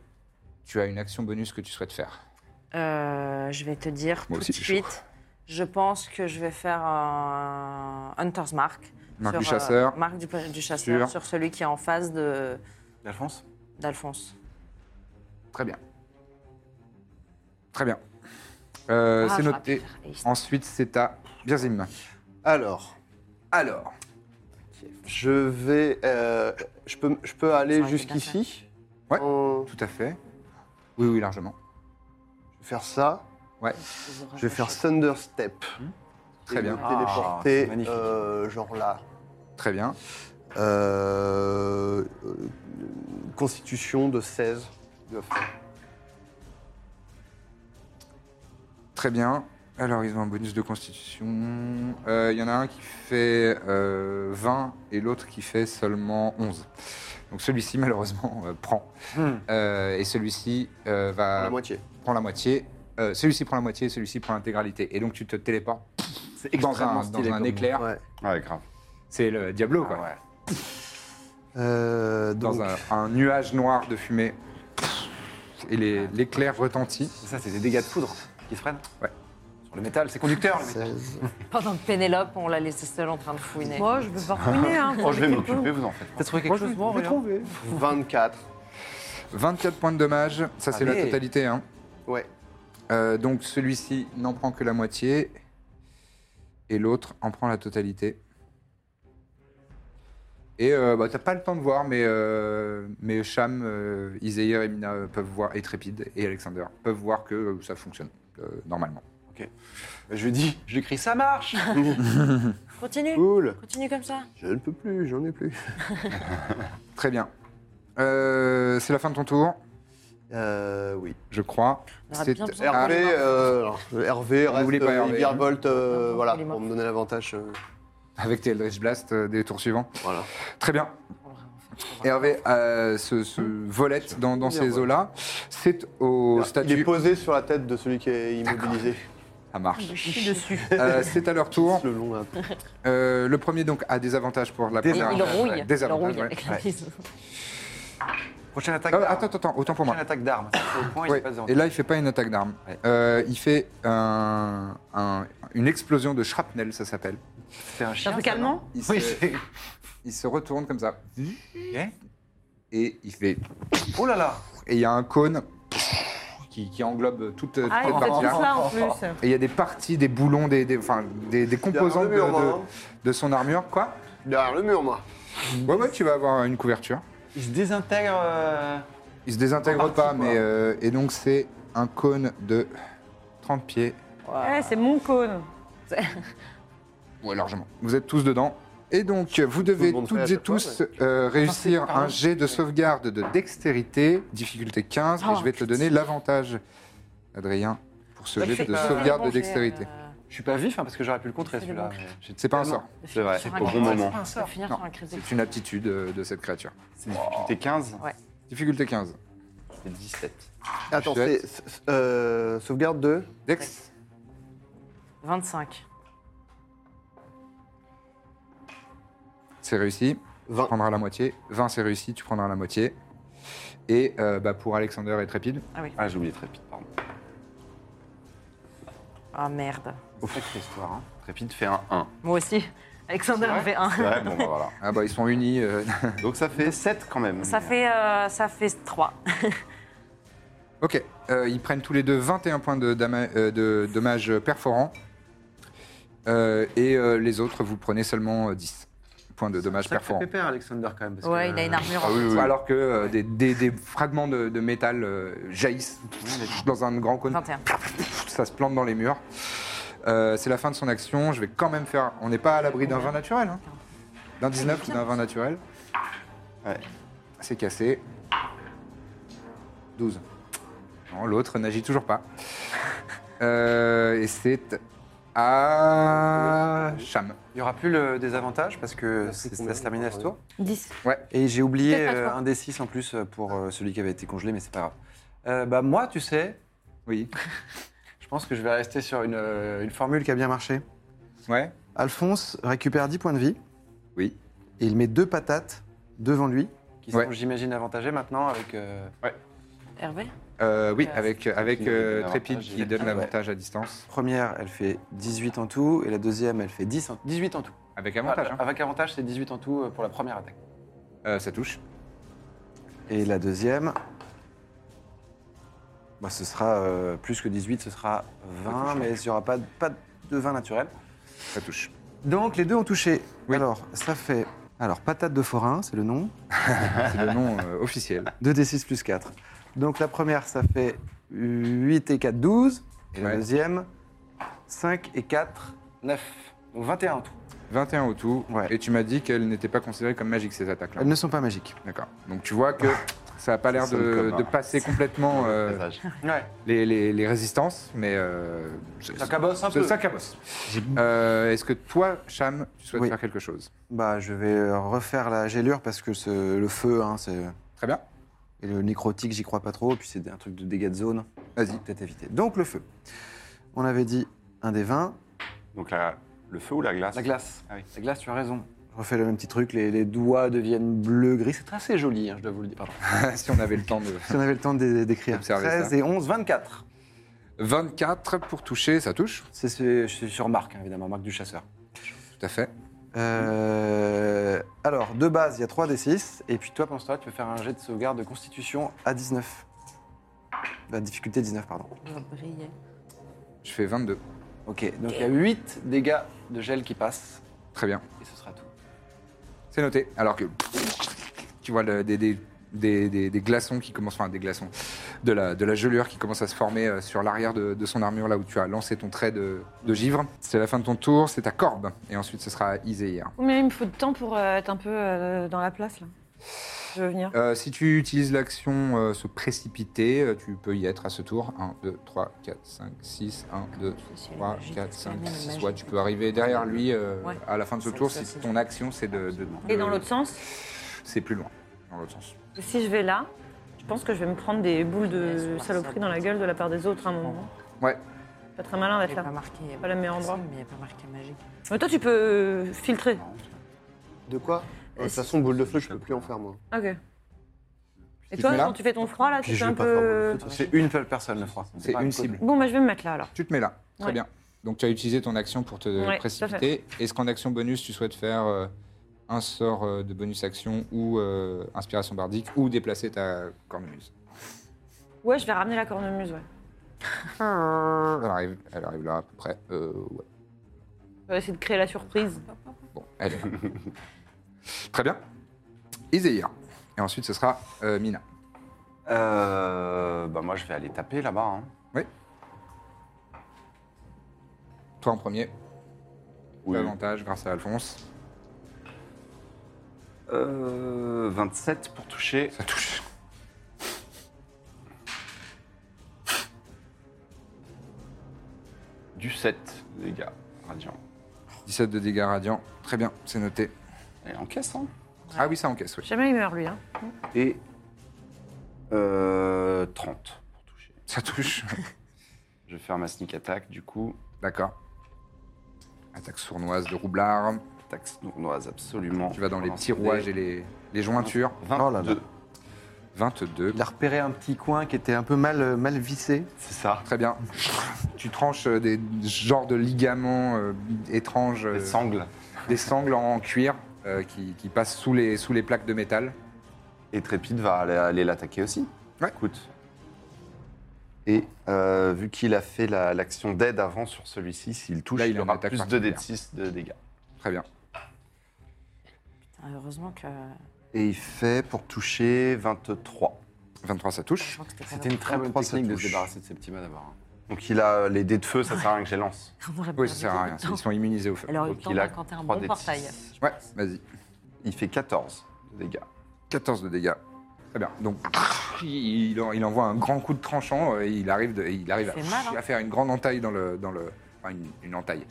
tu as une action bonus que tu souhaites faire
Euh, je vais te dire
Moi
tout
aussi,
de
je suis
suite. Je pense que je vais faire un Hunter's Mark.
Mark
sur,
du
euh,
chasseur.
mark du, du chasseur
Sur-
sur... celui qui est en face de
Alphonse
d'Alphonse.
Très bien. Très bien. Euh,
Ah,
c'est
j'aurais
noté.
pu faire haste.
Ensuite, c'est à Birzim.
Alors,
Alors,
je vais. euh, je, peux, je peux
Ça
aller
aurait été
jusqu'ici.
Ouais.
En-
tout à fait. Oui, oui, largement.
Je vais faire ça.
Ouais.
Je vais faire Thunder Step.
Très
Et
bien.
me
Hmm. Ah,
téléporter,
c'est magnifique.
euh, genre là.
Très bien.
Euh, euh, constitution de 16. de faire.
Très bien. Alors, ils ont un bonus de constitution. Euh, Il y en a un qui fait euh, 20 et l'autre qui fait seulement 11. Donc celui-ci, malheureusement, euh, prend.
Hmm.
Euh, et celui-ci euh, va
Ah.
La moitié.
prend la moitié. Euh, celui-ci prend la moitié, celui-ci prend l'intégralité. Et donc tu te téléportes dans
extrêmement
un,
stylé
dans un
comme
éclair.
Ouais.
Ah Ouais, grave.
C'est le Diablo,
Ah
quoi.
ouais.
Euh,
Dans
donc,
un, un nuage noir de fumée. Et les- l'éclair retentit.
C'est ça, c'est des dégâts de poudre qui se prennent
Ouais.
Sur le métal, c'est conducteur le métal.
16.
Pendant que Pénélope, on l'a laissé seule en train de fouiner.
Moi, je peux pas fouiner. Hein,
Oh, je vais m'occuper, vous en faites.
T'as trouvé quelque chose Moi, je
24.
24 points de dommage, ça c'est la
Allez.
totalité. hein.
Ouais.
Euh, donc celui-ci n'en prend que la moitié. Et l'autre en prend la totalité. Et euh, bah, t'as pas le temps de voir, mais, euh, mais Cham, euh, Iséir et Mina euh, peuvent voir, et Trépide et Alexander peuvent voir que euh, ça fonctionne euh, normalement.
Je lui dis, je lui crie, ça marche
Continue,
Cool.
continue comme ça.
Je ne peux plus, j'en ai plus.
Très bien. Euh, c'est la fin de ton tour,
Euh, oui.
je crois.
On aura
C'est
bien besoin de
à-
Hervé, euh, alors, Hervé reste
n'oublie pas
euh,
Hervé. hein.
Hypervolt, euh,
Non, non,
voilà,
il est mort.
pour me donner l'avantage. euh,
avec tes Eldritch Blast euh, des tours suivants.
voilà.
Très bien. Hervé euh, se, se volette dans, dans ces eaux-là. C'est au
Alors, Il est
statut.
posé sur la tête de celui qui est immobilisé.
Ça marche.
Je suis dessus.
Euh, c'est à leur tour. Le,
hein.
premier donc a des avantages pour la
Des-
première.
il rouille.
Ouais,
Il
Des avantages.
rouille avec
ouais.
la
Ouais.
bise. Prochaine attaque.
Euh, attends, attends, autant pour moi.
Prochaine attaque d'armes. Au point, il
Ouais,
passe devant.
Et là, il fait pas une attaque d'arme. Euh, il fait un- un- une explosion de shrapnel, ça s'appelle.
C'est un
C'est un truc allemand
Il se, il se retourne comme ça. Et il fait.
Oh là là
Et il y a un cône qui, qui englobe toute toute
Ah, il
cette
fait
partie-là.
tout ça en plus.
Et il y a des parties, des boulons, des, des, enfin, des, des composants de,
mur, moi,
de-
hein.
de son armure. Quoi
Derrière le mur, moi.
Ouais, ouais, tu vas avoir une couverture.
Il se désintègre. euh,
Il se désintègre
En
pas,
partie, quoi.
mais. euh, et donc, c'est un cône de 30 pieds.
Ouais, c'est mon cône.
Ouais, largement. Vous êtes tous dedans. Et donc, vous devez
monde fait à
toutes et
chaque fois,
tous euh, réussir un jet de sauvegarde de dextérité, difficulté 15, et je vais te donner l'avantage, Adrien, pour ce
Bah,
Ouais,
jet
c'est
de
pas-
sauvegarde
Bon,
de
j'ai,
dextérité.
euh,
Je suis pas vif hein, parce que j'aurais pu le contrer celui-là. mais j'ai-
C'est pas un sort,
C'est vrai,
sur
au
un
bon
crit-
moment.
Je vais finir
Non.
sur un crit.
c'est une aptitude euh, de cette créature.
C'est difficulté 15
Ouais.
Difficulté 15.
C'est 17.
Attends,
Chouette.
c'est- c'est- euh, sauvegarde de.
Dex
25.
C'est réussi, tu
20.
prendras la moitié. 20, c'est réussi, tu prendras la moitié. Et euh, bah, pour Alexander et Trépide,
Ah, j'ai oublié Trépide, pardon.
Ah merde.
Sacrée histoire. hein.
Trépide fait un 1.
Moi aussi. Alexander en fait un.
Ouais, bon, bah, voilà.
ah, bah, ils sont unis. euh,
Donc ça fait 7 quand même.
Ça fait, euh, ça fait 3.
Ok, euh, ils prennent tous les deux 21 points de, dama- euh, de dommages perforants. Euh, et euh, les autres, vous prenez seulement euh, 10 points de dommages
Sacré
perforants.
pépère, Alexander, quand même. parce
Ouais,
que-
il a une armure.
Ah oui, oui.
Alors que euh, des, des- des fragments de, de métal euh, jaillissent dans un grand cône,
21.
ça se plante dans les murs. Euh, c'est la fin de son action. Je vais quand même faire. On n'est pas à l'abri d'un vin naturel. hein. D'un 19 ou d'un vin naturel.
Ouais.
C'est cassé. 12. Non, l'autre n'agit toujours pas. Euh, et c'est à Cham.
Il y aura plus le désavantage parce que Ah, c'est- ça se terminait à ce tour.
10.
Et j'ai oublié
Peut-être à
euh,
toi.
un des 6 en plus euh, pour euh, celui qui avait été congelé, mais c'est pas grave. Euh, bah, moi, tu sais,
Oui.
je pense que je vais rester sur une, euh, une formule qui a bien marché.
Ouais.
Alphonse récupère 10 points de vie.
Oui.
Et il met deux patates devant lui, qui sont,
Ouais.
j'imagine, avantagées maintenant avec. euh,
Hervé
Euh, oui, avec, avec euh,
Qui
Trépide
donne l'avantage, Ah
qui donne
ouais.
l'avantage à distance.
Première, elle fait 18 en tout, et la deuxième, elle fait 10 en- 18 en tout.
Avec avantage.
Ah,
hein.
Ah, Avec avantage, c'est 18 en tout euh, pour la première attaque.
Euh, ça touche.
Et la deuxième, bah, ce sera euh, plus que 18, ce sera 20, mais il n'y aura pas, de- pas de 20 naturel.
Ça touche.
Donc les deux ont touché.
Oui.
Alors ça fait. Alors patate de forain, c'est le nom.
C'est le nom euh, officiel.
2d6 plus 4. Donc la première, ça fait 8 et 4, 12. Et la
Ouais.
deuxième, 5 et 4, 9. Donc 21 en tout.
21 au tout.
Ouais.
Et tu m'as dit qu'elles n'étaient pas considérées comme magiques, ces attaques-là.
Elles ne sont pas magiques.
D'accord. Donc tu vois que ça n'a pas l'air
sonne
de,
comme un-
de passer complètement euh,
Ouais.
les, les- les résistances, mais euh, c'est-
Ça cabosse un
c'est-
peu.
ça cabosse. Euh, Est-ce que toi, Cham, tu souhaites
Oui.
faire quelque chose
Bah je vais refaire la gélure parce que ce- le feu, hein, c'est.
Très bien.
Et le nécrotique, j'y crois pas trop. Et puis c'est un truc de dégâts de zone.
Vas-y.
Peut-être éviter. Donc le feu. On avait dit un des 20.
Donc la- le feu ou la glace
La glace.
Ah oui.
La glace, tu as raison. Je refais le même petit truc. Les, les doigts deviennent bleu-gris. C'est assez joli, hein, je dois vous le dire. Pardon.
si on avait le temps de.
si on avait le temps d'é- d'écrire.
Observez
13
ça.
et 11, 24.
24 pour toucher, ça touche.
C'est c'est- c'est sur marque, hein, évidemment, marque du chasseur.
Tout à fait.
Euh, alors, de base, il y a 3 des 6. Et puis toi, pendant ce temps-là, tu peux faire un jet de sauvegarde de constitution à 19. La difficulté 19, pardon.
Briller.
Je fais 22.
Ok, donc il y a 8 dégâts de gel qui passent.
Très bien.
Et ce sera tout.
C'est noté. Alors que tu vois le- des, des- des- des- des glaçons qui commencent, enfin des glaçons, de la, de la gelure qui commence à se former euh, sur l'arrière de, de son armure, là où tu as lancé ton trait de, de givre. C'est la fin de ton tour, c'est ta corbe. Et ensuite, ce sera à Iséir.
Mais il me faut du temps pour euh, être un peu euh, dans la place là. Je veux venir.
Euh, si tu utilises l'action euh, se précipiter, euh, tu peux y être à ce tour. 1, 2, 3, 4, 5, 6. 1, 2,
C'est la
3,
magie,
4,
c'est la
5,
même
6.
magie.
Ouais, tu peux arriver derrière lui euh,
Ouais.
à la fin de ce
Ça,
tour
ça,
si
c'est-
ton action c'est de, de-
Et
de-
dans l'autre sens,
C'est plus loin. Dans l'autre sens.
si je vais là, je pense que je vais me prendre des boules
Ouais, c'est
de
pas ça.
saloperie dans la gueule de la part des autres à un moment.
Ouais.
Pas très malin d'être
Il n'y a pas
là.
marqué. euh,
Pas le meilleur endroit.
Mais il n'y a pas marqué magique.
Mais toi, tu peux euh, filtrer.
De quoi Euh, De toute façon, boule de feu, je peux plus en faire, moi.
Ah,
Ok. Et toi, quand tu fais ton froid, là, tu
Puis
fais
je
un
vais pas faire boule de
peu.
feu.
C'est une seule personne, le froid.
C'est
pas
une
côté.
cible.
Bon, bah, je vais me mettre là, alors.
Tu te mets là. Très
Ouais.
bien. Donc tu as utilisé ton action pour te
Ouais, tout à
précipiter. Est-ce qu'en action bonus, tu souhaites faire euh, un sort euh, de bonus action ou euh, inspiration bardique ou déplacer ta cornemuse
Ouais, je vais ramener la cornemuse, ouais.
elle arrive, elle arrive là à peu près. Euh, ouais.
Je vais essayer de créer la surprise.
Bon, elle est là. Très bien. Iséir. Et ensuite, ce sera euh, Mina.
Euh, bah moi, je vais aller taper là-bas. hein.
Toi en premier.
Oui.
Avantage grâce à Alphonse.
Euh, 27 pour toucher.
Ça touche.
Du 7, les gars. Radiant.
17 de dégâts radiants. Très bien, c'est noté.
Elle encaisse, hein
Ah oui, ça encaisse, oui.
Jamais il meurt, lui, hein.
Et. Euh, 30 pour toucher.
Ça touche.
Je vais faire ma sneak attack, du coup.
D'accord. Attaque sournoise de roublard.
Attaque sournoise, absolument.
Tu vas dans les
Pour
petits
lancer des
rouages et les, les jointures.
22.
Oh là là.
22.
Il a repéré un petit coin qui était un peu mal, euh, mal vissé.
C'est ça.
Très bien. Tu tranches euh, des genres de ligaments euh, étranges, euh,
Les sangles.
des sangles en cuir euh, qui, qui passent sous les, sous les plaques de métal.
Et Trépide va aller, aller l'attaquer aussi.
Ouais.
Écoute. Et euh, vu qu'il a fait la- l'action d'aide avant sur celui-ci, s'il touche,
Là, il
il,
a une
aura
attaque
plus de
particulière.
D6 de dégâts.
Très bien.
Ah, heureusement que.
Et il fait pour toucher 23.
23, ça touche.
heureusement que c'était pas
C'était
là.
une très bonne
23, ça
technique de se
touche.
débarrasser de Septima d'abord. hein.
Donc il a les dés de feu, ça sert à rien que je les lance.
On aurait
Oui,
perdu
ça sert à
beaucoup
rien.
de temps.
Ils sont immunisés au feu.
Elle aurait eu le
Donc
temps
il a
d'inventer un
3
bon
d
portail.
Ouais, vas-y.
Il fait 14 de dégâts.
14 de dégâts. Très bien. Donc, il, en- il envoie un grand coup de tranchant euh, et il arrive, de- il arrive
fait
à,
mal, hein.
à faire une grande entaille dans le. Dans le enfin, une, une entaille.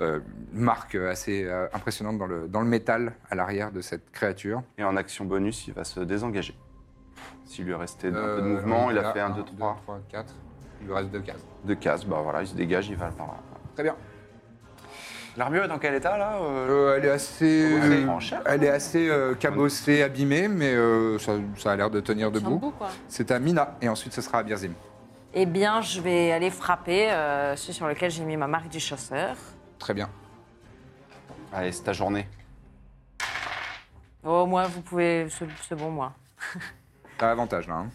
Euh, une marque euh, assez euh, impressionnante dans le, dans le métal à l'arrière de cette créature.
Et en action bonus, il va se désengager. S'il lui restait un peu de
Euh,
mouvement, il
là,
a fait 1, 2,
2,
3,
3, 4. Il lui reste deux cases.
2 cases. Bah voilà, il se dégage, il va par là.
Très bien.
L'armure est dans quel état là euh
Euh, elle est assez,
Ouais, elle est hein.
euh,
en chair.
elle est assez euh, cabossée, abîmée, mais euh, ça, ça a l'air de tenir debout.
beau, quoi.
C'est à Mina, et ensuite ce sera à Birzim.
Eh bien, je vais aller frapper euh, celui sur lequel j'ai mis ma marque du chasseur.
Très bien.
Ah,
Allez, c'est ta journée.
Oh, moi, vous pouvez. C'est c'est bon, moi.
T'as avantage là, hein.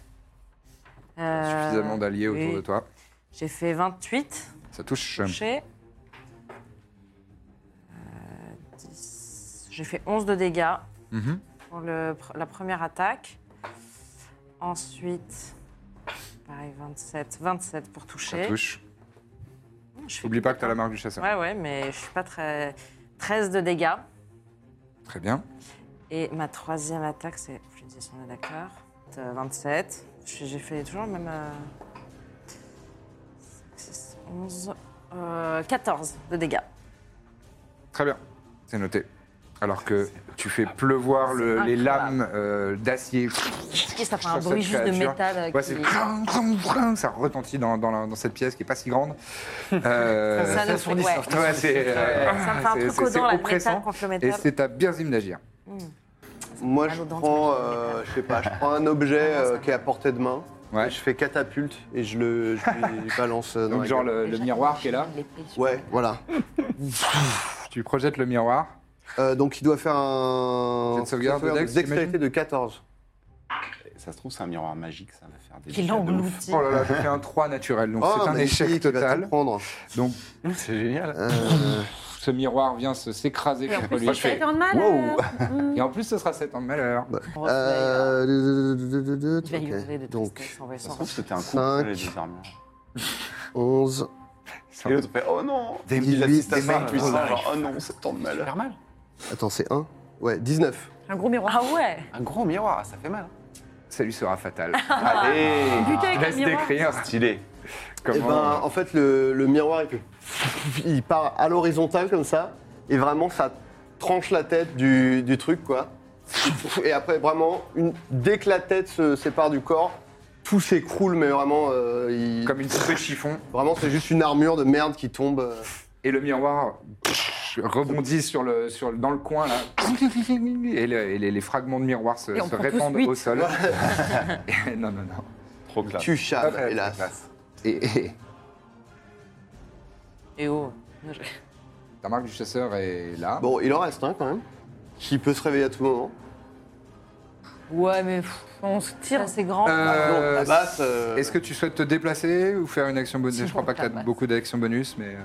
Euh,
suffisamment d'alliés autour
oui.
de toi.
J'ai fait 28.
Ça touche.
Touché. Euh, 10. J'ai fait 11 de dégâts
Mhm.
pour le pr- la première attaque. Ensuite, pareil, 27. 27 pour toucher.
Ça touche.
Mmh, Je fais-
Oublie pas que t'as la marque du chasseur.
Ouais, ouais, mais je suis pas très. 13 de dégâts.
Très bien.
Et ma troisième attaque, c'est. Je disais, on est d'accord. Euh, 27. J'ai j'ai fait toujours le même. euh, 6, 11. euh, 14 de dégâts.
Très bien. C'est noté. Alors que tu fais pleuvoir le- les
incroyable.
lames euh, d'acier.
Et ça fait un
Sur cette
bruit juste de
créature.
métal. euh,
Ouais,
qui-
c'est crin, crin, crin, ça retentit dans, dans la- dans cette pièce qui est pas si grande. Euh,
Ça nous fait- ouais.
ouais, c'est, euh,
Ça me fait un
c'est-
truc
c'est-
au
c'est
dent, là, le métal
oppressant.
contre le
Et
métal.
c'est à Birzim d'agir.
Moi, je
Malodante,
prends,
mais je
euh,
connais pas. Ah,
je sais pas, je prends un objet euh, qui est à portée de main.
Ouais.
Et je fais catapulte et je le je lui balance euh, dans
Donc
la
genre
gueule.
le, le miroir qui est là.
Ouais, voilà.
Tu projettes le miroir.
Euh, donc il doit faire un.
Cette sauvegarde de Dex,
dextérité de 14.
Ça se trouve, c'est un miroir magique, ça va faire des
Qui
dégâts de ouf.
l'engloutit.
Oh là là, je fais un 3 naturel. Donc c'est un
Oh, magnifique,
échec
tu vas tout
total.
prendre.
Donc
C'est génial.
Euh,
ce miroir vient se- s'écraser
Et en
contre lui.
plus, c'est 7 ans de mal.
Wow.
euh.
Et en plus, ce sera 7 ans de malheur.
euh,
Il va hurler de
ok. Donc
tristesse en vrai,
Ça se
sans-
trouve, c'était un
Cinq.
coup, les deux armures.
11,
Et l'autre fait Oh non
Des
Il assiste à
dix-huit,
ça
des
impuissant,
mecs.
genre Oh non, c'est tant
Ça
de malheur.
fait mal.
attends c'est 1 Ouais, 19.
Un gros miroir.
Ah ouais
Un gros miroir, ça fait mal. hein.
Ça lui sera fatal.
Allez
Buter Ah, avec
Ah. Laisse
le miroir.
décrire
Stylé.
Et
comment.
ben, en fait, le, le miroir, il, fait- il part à l'horizontale comme ça, et vraiment, ça tranche la tête du, du truc, quoi. Et après, vraiment, une, dès que la tête se sépare du corps, Tout s'écroule, mais vraiment, euh, il-
Comme une soupe de chiffon.
vraiment, c'est juste une armure de merde qui tombe. euh.
Et le miroir pff, rebondit sur le, sur le- dans le coin, là. Et, le- et les, les fragments de miroir se,
Et on
se
prend tous
répandent
huit.
au sol. Et- non, non, non.
Trop classe.
Tu chaves,
Après,
hélas.
Et, et-
Et oh.
la marque du chasseur est là.
Bon, il en reste un quand même, qui peut se réveiller à tout moment.
Ouais, mais pff,
On se tire.
Ça, c'est grand.
Bah, non, la basse, euh,
Est-ce que tu souhaites te déplacer ou faire une action bonus
C'est
Je crois pas que tu as
portable.
beaucoup d'actions bonus, mais euh,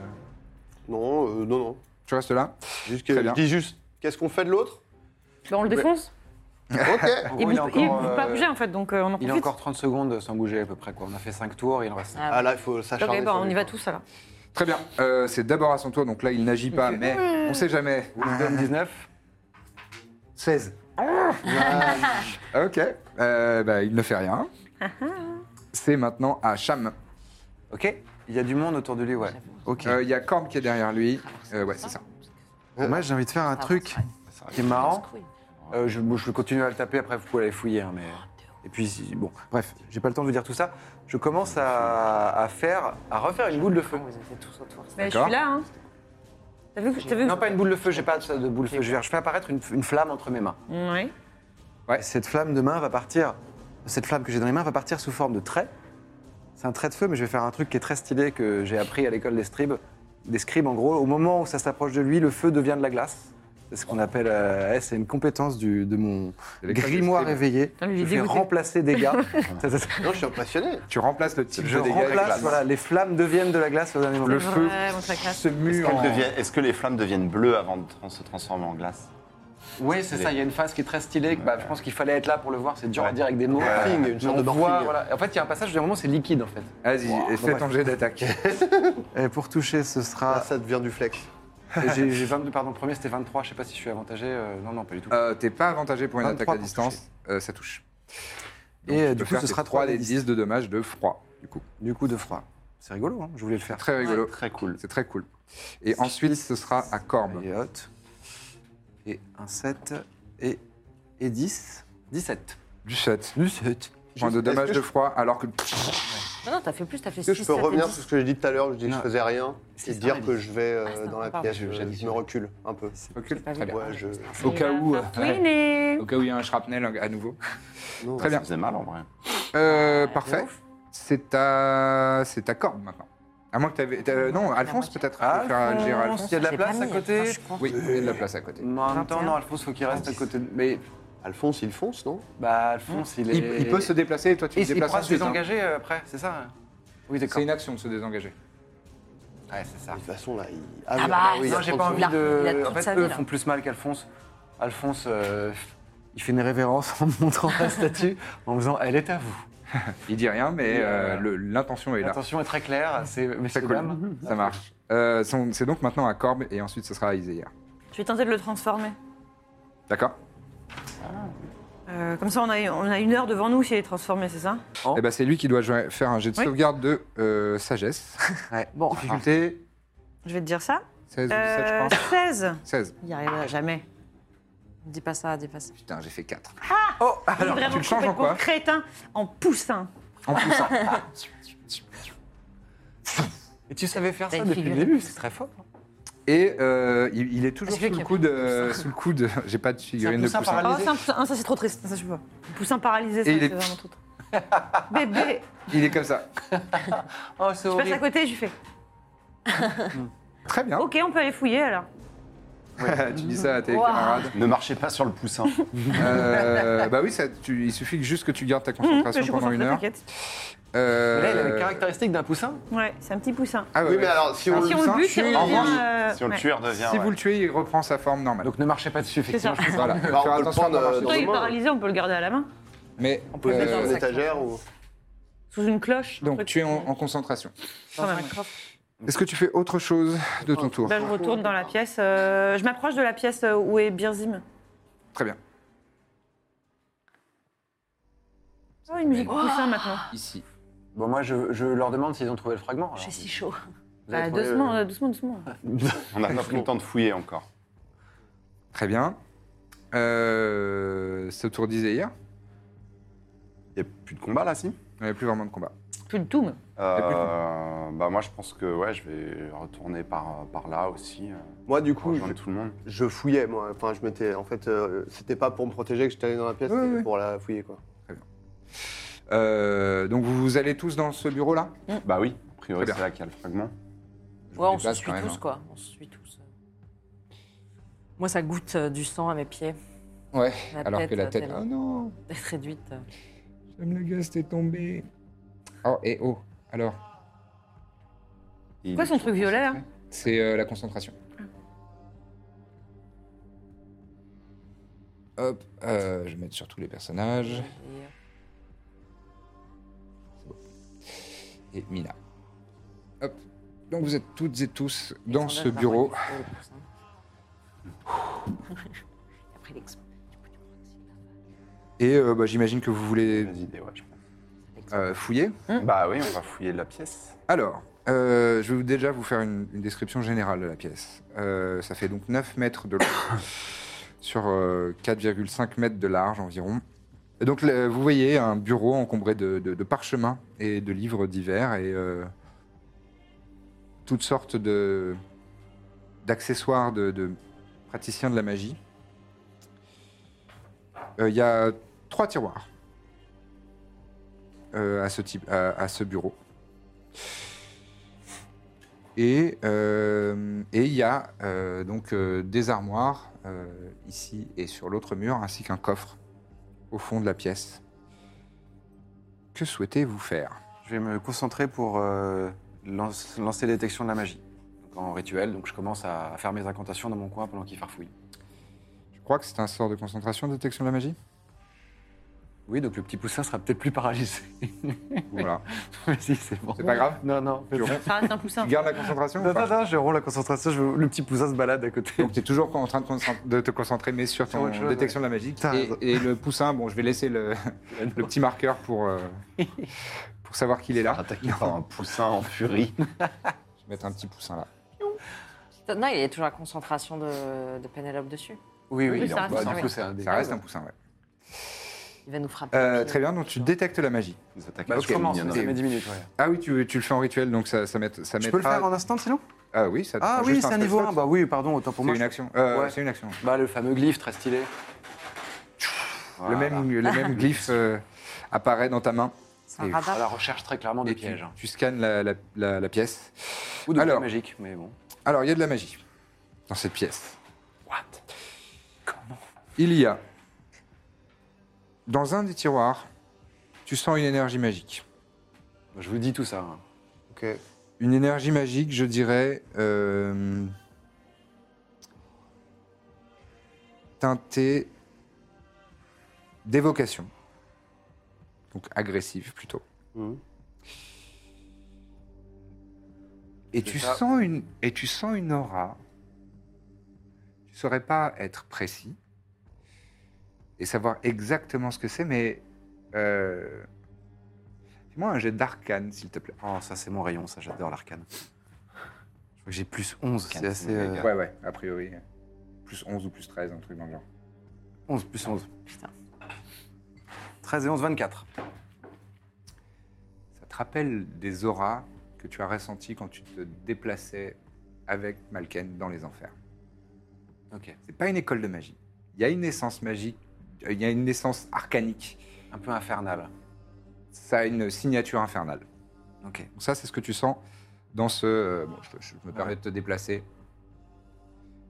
Non, euh, non, non.
tu restes là.
Juste
Très
que, je
bien.
dis juste, qu'est-ce qu'on fait de l'autre
Bah, on le défonce.
Ok.
Pour
Il
vous,
ne
a
peut
encore, euh,
pas bouger en fait, donc euh, on en
Il a
profite.
encore 30 secondes sans bouger à peu près. Quoi. On a fait 5 tours, il en reste 5.
Ah là, il faut
Ok,
s'acharner.
bah,
sur
on
lui,
y va
quoi.
tous alors.
Très bien. Euh, c'est d'abord à son tour, donc là il n'agit pas, mais on sait jamais.
Ah.
Wisdom 19.
16. ok. Euh, bah, il ne fait rien. C'est maintenant à Cham.
Ok. Il y a du monde autour de lui, ouais. Ok.
Euh, Il y a Corbe qui est derrière lui. Euh, ouais, c'est ça.
Euh, Moi, j'ai envie de faire un truc qui est marrant. Euh, je, bon, je vais continuer à le taper, après vous pouvez aller fouiller. hein, mais... Et puis, si- bon, bref, j'ai pas le temps de vous dire tout ça. Je commence à, à faire, à refaire une boule de feu.
vous étiez tous autour.
Mais je
D'accord.
suis là, hein. T'as vu que t'as vu
Non, pas une boule de feu, j'ai pas de de boule de feu. Je, vais- je fais apparaître une, une flamme entre mes mains.
Ouais.
Et Cette flamme de main va partir, cette flamme que j'ai dans les mains va partir sous forme de trait. C'est un trait de feu, mais je vais faire un truc qui est très stylé que j'ai appris à l'école des scribes. Des scribes, en gros, au moment où ça s'approche de lui, le feu devient de la glace. C'est ce qu'on appelle, euh, eh, c'est une compétence du- de mon
C'est l'école des
grimoire
scribes.
réveillé.
Putain, lui, il
je
est
vais
dégoûté.
remplacer des gars. Ça, ça, ça.
Non, je suis impressionné.
Tu remplaces le type
je
de dégâts avec la-
remplace, voilà, les flammes deviennent de la glace au dernier moment.
Le feu
Vraiment très classe.
se mue
Qu'elles
en...
deviennent- Est-ce que les flammes deviennent bleues avant de trans- se transformer en glace
Oui, c'est ça, il y a une phase qui est très stylée. que, bah, je pense qu'il fallait être là pour le voir, c'est dur à
Ouais.
dire avec des mots.
Morphing, une sorte
Mais on
de
voit,
morphing.
voilà. En fait, il y a un passage, où, à un moment, c'est liquide en fait.
Vas-y, et fais ton jet d'attaque.
Et pour toucher, ce
Là,
Ah.
sera.
ça devient du flex.
J'ai j'ai 22, pardon, le premier c'était 23, je sais pas si je suis avantagé. euh, non, non, pas du tout.
Euh, T'es pas avantagé pour une
23
attaque à
pour
distance. Euh, ça touche.
Et, euh,
tu
du
peux
coup,
faire
ce
tes
sera
3
3
des
des
10 de dommages de froid, du coup.
Du coup, de froid. C'est rigolo, hein, je voulais le faire.
Très rigolo.
Très cool.
C'est très cool. Et ensuite, ce sera à Corbe.
Et hot. Et un 7 et, et 10. 17.
Du 7.
17.
Point de
Juste,
dommage
est-ce que
de froid, alors que...
Non, non, t'as fait plus, t'as fait
Est-ce que
6,
je peux revenir sur ce que j'ai dit tout à l'heure Je dis que je
Non.
faisais rien
C'est
et
ça,
dire
mais-
que je vais euh,
Ah, c'est
dans
un
la
pardon.
pièce.
Je-
Je, me
j'additionne.
recule un peu.
Recule. Très bien.
Ouais, je...
Au cas où... euh,
Winner
Au cas où il y a un shrapnel à nouveau.
Non.
Très bien.
Ça faisait mal en vrai.
Euh, parfait. C'est à... C'est à Corbe, maintenant. À moins que t'avais... t'as- Non, Alphonse, peut-être. tu peux faire agir Alphonse.
il y a de la
J'ai
place
pas
à
mis,
côté.
attends, je crois.
Oui, il y a de la place à côté.
Mais en même temps,
21.
non, Alphonse, faut qu'il reste à côté. de- Mais
Alphonse, il fonce, non
bah, Alphonse, il est.
Il, il peut se déplacer et toi tu
Il,
te
il
déplaces
pourra se
ensuite, hein.
désengager euh, après, c'est ça hein Oui, d'accord.
C'est une action de se désengager.
Ouais, c'est ça.
De toute façon, là, il. Ah, oui,
bah,
ah oui,
non,
il
j'ai
attend
pas
son-
envie
il a- il a
de.
toute
En
sa
fait,
vie,
eux
là.
font plus mal qu'Alphonse. Alphonse, euh, il fait une révérence en montrant la statue, en faisant Elle est à vous.
Il dit rien, mais euh, le- l'intention est là.
L'intention est très Mmh, claire, c'est
C'est
messieurs,
cool.
dames.
Ça marche. Euh, son- c'est donc maintenant à Corbe et ensuite ce sera à Iséia.
Je vais tenter de le transformer.
D'accord
Euh, comme ça, on a, on a une heure devant nous s'il est transformé, c'est ça
Eh ben, c'est lui qui doit jouer- faire un jet de
Oui.
sauvegarde de euh, sagesse.
Ouais. Bon,
Difficulté
Je vais te dire ça.
16 ou 17, je
Euh,
pense.
16
16.
Il n'y arrivera jamais.
Dis pas ça, dis pas ça.
Putain, j'ai fait 4.
Alors, vraiment
tu le changes en
complètement
quoi
crétin, en poussin.
En poussant.
et tu savais faire
T'as
ça
une
depuis le
figure.
début, c'est très fort.
Et euh, il, il est toujours
C'est
sous
lui qui
le,
a
coude, euh, sous le coude. J'ai pas de figurine de
poussin
poussin.
paralysé.
Oh, c'est un poussin. Ah, ça, c'est trop triste. Ça, je peux pas. Un poussin paralysé, ça,
Et il
c'est
est-
vraiment trop triste. Bébé
Il est comme ça.
Oh, c'est
Je passe à
horrible.
côté, je lui fais.
Très bien.
Ok, on peut aller fouiller alors.
Ah, tu dis ça à tes camarades.
Ne marchez pas sur le poussin.
Euh, bah oui, ça, tu- il suffit que- juste que tu gardes ta
Hum,
concentration
je suis
pendant
concentrée,
une heure.
t'inquiète.
Euh,
Mais Là, il a les caractéristiques d'un poussin.
Ouais, c'est un petit poussin.
Ah ouais,
Oui,
ouais.
mais alors, si on
Si
le
Si on le
poussin,
bute, il
tu-
revient.
en revanche,
euh,
si on le
ouais.
tueur devient.
Si
ouais.
vous le tuez, il reprend sa forme normale.
Donc ne marchez pas dessus, effectivement.
C'est
je
ça.
pense.
voilà.
Bah,
Faire
on peut le
attention à
prendre,
pas
euh,
marcher.
dans
Toi, il est
Dommage.
paralysé, on peut le garder à la main.
Mais
On peut le
euh,
Mettre sur
dans
une
un
étagère ou.
Sous une cloche. un
donc
truc.
tu es en, en concentration.
Quand même.
Est-ce que tu fais autre chose de ton tour
Bah, je retourne dans la pièce. euh, je m'approche de la pièce euh, où est Birzim.
Très bien.
Oh, une musique poussin maintenant.
Ici.
Bon, moi, je, je leur demande s'ils ont trouvé le fragment. alors.
J'ai si chaud.
Vous avez
Bah,
trouvé le-
doucement, euh, doucement, doucement.
On n'a pas pris le temps de fouiller encore.
Très bien. Euh, ce tour d'Iséir
Il n'y a plus de combat là, si
Il n'y avait plus vraiment de combat.
Plus du tout, même.
Euh, bah moi je pense que ouais, je vais retourner par, par là aussi. euh,
Moi, du
pour
coup,
rejoindre
je-
tout le monde.
Je fouillais, moi. Enfin, je m'étais. En fait, euh, c'était pas pour me protéger que j'étais allé dans la pièce,
Ouais,
c'était
ouais.
pour la fouiller, quoi.
Euh, donc vous, vous allez tous dans ce bureau-là
Bah oui, a priori
Très bien.
c'est là qu'il y a le fragment.
Je
Ouais, on
me
se
déplace
suit
quand même,
tous,
hein.
quoi. On se suit tous. Moi, ça goûte euh, du sang à mes pieds.
Ouais,
La
alors que la
euh,
tête.
tellement-
Oh non
D'être réduite. euh.
J'aime le gars, c'était tombé. Oh, et oh Alors,
Il-
Quoi, son truc violet, là
c'est euh, la concentration. Hop, euh, je vais mettre sur tous les personnages. Et Mina. Hop. Donc vous êtes toutes et tous dans
euh,
ce
Alexandre,
bureau.
il a pris l'ex- Après l'ex-
Et euh, bah, j'imagine que vous voulez
Bonnes idées, ouais, je pense.
euh, fouiller.
Hein
Bah oui, on va fouiller la pièce.
Alors, euh, je vais vous- déjà vous faire une, une description générale de la pièce. Euh, ça fait donc 9 mètres de long sur euh, 4,5 mètres de large environ. Et donc, le- vous voyez un bureau encombré de, de- de parchemins et de livres divers et euh, toutes sortes de- d'accessoires de, de praticiens de la magie. Euh, Il y a trois tiroirs euh, à, ce type, à- à ce bureau. Et euh, et il y a euh, donc euh, des armoires euh, ici et sur l'autre mur, ainsi qu'un coffre au fond de la pièce. Que souhaitez-vous faire
Je vais me concentrer pour euh, lance- lancer la détection de la magie. Donc, en rituel, donc je commence à faire mes incantations dans mon coin pendant qu'il farfouille.
Je crois que c'est un sort de concentration, détection de la magie.
Oui, donc le petit poussin sera peut-être plus paralysé.
Voilà.
Vas-y, c'est bon.
C'est pas grave
Non, non.
Tu
faites-
Ça reste un poussin.
Tu gardes la concentration ou
Non, non,
pas
non, je rends la concentration, je- le petit poussin se balade à côté.
Donc tu es toujours en train de, concent- de te concentrer, mais sur
Sur
ton
autre chose,
détection de la magie.
T'as raison.
Et, et le poussin, bon, je vais laisser le, le petit marqueur pour, euh, pour savoir qu'il est là.
Ah.
Attaqué par Ah, un poussin en furie.
Je vais mettre un petit poussin là.
Non, il y a toujours la concentration de, de Pénélope dessus.
Oui, oui,
Oui, ça
non,
reste
bah,
un
du coup,
poussin.
c'est un des-
Ça reste un poussin, ouais.
Il va nous frapper.
Euh,
au pied.
très bien, donc tu détectes la magie.
Ils attaquent
Bah,
les
je commence,
mignonnes.
ça met 10 minutes, ouais.
Ah oui, tu, tu le fais en rituel, donc ça, ça, met, ça
Je
mettra-
peux le faire en instant, sinon
Ah oui, ça te
Ah
prend
oui,
juste
c'est un
spell
niveau
slot.
1. Bah oui, pardon, autant pour
C'est
moi.
une
je-
action. Euh,
Ouais.
C'est une action.
Bah, le fameux glyphe très stylé. Voilà.
Le même, le même glyphe euh, apparaît dans ta main.
C'est un
Et-
À
radar.
la recherche très clairement des
et tu,
pièges. hein.
tu scannes la, la- la- la pièce.
Ou de
Alors-
Alors... magique, mais bon.
Alors, il y a de la magie dans cette pièce.
What Comment
Il y a, dans un des tiroirs, tu sens une énergie magique.
Je vous dis tout ça. hein.
Ok. Euh,
Une énergie magique, je dirais, euh, teintée d'évocation, donc agressive plutôt.
Mhm.
Et
C'est
tu,
ça.
sens une, et tu sens une aura. Tu ne saurais pas être précis et savoir exactement ce que c'est, mais euh, fais-moi un jet d'arcane, s'il te plaît.
Oh, ça, c'est mon rayon, ça, j'adore l'arcane. Je crois que j'ai plus 11, c'est
Arcane,
assez.
c'est
euh,
méga.
Ouais, ouais, a priori. euh, Plus 11 ou plus 13, un truc dans le genre.
11, plus 11. 13 et 11, 24.
Ça te rappelle des auras que tu as ressenties quand tu te déplaçais avec Malken dans les enfers.
Ok.
C'est pas une école de magie. Il y a une essence magique, euh, il y a une essence arcanique.
Un peu infernal.
Ça a une signature infernale.
Ok.
Donc ça, c'est ce que tu sens dans ce... euh, bon, je, je me permets
Ouais.
de te déplacer.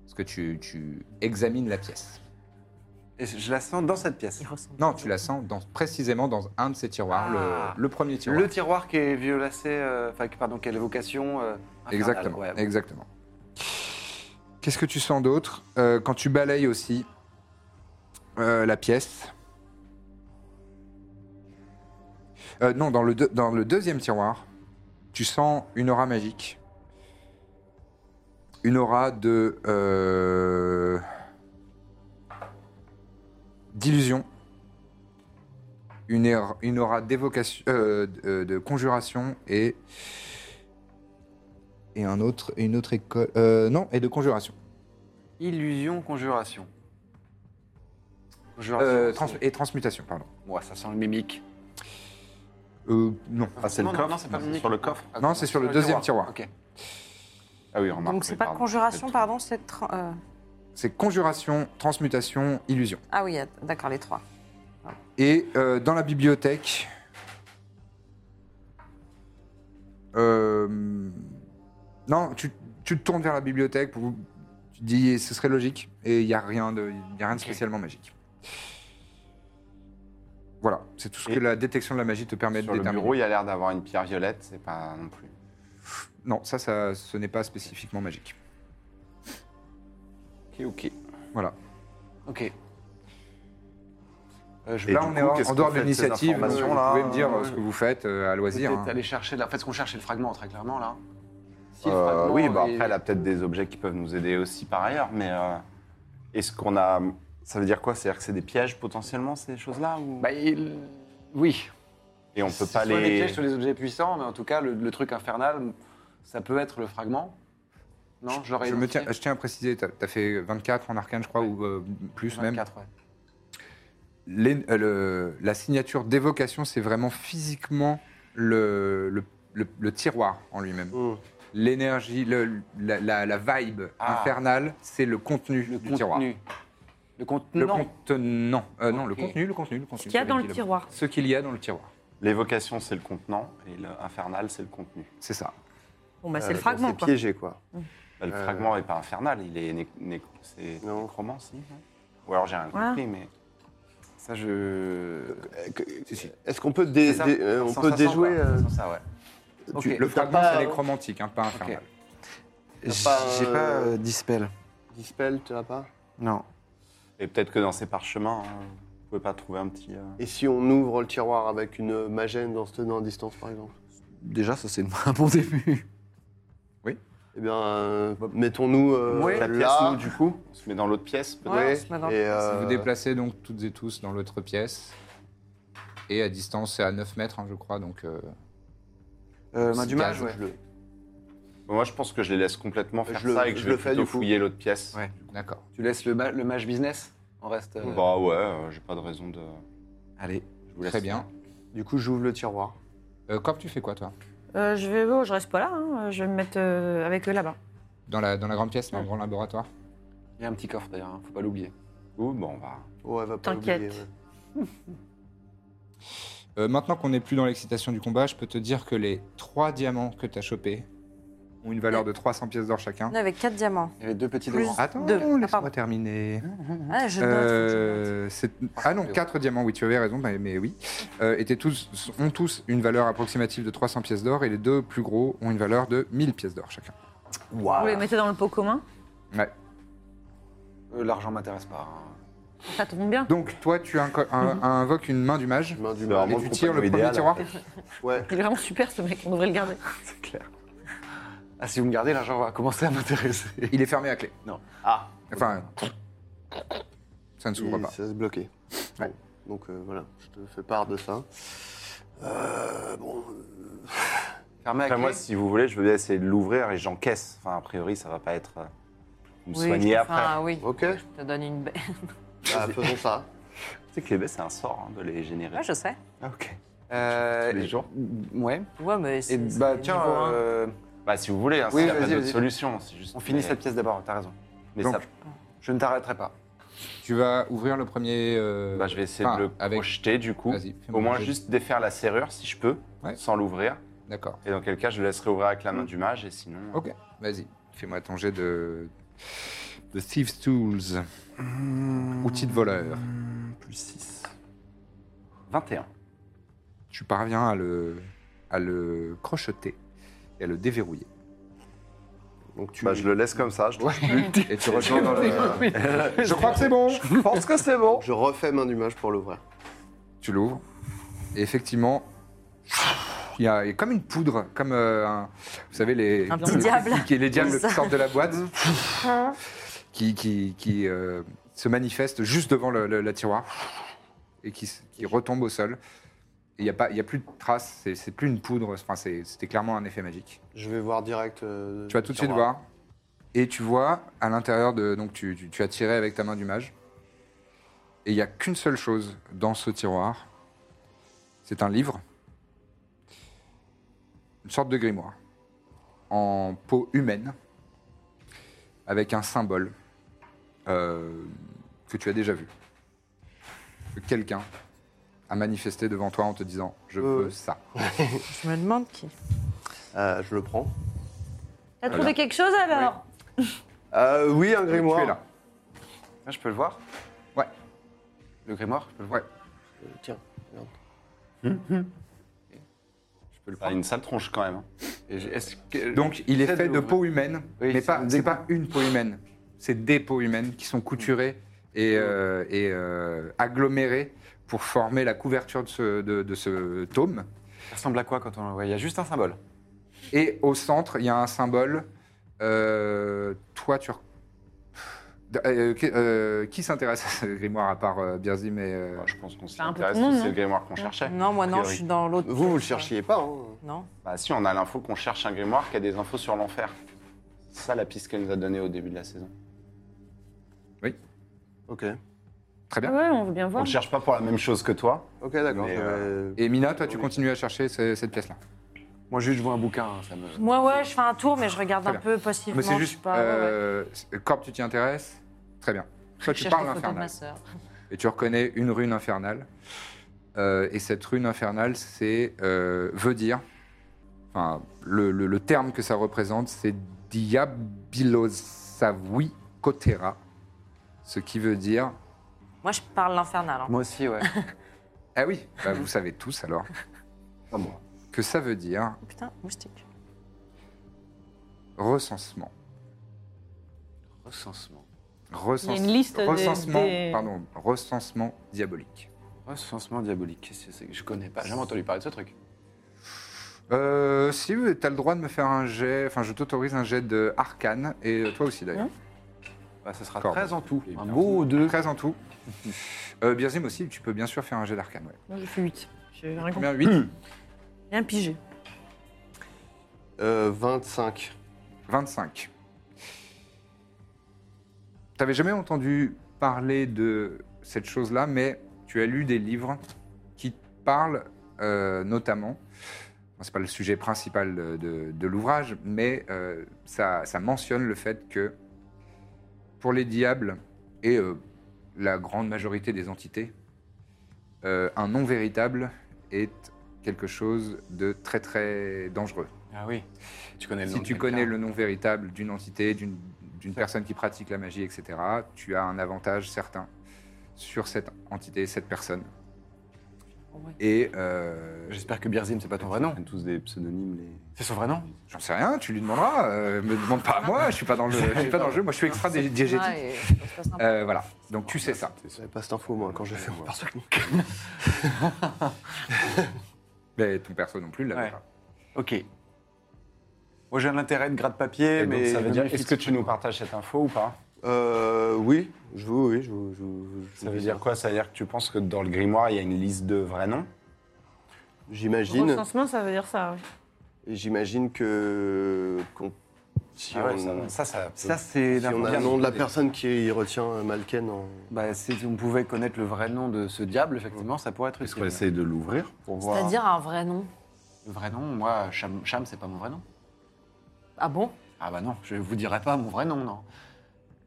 Parce que tu, tu examines la pièce.
Et je la sens dans cette pièce.
Il ressemble.
Non, tu la sens dans- précisément dans un de ces tiroirs, le-
Ah.
le, premier tiroir.
Le tiroir qui est violacé, euh, enfin, qui- pardon, qui a l'évocation. euh, infernale.
Exactement,
Ouais, bon.
exactement. Qu'est-ce que tu sens d'autre Euh, Quand tu balayes aussi euh, la pièce. Euh, non, dans le, deux- dans le deuxième tiroir, tu sens une aura magique. Une aura de. euh, d'illusion. Une, air- une aura d'évocation. euh, d- euh, de conjuration et et un autre, et une autre école. euh, non, et de conjuration.
Illusion, conjuration.
Euh,
Conjuration. Euh,
trans- et Euh, transmutation, pardon.
Moi, ça sent le mimique.
Euh, non.
Ah, c'est le
Non, non,
coffre
non, c'est pas le
sur le coffre
Ah, Non, c'est sur le deuxième tiroir.
Ah oui, remarque.
Donc c'est
oui,
pas
pardon.
conjuration, pardon, c'est... tra- euh,
C'est conjuration, transmutation, illusion.
Ah oui, d'accord, les trois.
Et euh, dans la bibliothèque, euh, non, tu, tu te tournes vers la bibliothèque, pour, tu te dis ce serait logique, et il n'y a rien de, il y a rien de spécialement magique. Voilà, c'est tout ce que la détection de la magie te permet de
Sur le
déterminer.
bureau, il a l'air d'avoir une pierre violette, c'est pas non plus.
Non, ça, ça, ce n'est pas spécifiquement magique.
Ok, ok.
Voilà.
Ok. Euh,
Et
là,
du
on
coup,
est en,
qu'est-ce
en dehors de
qu'on fait de ces
l'initiative. Vous
informations, là
pouvez me dire
Ouais,
euh, ce que vous faites euh, à loisir.
Peut-être
hein.
aller chercher, la... en fait, ce qu'on cherche, c'est le fragment, très clairement, là. Si le
Euh,
fragment
oui, bah,
est-
après, elle a peut-être des objets qui peuvent nous aider aussi par ailleurs, mais euh, est-ce qu'on a. Ça veut dire quoi C'est-à-dire que c'est des pièges potentiellement, ces choses-là ou...
Bah, Oui.
Et on peut
C'est
pas
soit des
les.
pièges, soit des objets puissants, mais en tout cas, le, le truc infernal, ça peut être le fragment. Non, je l'aurais
Je, me
identifié.
tiens, je tiens à préciser, tu as, fait 24 en arcane, je crois, ou euh, plus même.
24, ouais.
Les- euh, le- la signature d'évocation, c'est vraiment physiquement le, le- le- le tiroir en lui-même. L'énergie, le- la, la- la vibe
Ah.
infernale, c'est le contenu du tiroir.
Contenu. Le
Le
contenant.
contenant. Euh, Non, le
Ok.
contenu, le contenu, le contenu.
qu'il y a
j'avais
dans
dit
le
là-bas.
tiroir.
Ce qu'il y a dans le tiroir.
L'évocation, c'est le contenant, et l'infernal, c'est le contenu.
C'est ça.
Bon, bah, c'est
Euh,
le
bon,
fragment,
c'est
quoi.
piégé, quoi.
Mm.
Bah, le
Euh.
fragment n'est pas infernal, il est né- né- c'est nécromant, si, non Ou alors j'ai rien
Voilà.
compris, mais. Ça, je.
Est-ce qu'on peut, dé-
C'est ça
dé- euh, on
Sans
peut
Ah, ça, sans
déjouer
quoi.
euh,
Sans ça, ouais.
Tu-
Ok.
le
T'as
fragment,
pas-
c'est nécromantique, hein, pas infernal.
J'ai
pas,
pas,
euh,
euh, dispel.
Dispel, tu l'as pas
Non.
Et peut-être que dans ces parchemins, hein, vous pouvez pas trouver un petit. euh,
Et si on ouvre le tiroir avec une magène en se tenant à distance, par exemple
Déjà, ça, c'est un bon début.
Eh bien, euh, mettons-nous euh,
Ouais. La pièce,
là.
nous, du coup On se met dans l'autre pièce, peut-être
Ouais,
se met dans-
et, euh,
Vous vous déplacez donc toutes et tous dans l'autre pièce. Et à distance, c'est à 9 mètres, hein, je crois. Donc, euh,
Euh, main
c'est
du mage,
gaz.
ouais.
Bon, Moi, je pense que je les laisse complètement faire
Je le-
ça et que
je
je,
le
vais
fais,
plutôt
du coup.
fouiller l'autre pièce.
Ouais.
D'accord.
Tu laisses le, ma- le mage business On reste. euh,
Bah ouais, euh, j'ai pas de raison de.
Allez.
Je vous laisse.
Très bien.
Du coup, j'ouvre le tiroir.
Euh, Corp, tu fais quoi, toi
Euh, je vais, oh, je reste pas là. hein. Je vais me mettre euh, avec eux là-bas.
dans la, dans la grande pièce, dans le grand laboratoire
Il y a un petit coffre d'ailleurs, hein, faut pas l'oublier.
Ouh, bon, on va.
Oh, elle va pas
T'inquiète.
l'oublier, ouais.
Euh, maintenant qu'on n'est plus dans l'excitation du combat, je peux te dire que les trois diamants que tu as chopés ont une valeur de 300 pièces d'or chacun.
On est avec quatre diamants.
Il y avait deux petits
Plus-
devants.
Attends,
Deux. Ah,
laisse-moi
pardon.
terminer.
Ah, je note, je note.
Euh, c'est- ah non, 4 diamants, oui, tu avais raison, mais, mais oui. Euh, étaient tous, ont tous une valeur approximative de 300 pièces d'or et les deux plus gros ont une valeur de 1000 pièces d'or chacun.
Vous les mettez dans le pot commun.
Ouais.
Euh, L'argent m'intéresse pas. hein.
Ça tombe bien.
Donc toi, tu inco- un- un- invoques une main du mage
Main du
C'est
mal.
vraiment
et
le
tu tires le
compagnon
premier
idéal.
tiroir.
Ouais.
Il est vraiment super ce mec. On devrait le garder.
C'est clair. Ah, si vous me gardez, l'argent va commencer à m'intéresser.
Il est fermé à clé.
Non. Ah.
Enfin, ça ne s'ouvre
Il-
pas.
Ça se bloquait. Bon, donc euh, voilà, je te fais part de ça. Euh, bon,
Fermé à
Après,
clé.
moi, si vous voulez, je veux bien essayer de l'ouvrir et j'encaisse. Enfin, a priori, ça va pas être. euh, me
Oui,
soigner
je-
après.
enfin, oui.
ok.
Je te donne une belle.
Bah, faisons ça.
Tu sais que les baies, c'est un sort hein, de les générer.
Ouais, je sais.
Ah, ok.
Euh,
Tous les
et-
jours.
Ouais.
Ouais, mais
Et
c'est.
bah
c'est
tiens,
niveau un.
euh,
Bah, si vous voulez, hein,
Oui,
s'il y a pas
vas-y,
d'autre
vas-y.
solution. c'est juste-
on finit
mais-
cette pièce d'abord, t'as raison.
Mais
Donc,
ça.
Je ne t'arrêterai pas.
Tu vas ouvrir le premier. euh,
Bah, je vais essayer
enfin,
de le
avec-
projeter, du coup.
Vas-y, fais-moi
Au moins,
un jet.
juste défaire la serrure, si je peux,
Ouais.
sans l'ouvrir.
D'accord.
Et dans quel cas, je le laisserai ouvrir avec la main du mage, et sinon.
Ok. Vas-y. Fais-moi ton jet de. de Thieves Tools. Outil de voleur.
euh,
Plus 6. 21.
Tu parviens à le. à le crocheter et à le déverrouiller.
Donc tu.
Bah, je le laisse comme ça, je touche plus.
Et tu retournes dans le. Je crois que c'est bon
Je pense que c'est bon. Je refais main du mage pour l'ouvrir.
Tu l'ouvres. Et effectivement. Il y a il y a comme une poudre, comme euh, un- vous savez les
Un petit diable.
qui les diables
Ça. Hum.
qui sortent de la boîte, qui qui, qui, euh, se manifeste juste devant le, le- la tiroir et qui, s- qui retombe au sol. Et Il n'y a pas, il y a plus de traces, c'est- c'est plus une poudre. Enfin, c'est- c'était clairement un effet magique.
Je vais voir direct. euh,
Tu vas tout de suite
tiroir.
voir. Et tu vois à l'intérieur de. Donc tu, tu- tu as tiré avec ta main du mage. Et il n'y a qu'une seule chose dans ce tiroir. C'est un livre une sorte de grimoire en peau humaine avec un symbole euh, que tu as déjà vu. Que quelqu'un a manifesté devant toi en te disant Je veux ça.
Je me demande qui.
Euh, je le prends.
T'as
Voilà.
trouvé quelque chose alors
Euh, oui, un grimoire.
Tu es là.
Ah, je peux le voir
Ouais.
Le grimoire, je peux le voir
Ouais.
Euh, Tiens, regarde.
Je peux
Ça a
le prendre.
une sale tronche quand même. hein.
Et j'ai- est-ce que-
Donc, il est
J'essaie
fait de
l'ouvrir.
peau humaine,
Oui,
mais
c'est
pas,
un
c'est
dé-
pas une peau humaine. C'est des peaux humaines qui sont couturées et, euh, et, euh, agglomérées pour former la couverture de ce, de- de ce tome.
Ça ressemble à quoi quand on le voit Il y a juste un symbole.
Et au centre, il y a un symbole. Euh, toi, tu. rec- Euh, qui- euh, qui s'intéresse à ce grimoire à part euh, Birzim et. euh,
Bah, je pense qu'on s'y
Bah, un peu tout
intéresse,
le monde,
c'est
non
le grimoire qu'on cherchait.
Non, moi non,
priori.
je suis dans l'autre.
Vous, vous le cherchiez pas. hein.
Non.
Bah si, on a l'info qu'on cherche un grimoire qui a des infos sur l'enfer. C'est ça la piste qu'elle nous a donnée au début de la saison.
Ok.
Très bien.
Ah Ouais, on veut bien
On
voir.
ne cherche pas pour la même chose que toi.
Ok, d'accord.
Mais,
j'avais-
Et Mina, toi, tu continues à chercher ce- cette pièce-là.
Moi, juste, je vois un bouquin, hein, ça me.
Moi, ouais, je fais un tour, mais je regarde
Très
un peu
Mais
passivement.
c'est
je sais
juste.
pas, ouais, ouais.
euh, Corbe, tu t'y intéresses Très bien. Toi, tu
cherche
parles
les photos de
l'infernal.
ma sœur.
Et tu reconnais une rune infernale. Euh, et cette rune infernale, c'est. euh, veut dire. Enfin, le, le- le terme que ça représente, c'est Diabilosavui Kotera. Ce qui veut dire.
Moi, je parle l'infernal. hein.
Moi aussi, ouais.
Ah oui, bah, vous savez tous alors. Que ça veut dire
Oh, Putain, moustique.
recensement.
Recensement.
Recens-
une liste des-
recensement,
des-
pardon, recensement diabolique.
Recensement diabolique. Qu'est-ce que c'est Je connais
Bah,
pas. J'ai jamais entendu parler de ce truc.
Euh, si tu as le droit de me faire un jet, enfin je t'autorise un jet de arcane, et toi aussi d'ailleurs.
Bah, ça sera
Corde.
13 en tout. Un
bien.
beau deux.
13 en tout. Euh, Birzim aussi, tu peux bien sûr faire un jet d'arcane. Ouais.
Moi, j'ai fait 8. J'ai rien compris.
Combien 8
Rien pigé.
Euh, 25.
25. T'avais jamais entendu parler de cette chose-là, mais tu as lu des livres qui parlent euh, notamment, enfin, c'est pas le sujet principal de, de- de l'ouvrage, mais euh, ça, ça mentionne le fait que pour les diables et euh, la grande majorité des entités, euh, un non véritable est quelque chose de très très dangereux.
Ah oui. Tu connais le nom
Si
de
tu
quelqu'un.
connais le nom véritable d'une entité, d'une d'une personne qui pratique la magie, etc., tu as un avantage certain sur cette entité, cette personne. Et euh,
J'espère que Birzim, c'est pas ton vrai nom.
Ils tous des pseudonymes. Les...
C'est son vrai nom
j'en sais rien, tu lui demanderas. euh, me demande pas à moi, je suis pas dans le, je suis pas dans le jeu. Moi, je suis extra dé-
Ah,
diégétique.
et- c'est pas sympa.
Euh, voilà. Donc tu sais ça.
J'avais pas cette info, moi, quand j'ai fait mon perso.
Mais ton perso non plus. Là,
Ouais. Ok. Moi, j'ai un intérêt de gratte-papier,
Et donc,
mais.
ça
je
veut
me
dire,
méfie
est-ce
de
que
ce
tu
truc.
nous partages cette info ou pas
Euh, oui, je vous, oui, je vous. je vous- je
Ça
vous
veut
dis
dire quoi Ça veut dire que tu penses que dans le grimoire, il y a une liste de vrais noms
J'imagine.
Recensement, ça veut dire ça. ouais.
Et J'imagine que. qu'on- si
Ah ouais,
on-
ça- ça, ça,
Ça, c'est
si on a
l'infernal.
le nom de la personne qui retient euh, Malken en.
Bah, si on pouvait connaître le vrai nom de ce diable, effectivement, ça pourrait être
Est-ce qu'on
utile.
essaye de l'ouvrir pour voir
C'est-à-dire un vrai nom.
Le vrai nom, moi, Cham, Cham, c'est pas mon vrai nom.
Ah bon
Ah bah non, je vous dirai pas mon vrai nom, non.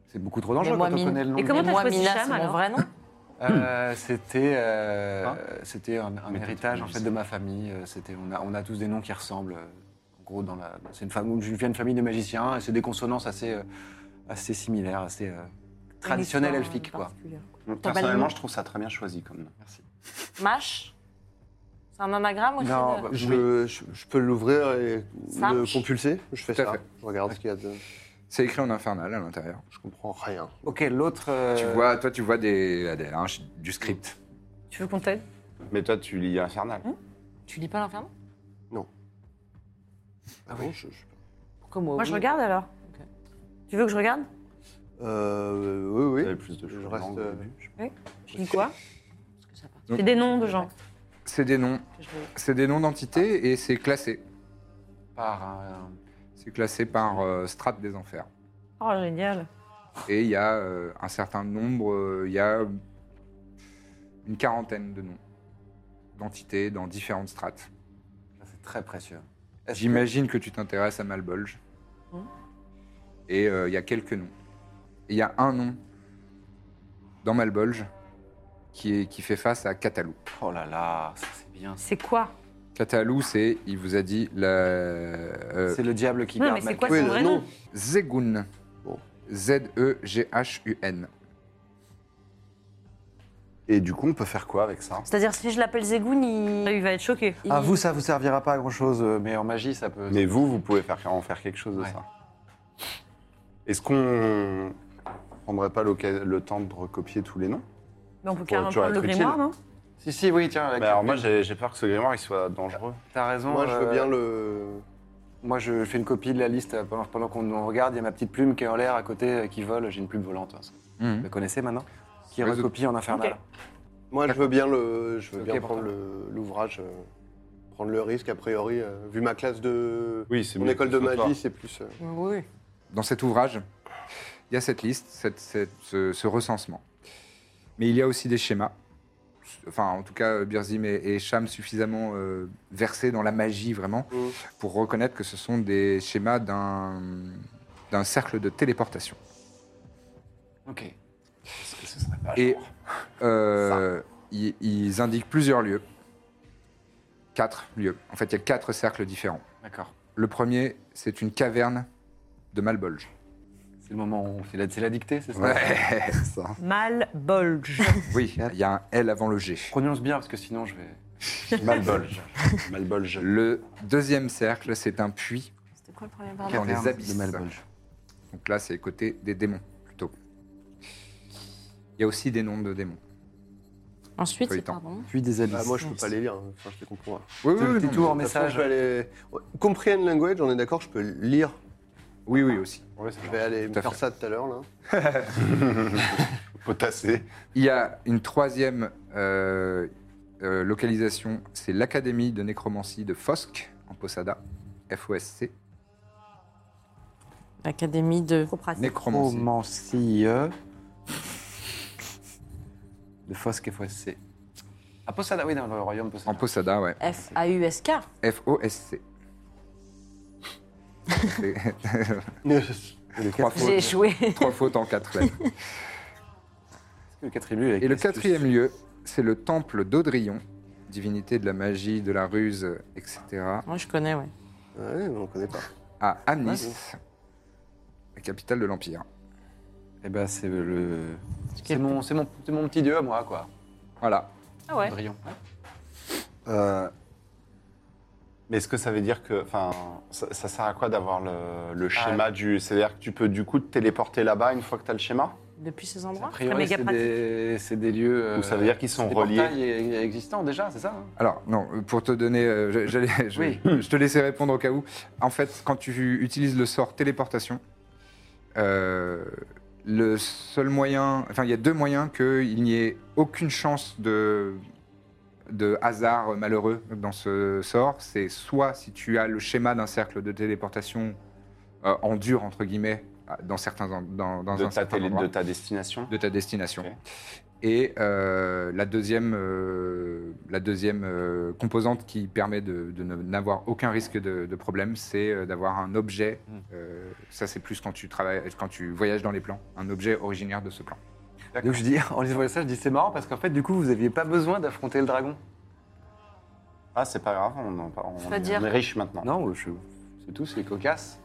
C'est beaucoup trop dangereux
Mais moi,
quand on
Mine-
connaît le nom.
Et
de-
comment
Mais
t'as
moi,
choisi
Mina,
Cham,
c'est mon
alors
vrai nom
Hmm.
Euh, C'était euh,
Hein
c'était un, un
Mais
héritage
t'as-
en fait de ma famille. euh, C'était on a on a tous des noms qui ressemblent. euh, En gros, dans la c'est une famille, je viens d'une famille de magiciens et c'est des consonances assez euh, assez similaires, assez euh, traditionnelles
Une histoire,
elfiques
euh,
quoi.
particulière.
Personnellement, je trouve ça très bien choisi comme nom.
Merci.
Mash C'est un anagramme aussi
Non,
de-
bah, oui.
Je, je, je peux l'ouvrir et
Ça
le compulser Je fais
Tout à
ça.
fait.
Je regarde ce qu'il y a de.
C'est écrit en infernal à l'intérieur.
Je comprends rien.
Ok, l'autre. euh,
Tu vois, toi, tu vois des, des- hein, du script.
Tu veux qu'on t'aide
Mais toi, tu lis Infernal.
Tu lis pas l'infernal
Ah bon, je- je-
Pourquoi moi
Moi, je
oui
regarde alors.
Ok.
Tu veux que je regarde
Euh, oui,
Tu
oui.
avais plus de
Je
choses.
reste,
langue au
euh,
début.
Je dis quoi
Parce que ça part.
C'est des noms de gens.
C'est des noms,
Que je veux-
c'est des noms d'entités et c'est classé.
Par un-
C'est classé par euh, strate des enfers.
Oh, génial.
Et il y a euh, un certain nombre, euh, il y a une quarantaine de noms d'entités dans différentes strates.
c'est très précieux.
J'imagine que tu t'intéresses à Malbolge.
Hmm.
Et euh, il y a quelques noms. Et Il y a un nom dans Malbolge qui, est- qui fait face à Catalou.
Oh là là, ça c'est bien.
C'est quoi
Catalou, c'est, il vous a dit, la,
Euh,
euh,
C'est le diable
qui Non, garde mais c'est Malcolm. quoi son vrai nom
Zegun. E Z-E-G-H-U-N.
Et du coup, on peut faire quoi avec ça
C'est-à-dire, si je l'appelle Zegoun, il...
va être choqué.
Ah, vous, ça vous servira pas à grand chose, mais en magie, ça peut.
Mais vous, vous pouvez faire, en faire quelque chose de ça. Est-ce qu'on prendrait pas l'occa- le temps de recopier tous les noms
Mais on peut
Pour
carrément
toujours
prendre le
être
grimoire,
utile.
non
Si, si, oui, tiens.
Mais alors moi, j'ai j'ai peur que ce grimoire il soit dangereux.
T'as raison. euh,
Moi, je veux bien
le. Moi, je fais une copie de la liste euh, pendant, pendant qu'on en regarde. Il y a ma petite plume qui est en l'air à côté, euh, qui vole. J'ai une plume volante. hein, ça. Vous la connaissez maintenant Qui
Vas-y.
recopie en infernal.
Ok. Moi, je veux bien le, je veux
Ok,
bien
pour
prendre le- l'ouvrage, euh, prendre le risque a priori. euh, vu ma classe de,
Oui, c'est
mon
mieux
école
que
de
ce soit toi.
magie, c'est plus. euh,
Oui.
Dans cet ouvrage, il y a cette liste, cette- cette- ce, ce recensement. Mais il y a aussi des schémas. Enfin, en tout cas, Birzim et, et Cham suffisamment euh, versés dans la magie, vraiment, pour reconnaître que ce sont des schémas d'un d'un cercle de téléportation.
Ok. Est-ce que ce serait pas
Et euh, ils, ils indiquent plusieurs lieux. Quatre lieux. En fait, il y a quatre cercles différents.
D'accord.
Le premier, c'est une caverne de Malbolge.
C'est le moment où on fait la, c'est la dictée, c'est ça
Ouais, c'est ça.
Malbolge.
Oui, il y a un L avant le G.
Prononce bien, parce que sinon je vais.
Malbolge. Le deuxième cercle, c'est un puits
C'était quoi le premier
dans
pardon
les
Caverne
abysses. Ah,
de
Donc là, c'est côté des démons, plutôt. Il y a aussi des noms de démons.
Ensuite,
Feuilletant.
pardon.
Puis des
Ah,
bah, moi, je peux pas les lire. hein. Enfin, je les comprends. hein.
Oui,
C'est
oui,
le
oui,
petit
non,
tour en
mais de toute façon,
message.
je vais
Comprehend language, on est d'accord, je peux lire.
Oui, oui, aussi.
je vais aller
Tout à
faire
fait.
ça tout à l'heure là.
Potassé. Il y a une troisième euh, euh, localisation, c'est l'Académie de nécromancie de Fosc, en Posada, F-O-S-C.
Académie de
Nécromancie.
Nécromancie. De Fosc FOSC. À Posada, Ah, oui, dans le royaume Posada.
En Posada, ouais.
F-A-U-S-K.
F-O-S-C. Trois
J'ai
fautes.
échoué.
Trois fautes en quatre lettres.
Le quatrième lieu.
Et le quatrième lieu, c'est le temple d'Audrillon, divinité de la magie, de la ruse, etc.
Moi, je connais, ouais.
Ouais, mais on connaît pas.
À Amnis,
Ouais,
la capitale de l'Empire.
Eh ben, c'est le. C'est mon, c'est mon, c'est mon petit dieu à moi, quoi.
Voilà.
Ah ouais.
Brillon.
Euh, Mais est-ce que ça veut dire que. Enfin, ça, ça sert à quoi d'avoir le,
Ah.
le schéma du. C'est-à-dire que tu peux du coup te téléporter là-bas une fois que tu as le schéma
Depuis ces endroits
A priori,
Ah, méga
c'est
pratique.
des, c'est des lieux.
Ou ça veut dire qu'ils sont
c'est des
reliés
portails e- existants déjà, c'est ça hein
Alors, non, euh, pour te donner. euh, je- j'allais- je,
Oui.
je te laissais répondre au cas où. En fait, quand tu utilises le sort téléportation, euh, le seul moyen. Enfin, il y a deux moyens qu'il n'y ait aucune chance de, de hasard malheureux dans ce sort. C'est soit si tu as le schéma d'un cercle de téléportation euh, en dur, entre guillemets, dans, certains, en- dans, dans
de,
un
ta
certain
télé-
endroit
de ta destination
de ta destination. Et euh, la deuxième, euh, la deuxième euh, composante qui permet de, de ne- n'avoir aucun risque de, de problème, c'est euh, d'avoir un objet.
Hmm.
euh, ça, c'est plus quand tu travailles, quand tu voyages dans les plans, un objet originaire de ce plan.
Donc je dis, en lisant ça, je dis c'est marrant parce qu'en fait, du coup, vous n'aviez pas besoin d'affronter le dragon.
Ah, c'est pas grave, on, en- on- on
C'est-à-dire
est riche maintenant.
Non, c'est tout, c'est cocasse.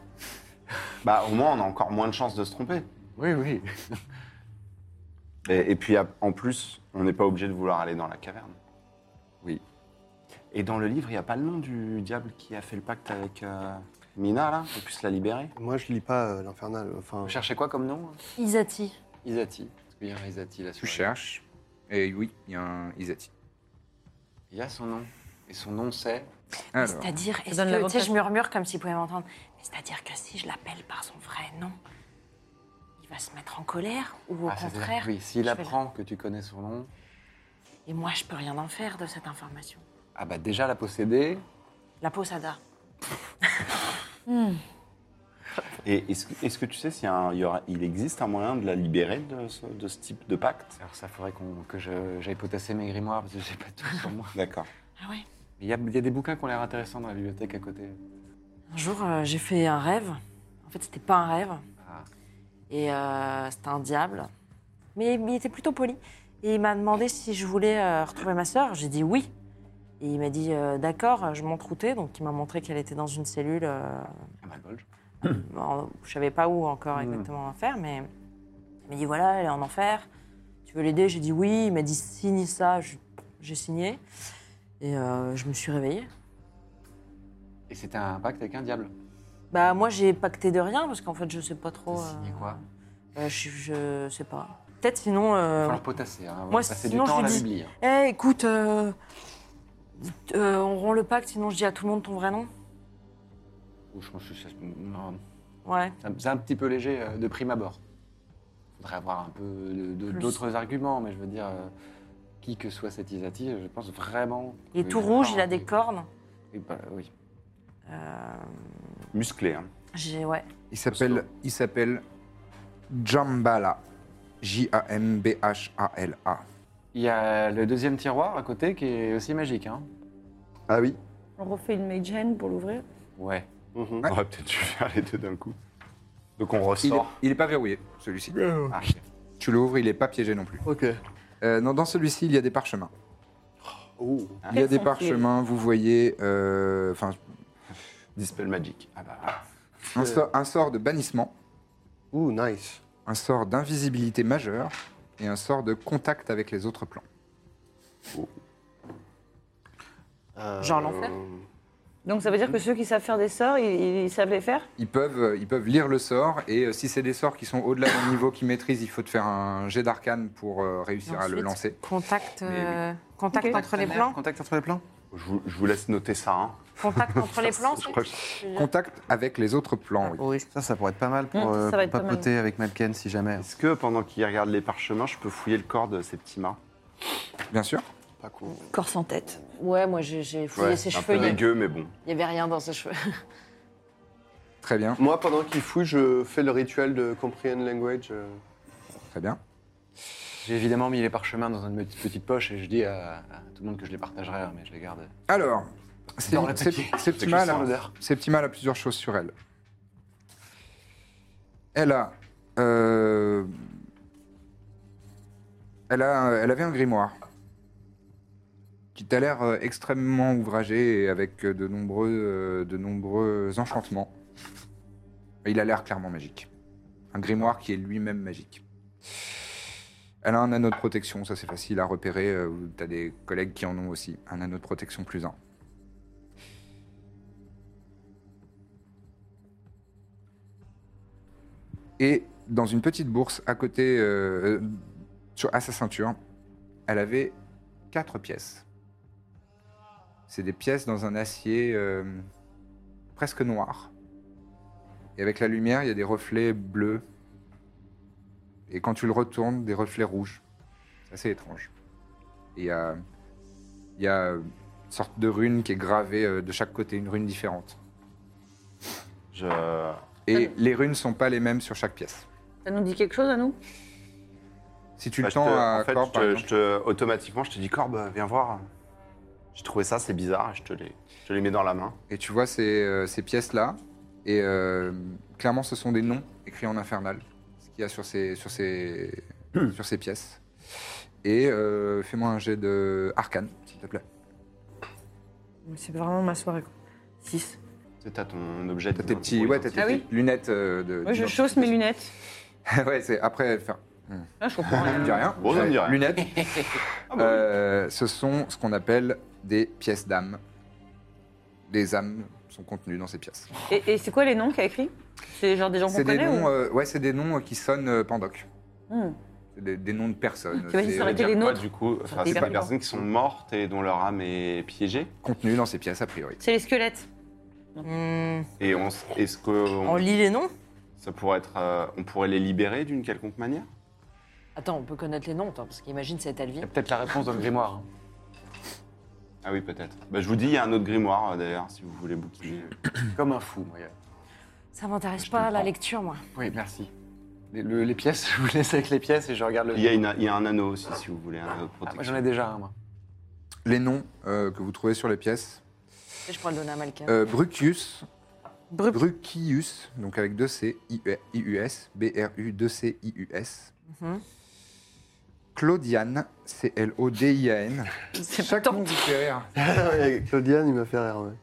bah, au moins, on a encore moins de chances de se tromper.
Oui, oui.
Et, et puis, à- en plus, on n'est pas obligé de vouloir aller dans la caverne.
Oui.
Et dans le livre, il n'y a pas le nom du diable qui a fait le pacte avec euh, Mina, là, qu'on puisse la libérer
Moi, je lis pas euh, l'infernal. Enfin,
Vous cherchez quoi comme nom hein?
Isati.
Isati. Parce qu'il y a un Isati là sur
Tu cherches, et oui, il y a un Isati.
Il y a son nom. Et son nom, c'est.
Alors.
C'est-à-dire, est-ce
donne
que- tu sais,
l'avantage.
je murmure comme s'il pouvait m'entendre. Mais c'est-à-dire que si je l'appelle par son vrai nom, il va se mettre en colère ou au
Ah, c'est-à-dire,
contraire.
Oui, s'il
je vais le-
apprend que tu connais son nom,
Et moi, je peux rien en faire de cette information.
ah bah déjà la posséder.
La posada.
Et est-ce que- est-ce que tu sais s'il y a un- il y aura- il existe un moyen de la libérer de ce, de ce type de pacte
Alors ça faudrait qu'on- que je- j'aille potasser mes grimoires parce que j'ai pas tout sur moi.
D'accord.
Ah ouais
Il y, a- il y a des bouquins qui ont l'air intéressants dans la bibliothèque à côté.
Un jour, euh, j'ai fait un rêve. En fait, c'était pas un rêve.
Ah.
Et euh, c'était un diable. Mais il était plutôt poli. Et il m'a demandé si je voulais euh, retrouver ma sœur. J'ai dit oui. Et il m'a dit euh, d'accord, je montre où t'es. Donc il m'a montré qu'elle était dans une cellule. à
Malbolge.
je savais pas où
Hmm.
encore exactement à faire, mais il m'a dit voilà, elle est en enfer. Tu veux l'aider J'ai dit oui. Il m'a dit signe ça. Je- J'ai signé. Et euh, je me suis réveillée.
Et c'était un pacte avec un diable.
Bah moi j'ai pacté de rien parce qu'en fait je sais pas trop.
T'as signé
euh,
quoi
euh, je, je sais pas. Peut-être sinon.
Il
euh,
va falloir potasser. Hein.
moi
passer
sinon
du temps
je
à la
lui
Bibli.
dis.
hein.
Eh écoute, euh, euh, on rompt le pacte sinon je dis à tout le monde ton vrai nom.
Ou je pense que ça- non.
Ouais.
C'est un- C'est un petit peu léger euh, de prime abord. Faudrait avoir un peu de- de-
Plus.
d'autres arguments, mais je veux dire, euh, qui que soit cet Isati, je pense vraiment.
Il est
que-
tout rouge, il a des cornes.
Oui, bah, oui.
Musclé. hein.
J'ai ouais.
Il s'appelle, il s'appelle Jambala. J-A-M-B-H-A-L-A.
Il y a le deuxième tiroir à côté qui est aussi magique. Hein.
Ah oui
On refait une mage hand pour l'ouvrir.
Ouais.
On aurait peut-être dû faire les deux d'un coup. Donc on
Il est-
ressort.
Il n'est pas verrouillé, celui-ci.
Ah,
Tu l'ouvres, il n'est pas piégé non plus.
Ok.
Euh, non, dans celui-ci, il y a des parchemins. Il
Oh.
y a
Quels
des
sont-ils
parchemins, vous voyez. euh, Enfin,
Dispel Magic. Ah bah.
un, sort, un sort de bannissement,
Ouh, nice.
un sort d'invisibilité majeure et un sort de contact avec les autres plans.
Euh,
Euh,
Genre l'enfer
Donc ça veut dire que ceux qui savent faire des sorts, ils, ils savent les faire
Ils peuvent, euh, ils peuvent lire le sort et euh, si c'est des sorts qui sont au-delà du niveau qu'ils maîtrisent, il faut te faire un jet d'arcane pour euh, réussir à le
Ensuite,
lancer.
Contact,
oui.
euh, contact entre les plans.
Contact entre les plans
Je vous, je vous laisse noter ça. hein.
Contact entre les plans.
Je crois que-
Contact avec les autres plans,
Ah
oui.
Oui. Mmh,
Ça, ça pourrait être pas mal pour,
Mm, ça
euh,
va
pour
être pas mal.
papoter avec Malken si jamais.
Est-ce que pendant qu'il regarde les parchemins, je peux fouiller le corps de ces petits mains
Bien sûr.
Pas cool.
Corps sans tête.
Ouais, moi j'ai j'ai fouillé ses
un
cheveux.
peu
Il y a-
dégueu, mais bon.
il y avait rien dans ses cheveux.
Très bien,
Moi, pendant qu'il fouille, je fais le rituel de comprehend language. euh.
très bien.
J'ai évidemment mis les parchemins dans une petite petite poche et je dis à, à tout le monde que je les partagerai, hein, mais je les garde. hein.
Alors, c'est-
Dans le
c'est- hein.
paquet. C'est que
Septima,
je
elle a-
sens l'odeur.
Septima, elle a plusieurs choses sur elle. Elle a. euh, elle, a elle avait un grimoire qui t'a l'air euh, extrêmement ouvragé et avec euh, de nombreux, euh, de nombreux enchantements. Et Il a l'air clairement magique. Un grimoire qui est lui-même magique. Elle a un anneau de protection, ça c'est facile à repérer. euh, T'as des collègues qui en ont aussi. Un anneau de protection plus un. Et dans une petite bourse à côté, euh, sur, à sa ceinture, elle avait quatre pièces. C'est des pièces dans un acier euh, presque noir. Et avec la lumière, il y a des reflets bleus. Et quand tu le retournes, des reflets rouges. C'est assez étrange. Et il y a, il y a une sorte de rune qui est gravée euh, de chaque côté, une rune différente.
Je... Ah.
Et les runes sont pas les mêmes sur chaque pièce.
Ça nous dit quelque chose à nous
Si tu
Bah,
le
je te-
tends à
en fait,
Corbe,
je
par
te-
exemple,
je te- automatiquement, je te dis Corbe, viens voir. J'ai trouvé ça, c'est bizarre, et je te les, je te les mets dans la main.
Et tu vois ces, euh, ces pièces-là. Et euh, clairement, ce sont des noms écrits en infernal. Ce qu'il y a sur ces, sur ces,
Hmm.
sur ces pièces. Et euh, fais-moi un jet de arcane, s'il te plaît.
C'est vraiment ma soirée. 6.
C'est à ton objet.
T'as tes petits, ouais, t'as tes
Ah oui
petites lunettes euh, de.
Moi, je
d'identification.
chausse mes lunettes.
ouais, c'est après. Enfin,
Là, je
ça
comprends
me
rien.
dit rien.
Bon, ça me dit rien.
Lunettes.
Ah bah oui.
Euh, ce sont ce qu'on appelle des pièces d'âme. Les âmes sont contenues dans ces pièces.
Et, et c'est quoi les noms qu'il a écrit C'est genre des gens qu'on
C'est des
connaît
noms,
ou...
euh, ouais, c'est des noms euh, qui sonnent euh, Pandoc.
Hmm.
C'est Des, des noms de personnes.
Tu imagines,
C'est-
ça aurait été les
Quoi,
nôtres
du coup, Enfin,
été
c'est
hyper
des personnes qui sont mortes et dont leur âme est piégée.
euh, contenu dans ces pièces a priori.
C'est les squelettes.
Hmm,
Et on, s- est-ce que
on
on,
lit les noms.
ça pourrait être, euh, on pourrait les libérer d'une quelconque manière
Attends, on peut connaître les noms, attends, parce qu'imagine cette Alvie.
Il y a peut-être la réponse dans le grimoire. hein.
Ah oui, peut-être. Bah, je vous dis, il y a un autre grimoire euh, d'ailleurs, si vous voulez bouquiner.
Comme un fou, moi. y a-
Ça m'intéresse
Je
pas la
comprends.
lecture, moi.
Oui, merci. Les, le- les pièces, je vous laisse avec les pièces et je regarde le.
Il y a, une- il y a un anneau aussi, si vous voulez, un anneau de
Ah, moi,
protection.
j'en ai déjà un, moi.
Les noms euh, que vous trouvez sur les pièces.
Je pourrais le donner à Malken.
Euh, Brucius, Brucius, donc avec 2 C, I-U-S, B-R-U, 2 C, I-U-S.
Mhm.
Claudiane, C-L-O-D-I-A-N. Chaque nom vous fait rire.
euh. Claudiane, il m'a fait rire, ouais.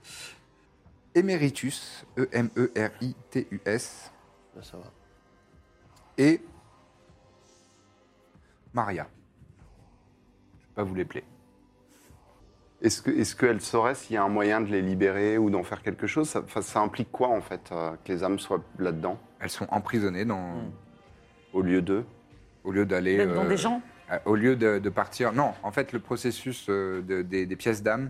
Emeritus, E E-M-E-R-I-T-U-S.
Ah, ça va.
Et Maria. Je vais pas vous les plaire.
Est-ce que- est-ce qu'elle saurait s'il y a un moyen de les libérer ou d'en faire quelque chose ça, enfin, ça implique quoi, en fait, euh, que les âmes soient là-dedans
Elles sont emprisonnées dans...
Au lieu d'eux
Au lieu d'aller...
D'être dans des gens
euh, Au lieu de, de partir... Non, en fait, le processus euh, de- des, des pièces d'âme,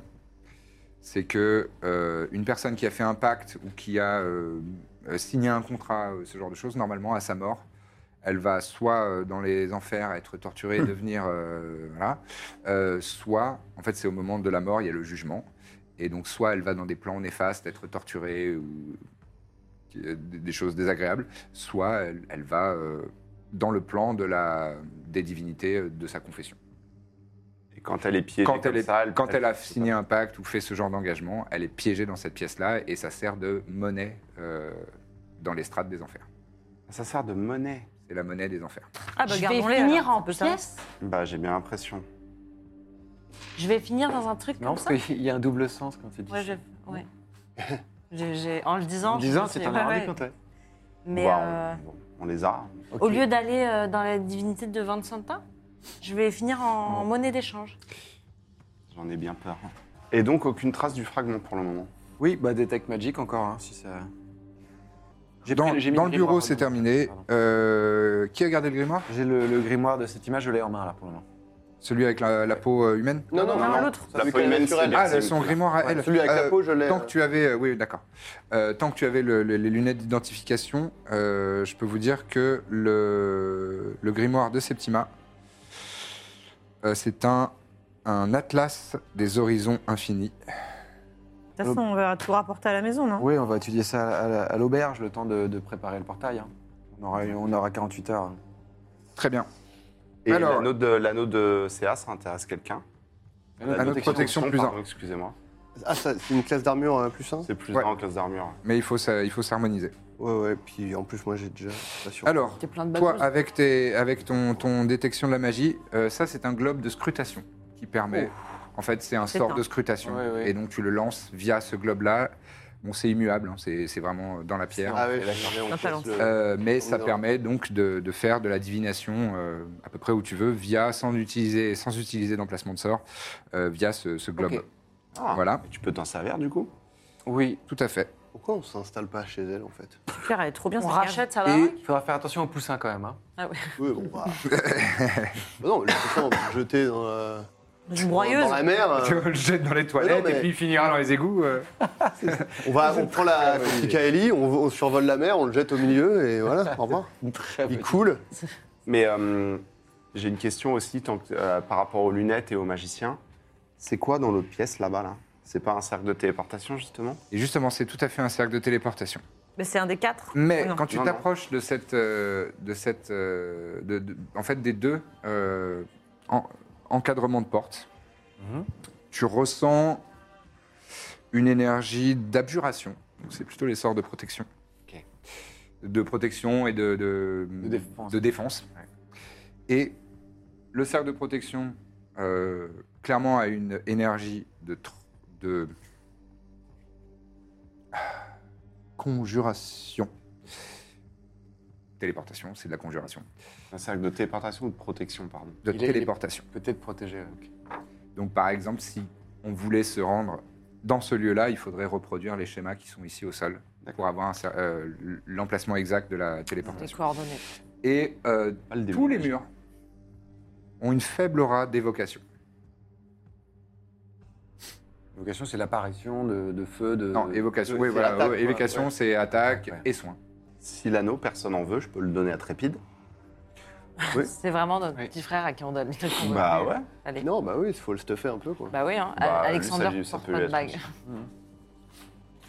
c'est que euh, une personne qui a fait un pacte ou qui a euh, euh, signé un contrat, euh, ce genre de choses, normalement, à sa mort, elle va soit euh, dans les enfers être torturée et devenir... euh, voilà, euh, soit, en fait, c'est au moment de la mort, il y a le jugement. Et donc, soit elle va dans des plans néfastes, être torturée ou qui- euh, des des choses désagréables, soit elle, elle va euh, dans le plan de la, des divinités euh, de sa confession.
Et quand elle est piégée
Quand,
comme
elle, est-
ça, elle-
quand
elle-
elle a signé un pacte ou fait ce genre d'engagement, elle est piégée dans cette pièce-là et ça sert de monnaie euh, dans les strates des enfers.
Ça sert de monnaie
C'est la monnaie des enfers.
Ah
je vais
gardons-les,
finir
alors,
en
c'est ça.
pièces.
Bah, j'ai bien l'impression.
Je vais finir dans un truc
Non,
comme ça.
parce qu'il y a un double sens quand tu dis
Ouais,
ça.
je- ouais. J'ai- j'ai- en le disant.
En
je
disant,
me suis-
c'est un hein.
ouais,
rendu
ouais.
compte, ouais.
Mais
Bah, on-
euh,
bon, on, les a.
au lieu d'aller euh, dans la divinité de Vincenta, je vais finir en monnaie d'échange.
J'en ai bien peur. Et donc, aucune trace du fragment pour le moment.
Oui, bah Detect Magic encore, hein, si ça. J'ai
Dans,
pris- j'ai mis
dans le
grimoire,
bureau, c'est
pardon.
terminé. Euh, qui a gardé le grimoire
J'ai le, le grimoire de cette image, je l'ai en main là pour le moment.
Celui avec la, la peau euh, humaine
Non, non, non, non.
La
Celui
peau
qui est
humaine,
naturel.
c'est
Ah,
Maxime.
son grimoire à
Ouais,
elle.
celui avec la peau, je l'ai,
Tant
euh.
que tu avais, euh, oui, d'accord. Euh, tant que tu avais le- le- les lunettes d'identification, euh, je peux vous dire que le, le grimoire de Septima, euh, c'est un, un atlas des horizons infinis.
toute façon, on va tout rapporter à la maison, non
Oui, on va étudier ça à, la- à l'auberge, le temps de, de préparer le portail. hein. On, aura, on aura 48 heures.
Très bien.
Et
Alors-
l'anneau de, l'anneau de CA, ça intéresse quelqu'un
L'anneau de
L'anneau
protection plus un.
pardon, Excusez-moi.
Ah, ça, c'est une classe d'armure hein, plus 1
C'est plus
Ouais.
un en classe d'armure.
Mais il faut, ça- il faut s'harmoniser.
Ouais, ouais, puis en plus, moi, j'ai déjà. Pas sûr.
Alors,
T'es plein de
toi,
bagouses.
avec, tes, avec ton, ton détection de la magie, euh, ça, c'est un globe de scrutation qui permet. En fait, c'est un
C'est
sort
un.
de scrutation.
Ouais, ouais.
Et donc, tu le lances via ce globe-là. Bon, c'est immuable, hein, c'est c'est vraiment dans la pierre.
Ah, ouais, je suis arrivé, on
Un
passe
talent.
le-
Euh, mais ça
Non.
permet donc de, de faire de la divination euh, à peu près où tu veux, via sans utiliser, sans utiliser d'emplacement de sort, euh, via ce, ce globe.
Ok.
Ah,
Voilà,
mais Tu peux t'en servir du coup
Oui,
tout à fait.
Pourquoi on s'installe pas chez elle, en fait
Super, elle est trop bien.
On
cette cave.
rachète ça
Et-
là.
il faudra faire attention aux poussins quand même. hein.
Oui, bon, bah. Bah non, le poussin, on va le jeter dans la,
Une
dans
broyeuse.
la mer.
Tu
euh,
le jettes dans les toilettes
mais-
et puis il finira dans les égouts. euh.
on, va, on prend la Kaeli, on, on survole la mer, on le jette au milieu et voilà, au revoir. Il coule.
Mais euh, j'ai une question aussi tant que- euh, par rapport aux lunettes et aux magiciens. C'est quoi dans l'autre pièce là-bas là C'est pas un cercle de téléportation justement
Et justement, c'est tout à fait un cercle de téléportation.
Mais c'est un des quatre.
Mais
Non.
quand tu
Non, non.
t'approches de cette, euh, de cette, euh, de- de- en fait des deux euh, en- encadrements de porte,
Mhm.
tu ressens une énergie d'abjuration. Donc, C'est plutôt les sorts de protection,
Ok.
de protection et de de,
De défense.
de défense. Et le cercle de protection euh, clairement a une énergie de tr- de conjuration. Téléportation, c'est de la conjuration.
Un cercle de téléportation ou de protection, pardon
De
Il est-
téléportation.
Peut-être protégé. ok.
Donc par exemple, si on voulait se rendre dans ce lieu-là, il faudrait reproduire les schémas qui sont ici au sol pour avoir un cer- euh, l'emplacement exact de la
Les
téléportation.
coordonnées.
Et euh,
Pas le
tous les
déménage.
murs ont une faible aura d'évocation.
Euh, L'évocation, c'est l'apparition de, de feu, de.
Non, évocation,
de-
oui,
c'est
voilà,
l'attaque,
ouais,
quoi,
évocation,
ouais.
c'est attaque
Ouais.
et soin.
Si l'anneau, personne en veut, je peux le donner à Trépide.
C'est vraiment notre
Oui.
petit frère à qui on donne les trucs qu'on veut.
Bah ouais.
Allez.
Non, bah oui, il faut le stuffer un peu, quoi.
Bah oui, hein.
Bah,
Alexander
lui, ça
porte
peut
pas
lui
de
être
bague. Mm.
aussi.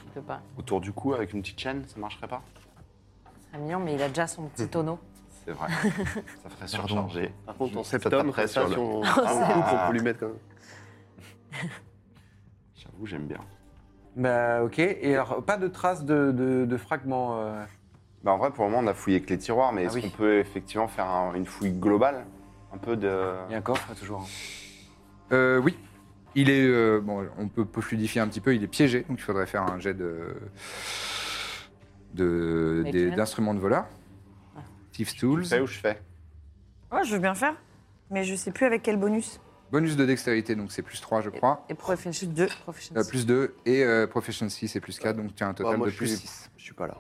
Il peut pas.
Autour du cou avec une petite chaîne, ça marcherait pas
C'est mignon, mais il a déjà son petit tonneau.
C'est vrai. ça ferait surcharger.
Par contre, en
Ça
septembre,
taperait
ça,
sur
si
le-
on, si on coupe, on peut lui mettre quand même.
J'avoue, j'aime bien.
Bah, ok. Et alors, pas de traces de, de- de fragments. euh,
Bah, en vrai, pour le moment, on a fouillé que les tiroirs, mais
Ah
est-ce
oui.
qu'on peut effectivement faire un- une fouille globale Un peu de.
Ah,
Il y a un coffre, toujours. hein.
Euh, oui. Il est. euh, bon, on peut fluidifier un petit peu, il est piégé, donc il faudrait faire un jet de. de-
Mais
des-
quel
d'instruments de, voleur. Thieves Tools.
C'est où je fais
Ouais, je veux bien faire, mais je sais plus avec quel bonus.
Bonus de dextérité, donc c'est plus 3, je crois.
Et proficiency 2.
Euh, plus 2. Et euh, Proficiency, c'est plus 4, donc tu as un total
Bah, moi,
de
je
plus
suis-
6.
Je suis pas là.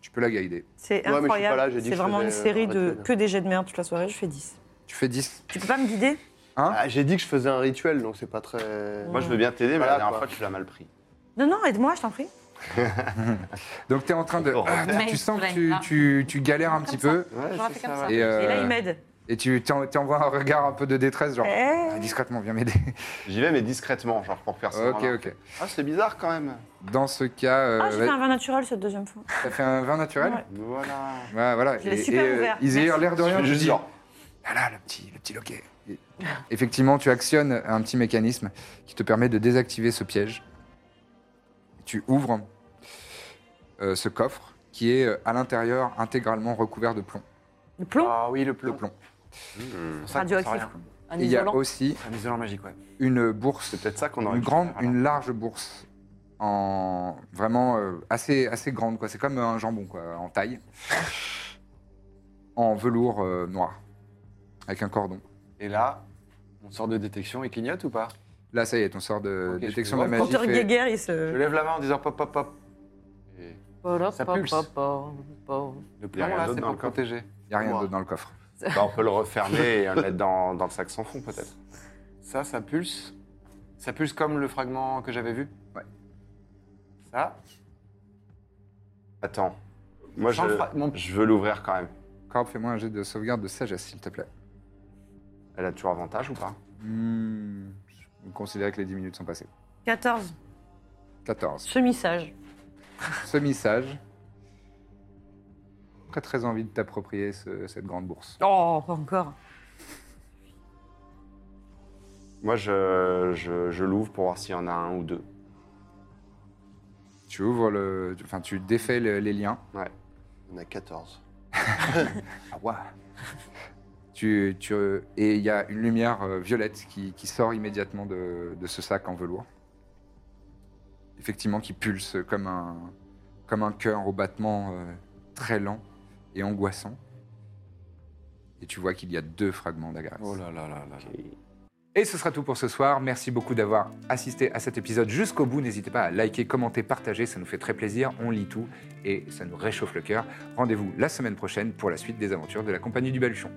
Tu peux la guider.
C'est
Ouais, mais je suis pas là,
incroyable.
j'ai dit
c'est
que je
vraiment une
faisais, euh,
série
un
de
rituel.
que des jets de merde toute la soirée. Je fais 10.
Tu fais 10.
Tu peux pas me guider
Ah, J'ai dit que je faisais un rituel, donc c'est pas très.
Moi, je veux bien t'aider, mais
Voilà,
la dernière
quoi.
fois, tu l'as mal pris.
Non, non, aide-moi, je t'en prie.
Donc tu es en train de.
Oh,
Ah,
Mais
tu sens que
ouais,
tu,
là.
tu- tu galères un petit peu.
J'aurais fait comme ça.
Et, euh,
Et là, il m'aide.
Et tu t'en- t'envoies un regard un peu de détresse,
Oh.
genre.
Eh.
Ah, discrètement, viens m'aider.
J'y vais, mais discrètement, genre pour personne.
Ok, ok.
Ah, c'est bizarre quand même.
Dans ce cas. euh,
Ah, j'ai fait
vas-
un vin naturel cette deuxième fois.
T'as fait un vin naturel
Ouais.
Voilà.
Ouais, voilà.
Je l'ai super
euh,
ouvert.
Ils
Merci.
eurent l'air de
Je
rien.
fais
tu
juste
dis,
genre.
Ah là, le petit, le petit loquet. Et- Effectivement, tu actionnes un petit mécanisme qui te permet de désactiver ce piège. Tu ouvres euh, ce coffre qui est euh, à l'intérieur intégralement recouvert de plomb.
Le plomb
Ah oui, le plomb.
plomb.
C'est ça qu'on
Radioactif.
sent rien.
Et il y a aussi
Un isolant magique, ouais.
une bourse
C'est peut-être ça qu'on aurait
une
dû
grande,
faire, alors.
une large bourse en vraiment euh, assez assez grande quoi. C'est comme un jambon quoi, en taille, en velours euh, noir avec un cordon.
Et là, on sort de détection et clignote ou pas
Là, ça y est, ton sort de
Ok, je
détection de
vais
la
voir.
magie.
Quand
fait-
Geiger, il
Je
se.
lève la main en disant pop, pop, pop. Et Ça pulse.
Y
le
a
plomb,
rien
là,
d'autre dans
c'est pour
le coffre.
protéger.
y a rien
Moi.
d'autre dans le coffre.
Bah, on peut le refermer et le mettre dans, dans le sac sans fond, peut-être.
Ça, ça pulse. Ça pulse comme le fragment que j'avais vu
Ouais.
Ça
Attends. Moi, je,
Sans le fra- mon-
je veux l'ouvrir quand même.
Corbe, fais-moi un jet de sauvegarde de sagesse, s'il te plaît.
Elle a toujours avantage ou pas
Hmm, vous considérez que les 10 minutes sont passées.
14.
14.
Semi-sage.
Semi-sage. Très très envie de t'approprier ce- cette grande bourse.
Oh, pas encore.
Moi, je, je, je l'ouvre pour voir s'il y en a un ou deux.
Tu ouvres le. Enfin, tu défais le- les liens.
On a 14.
Ah ouais. tu, tu, et il y a une lumière euh, violette qui, qui sort immédiatement de, de ce sac en velours. Effectivement, qui pulse comme un, comme un cœur au battement euh, très lent et angoissant. Et tu vois qu'il y a deux fragments d'agrafe.
Oh là là là là.
Et ce sera tout pour ce soir. Merci beaucoup d'avoir assisté à cet épisode jusqu'au bout. N'hésitez pas à liker, commenter, partager. Ça nous fait très plaisir. On lit tout et ça nous réchauffe le cœur. Rendez-vous la semaine prochaine pour la suite des aventures de la compagnie du Baluchon.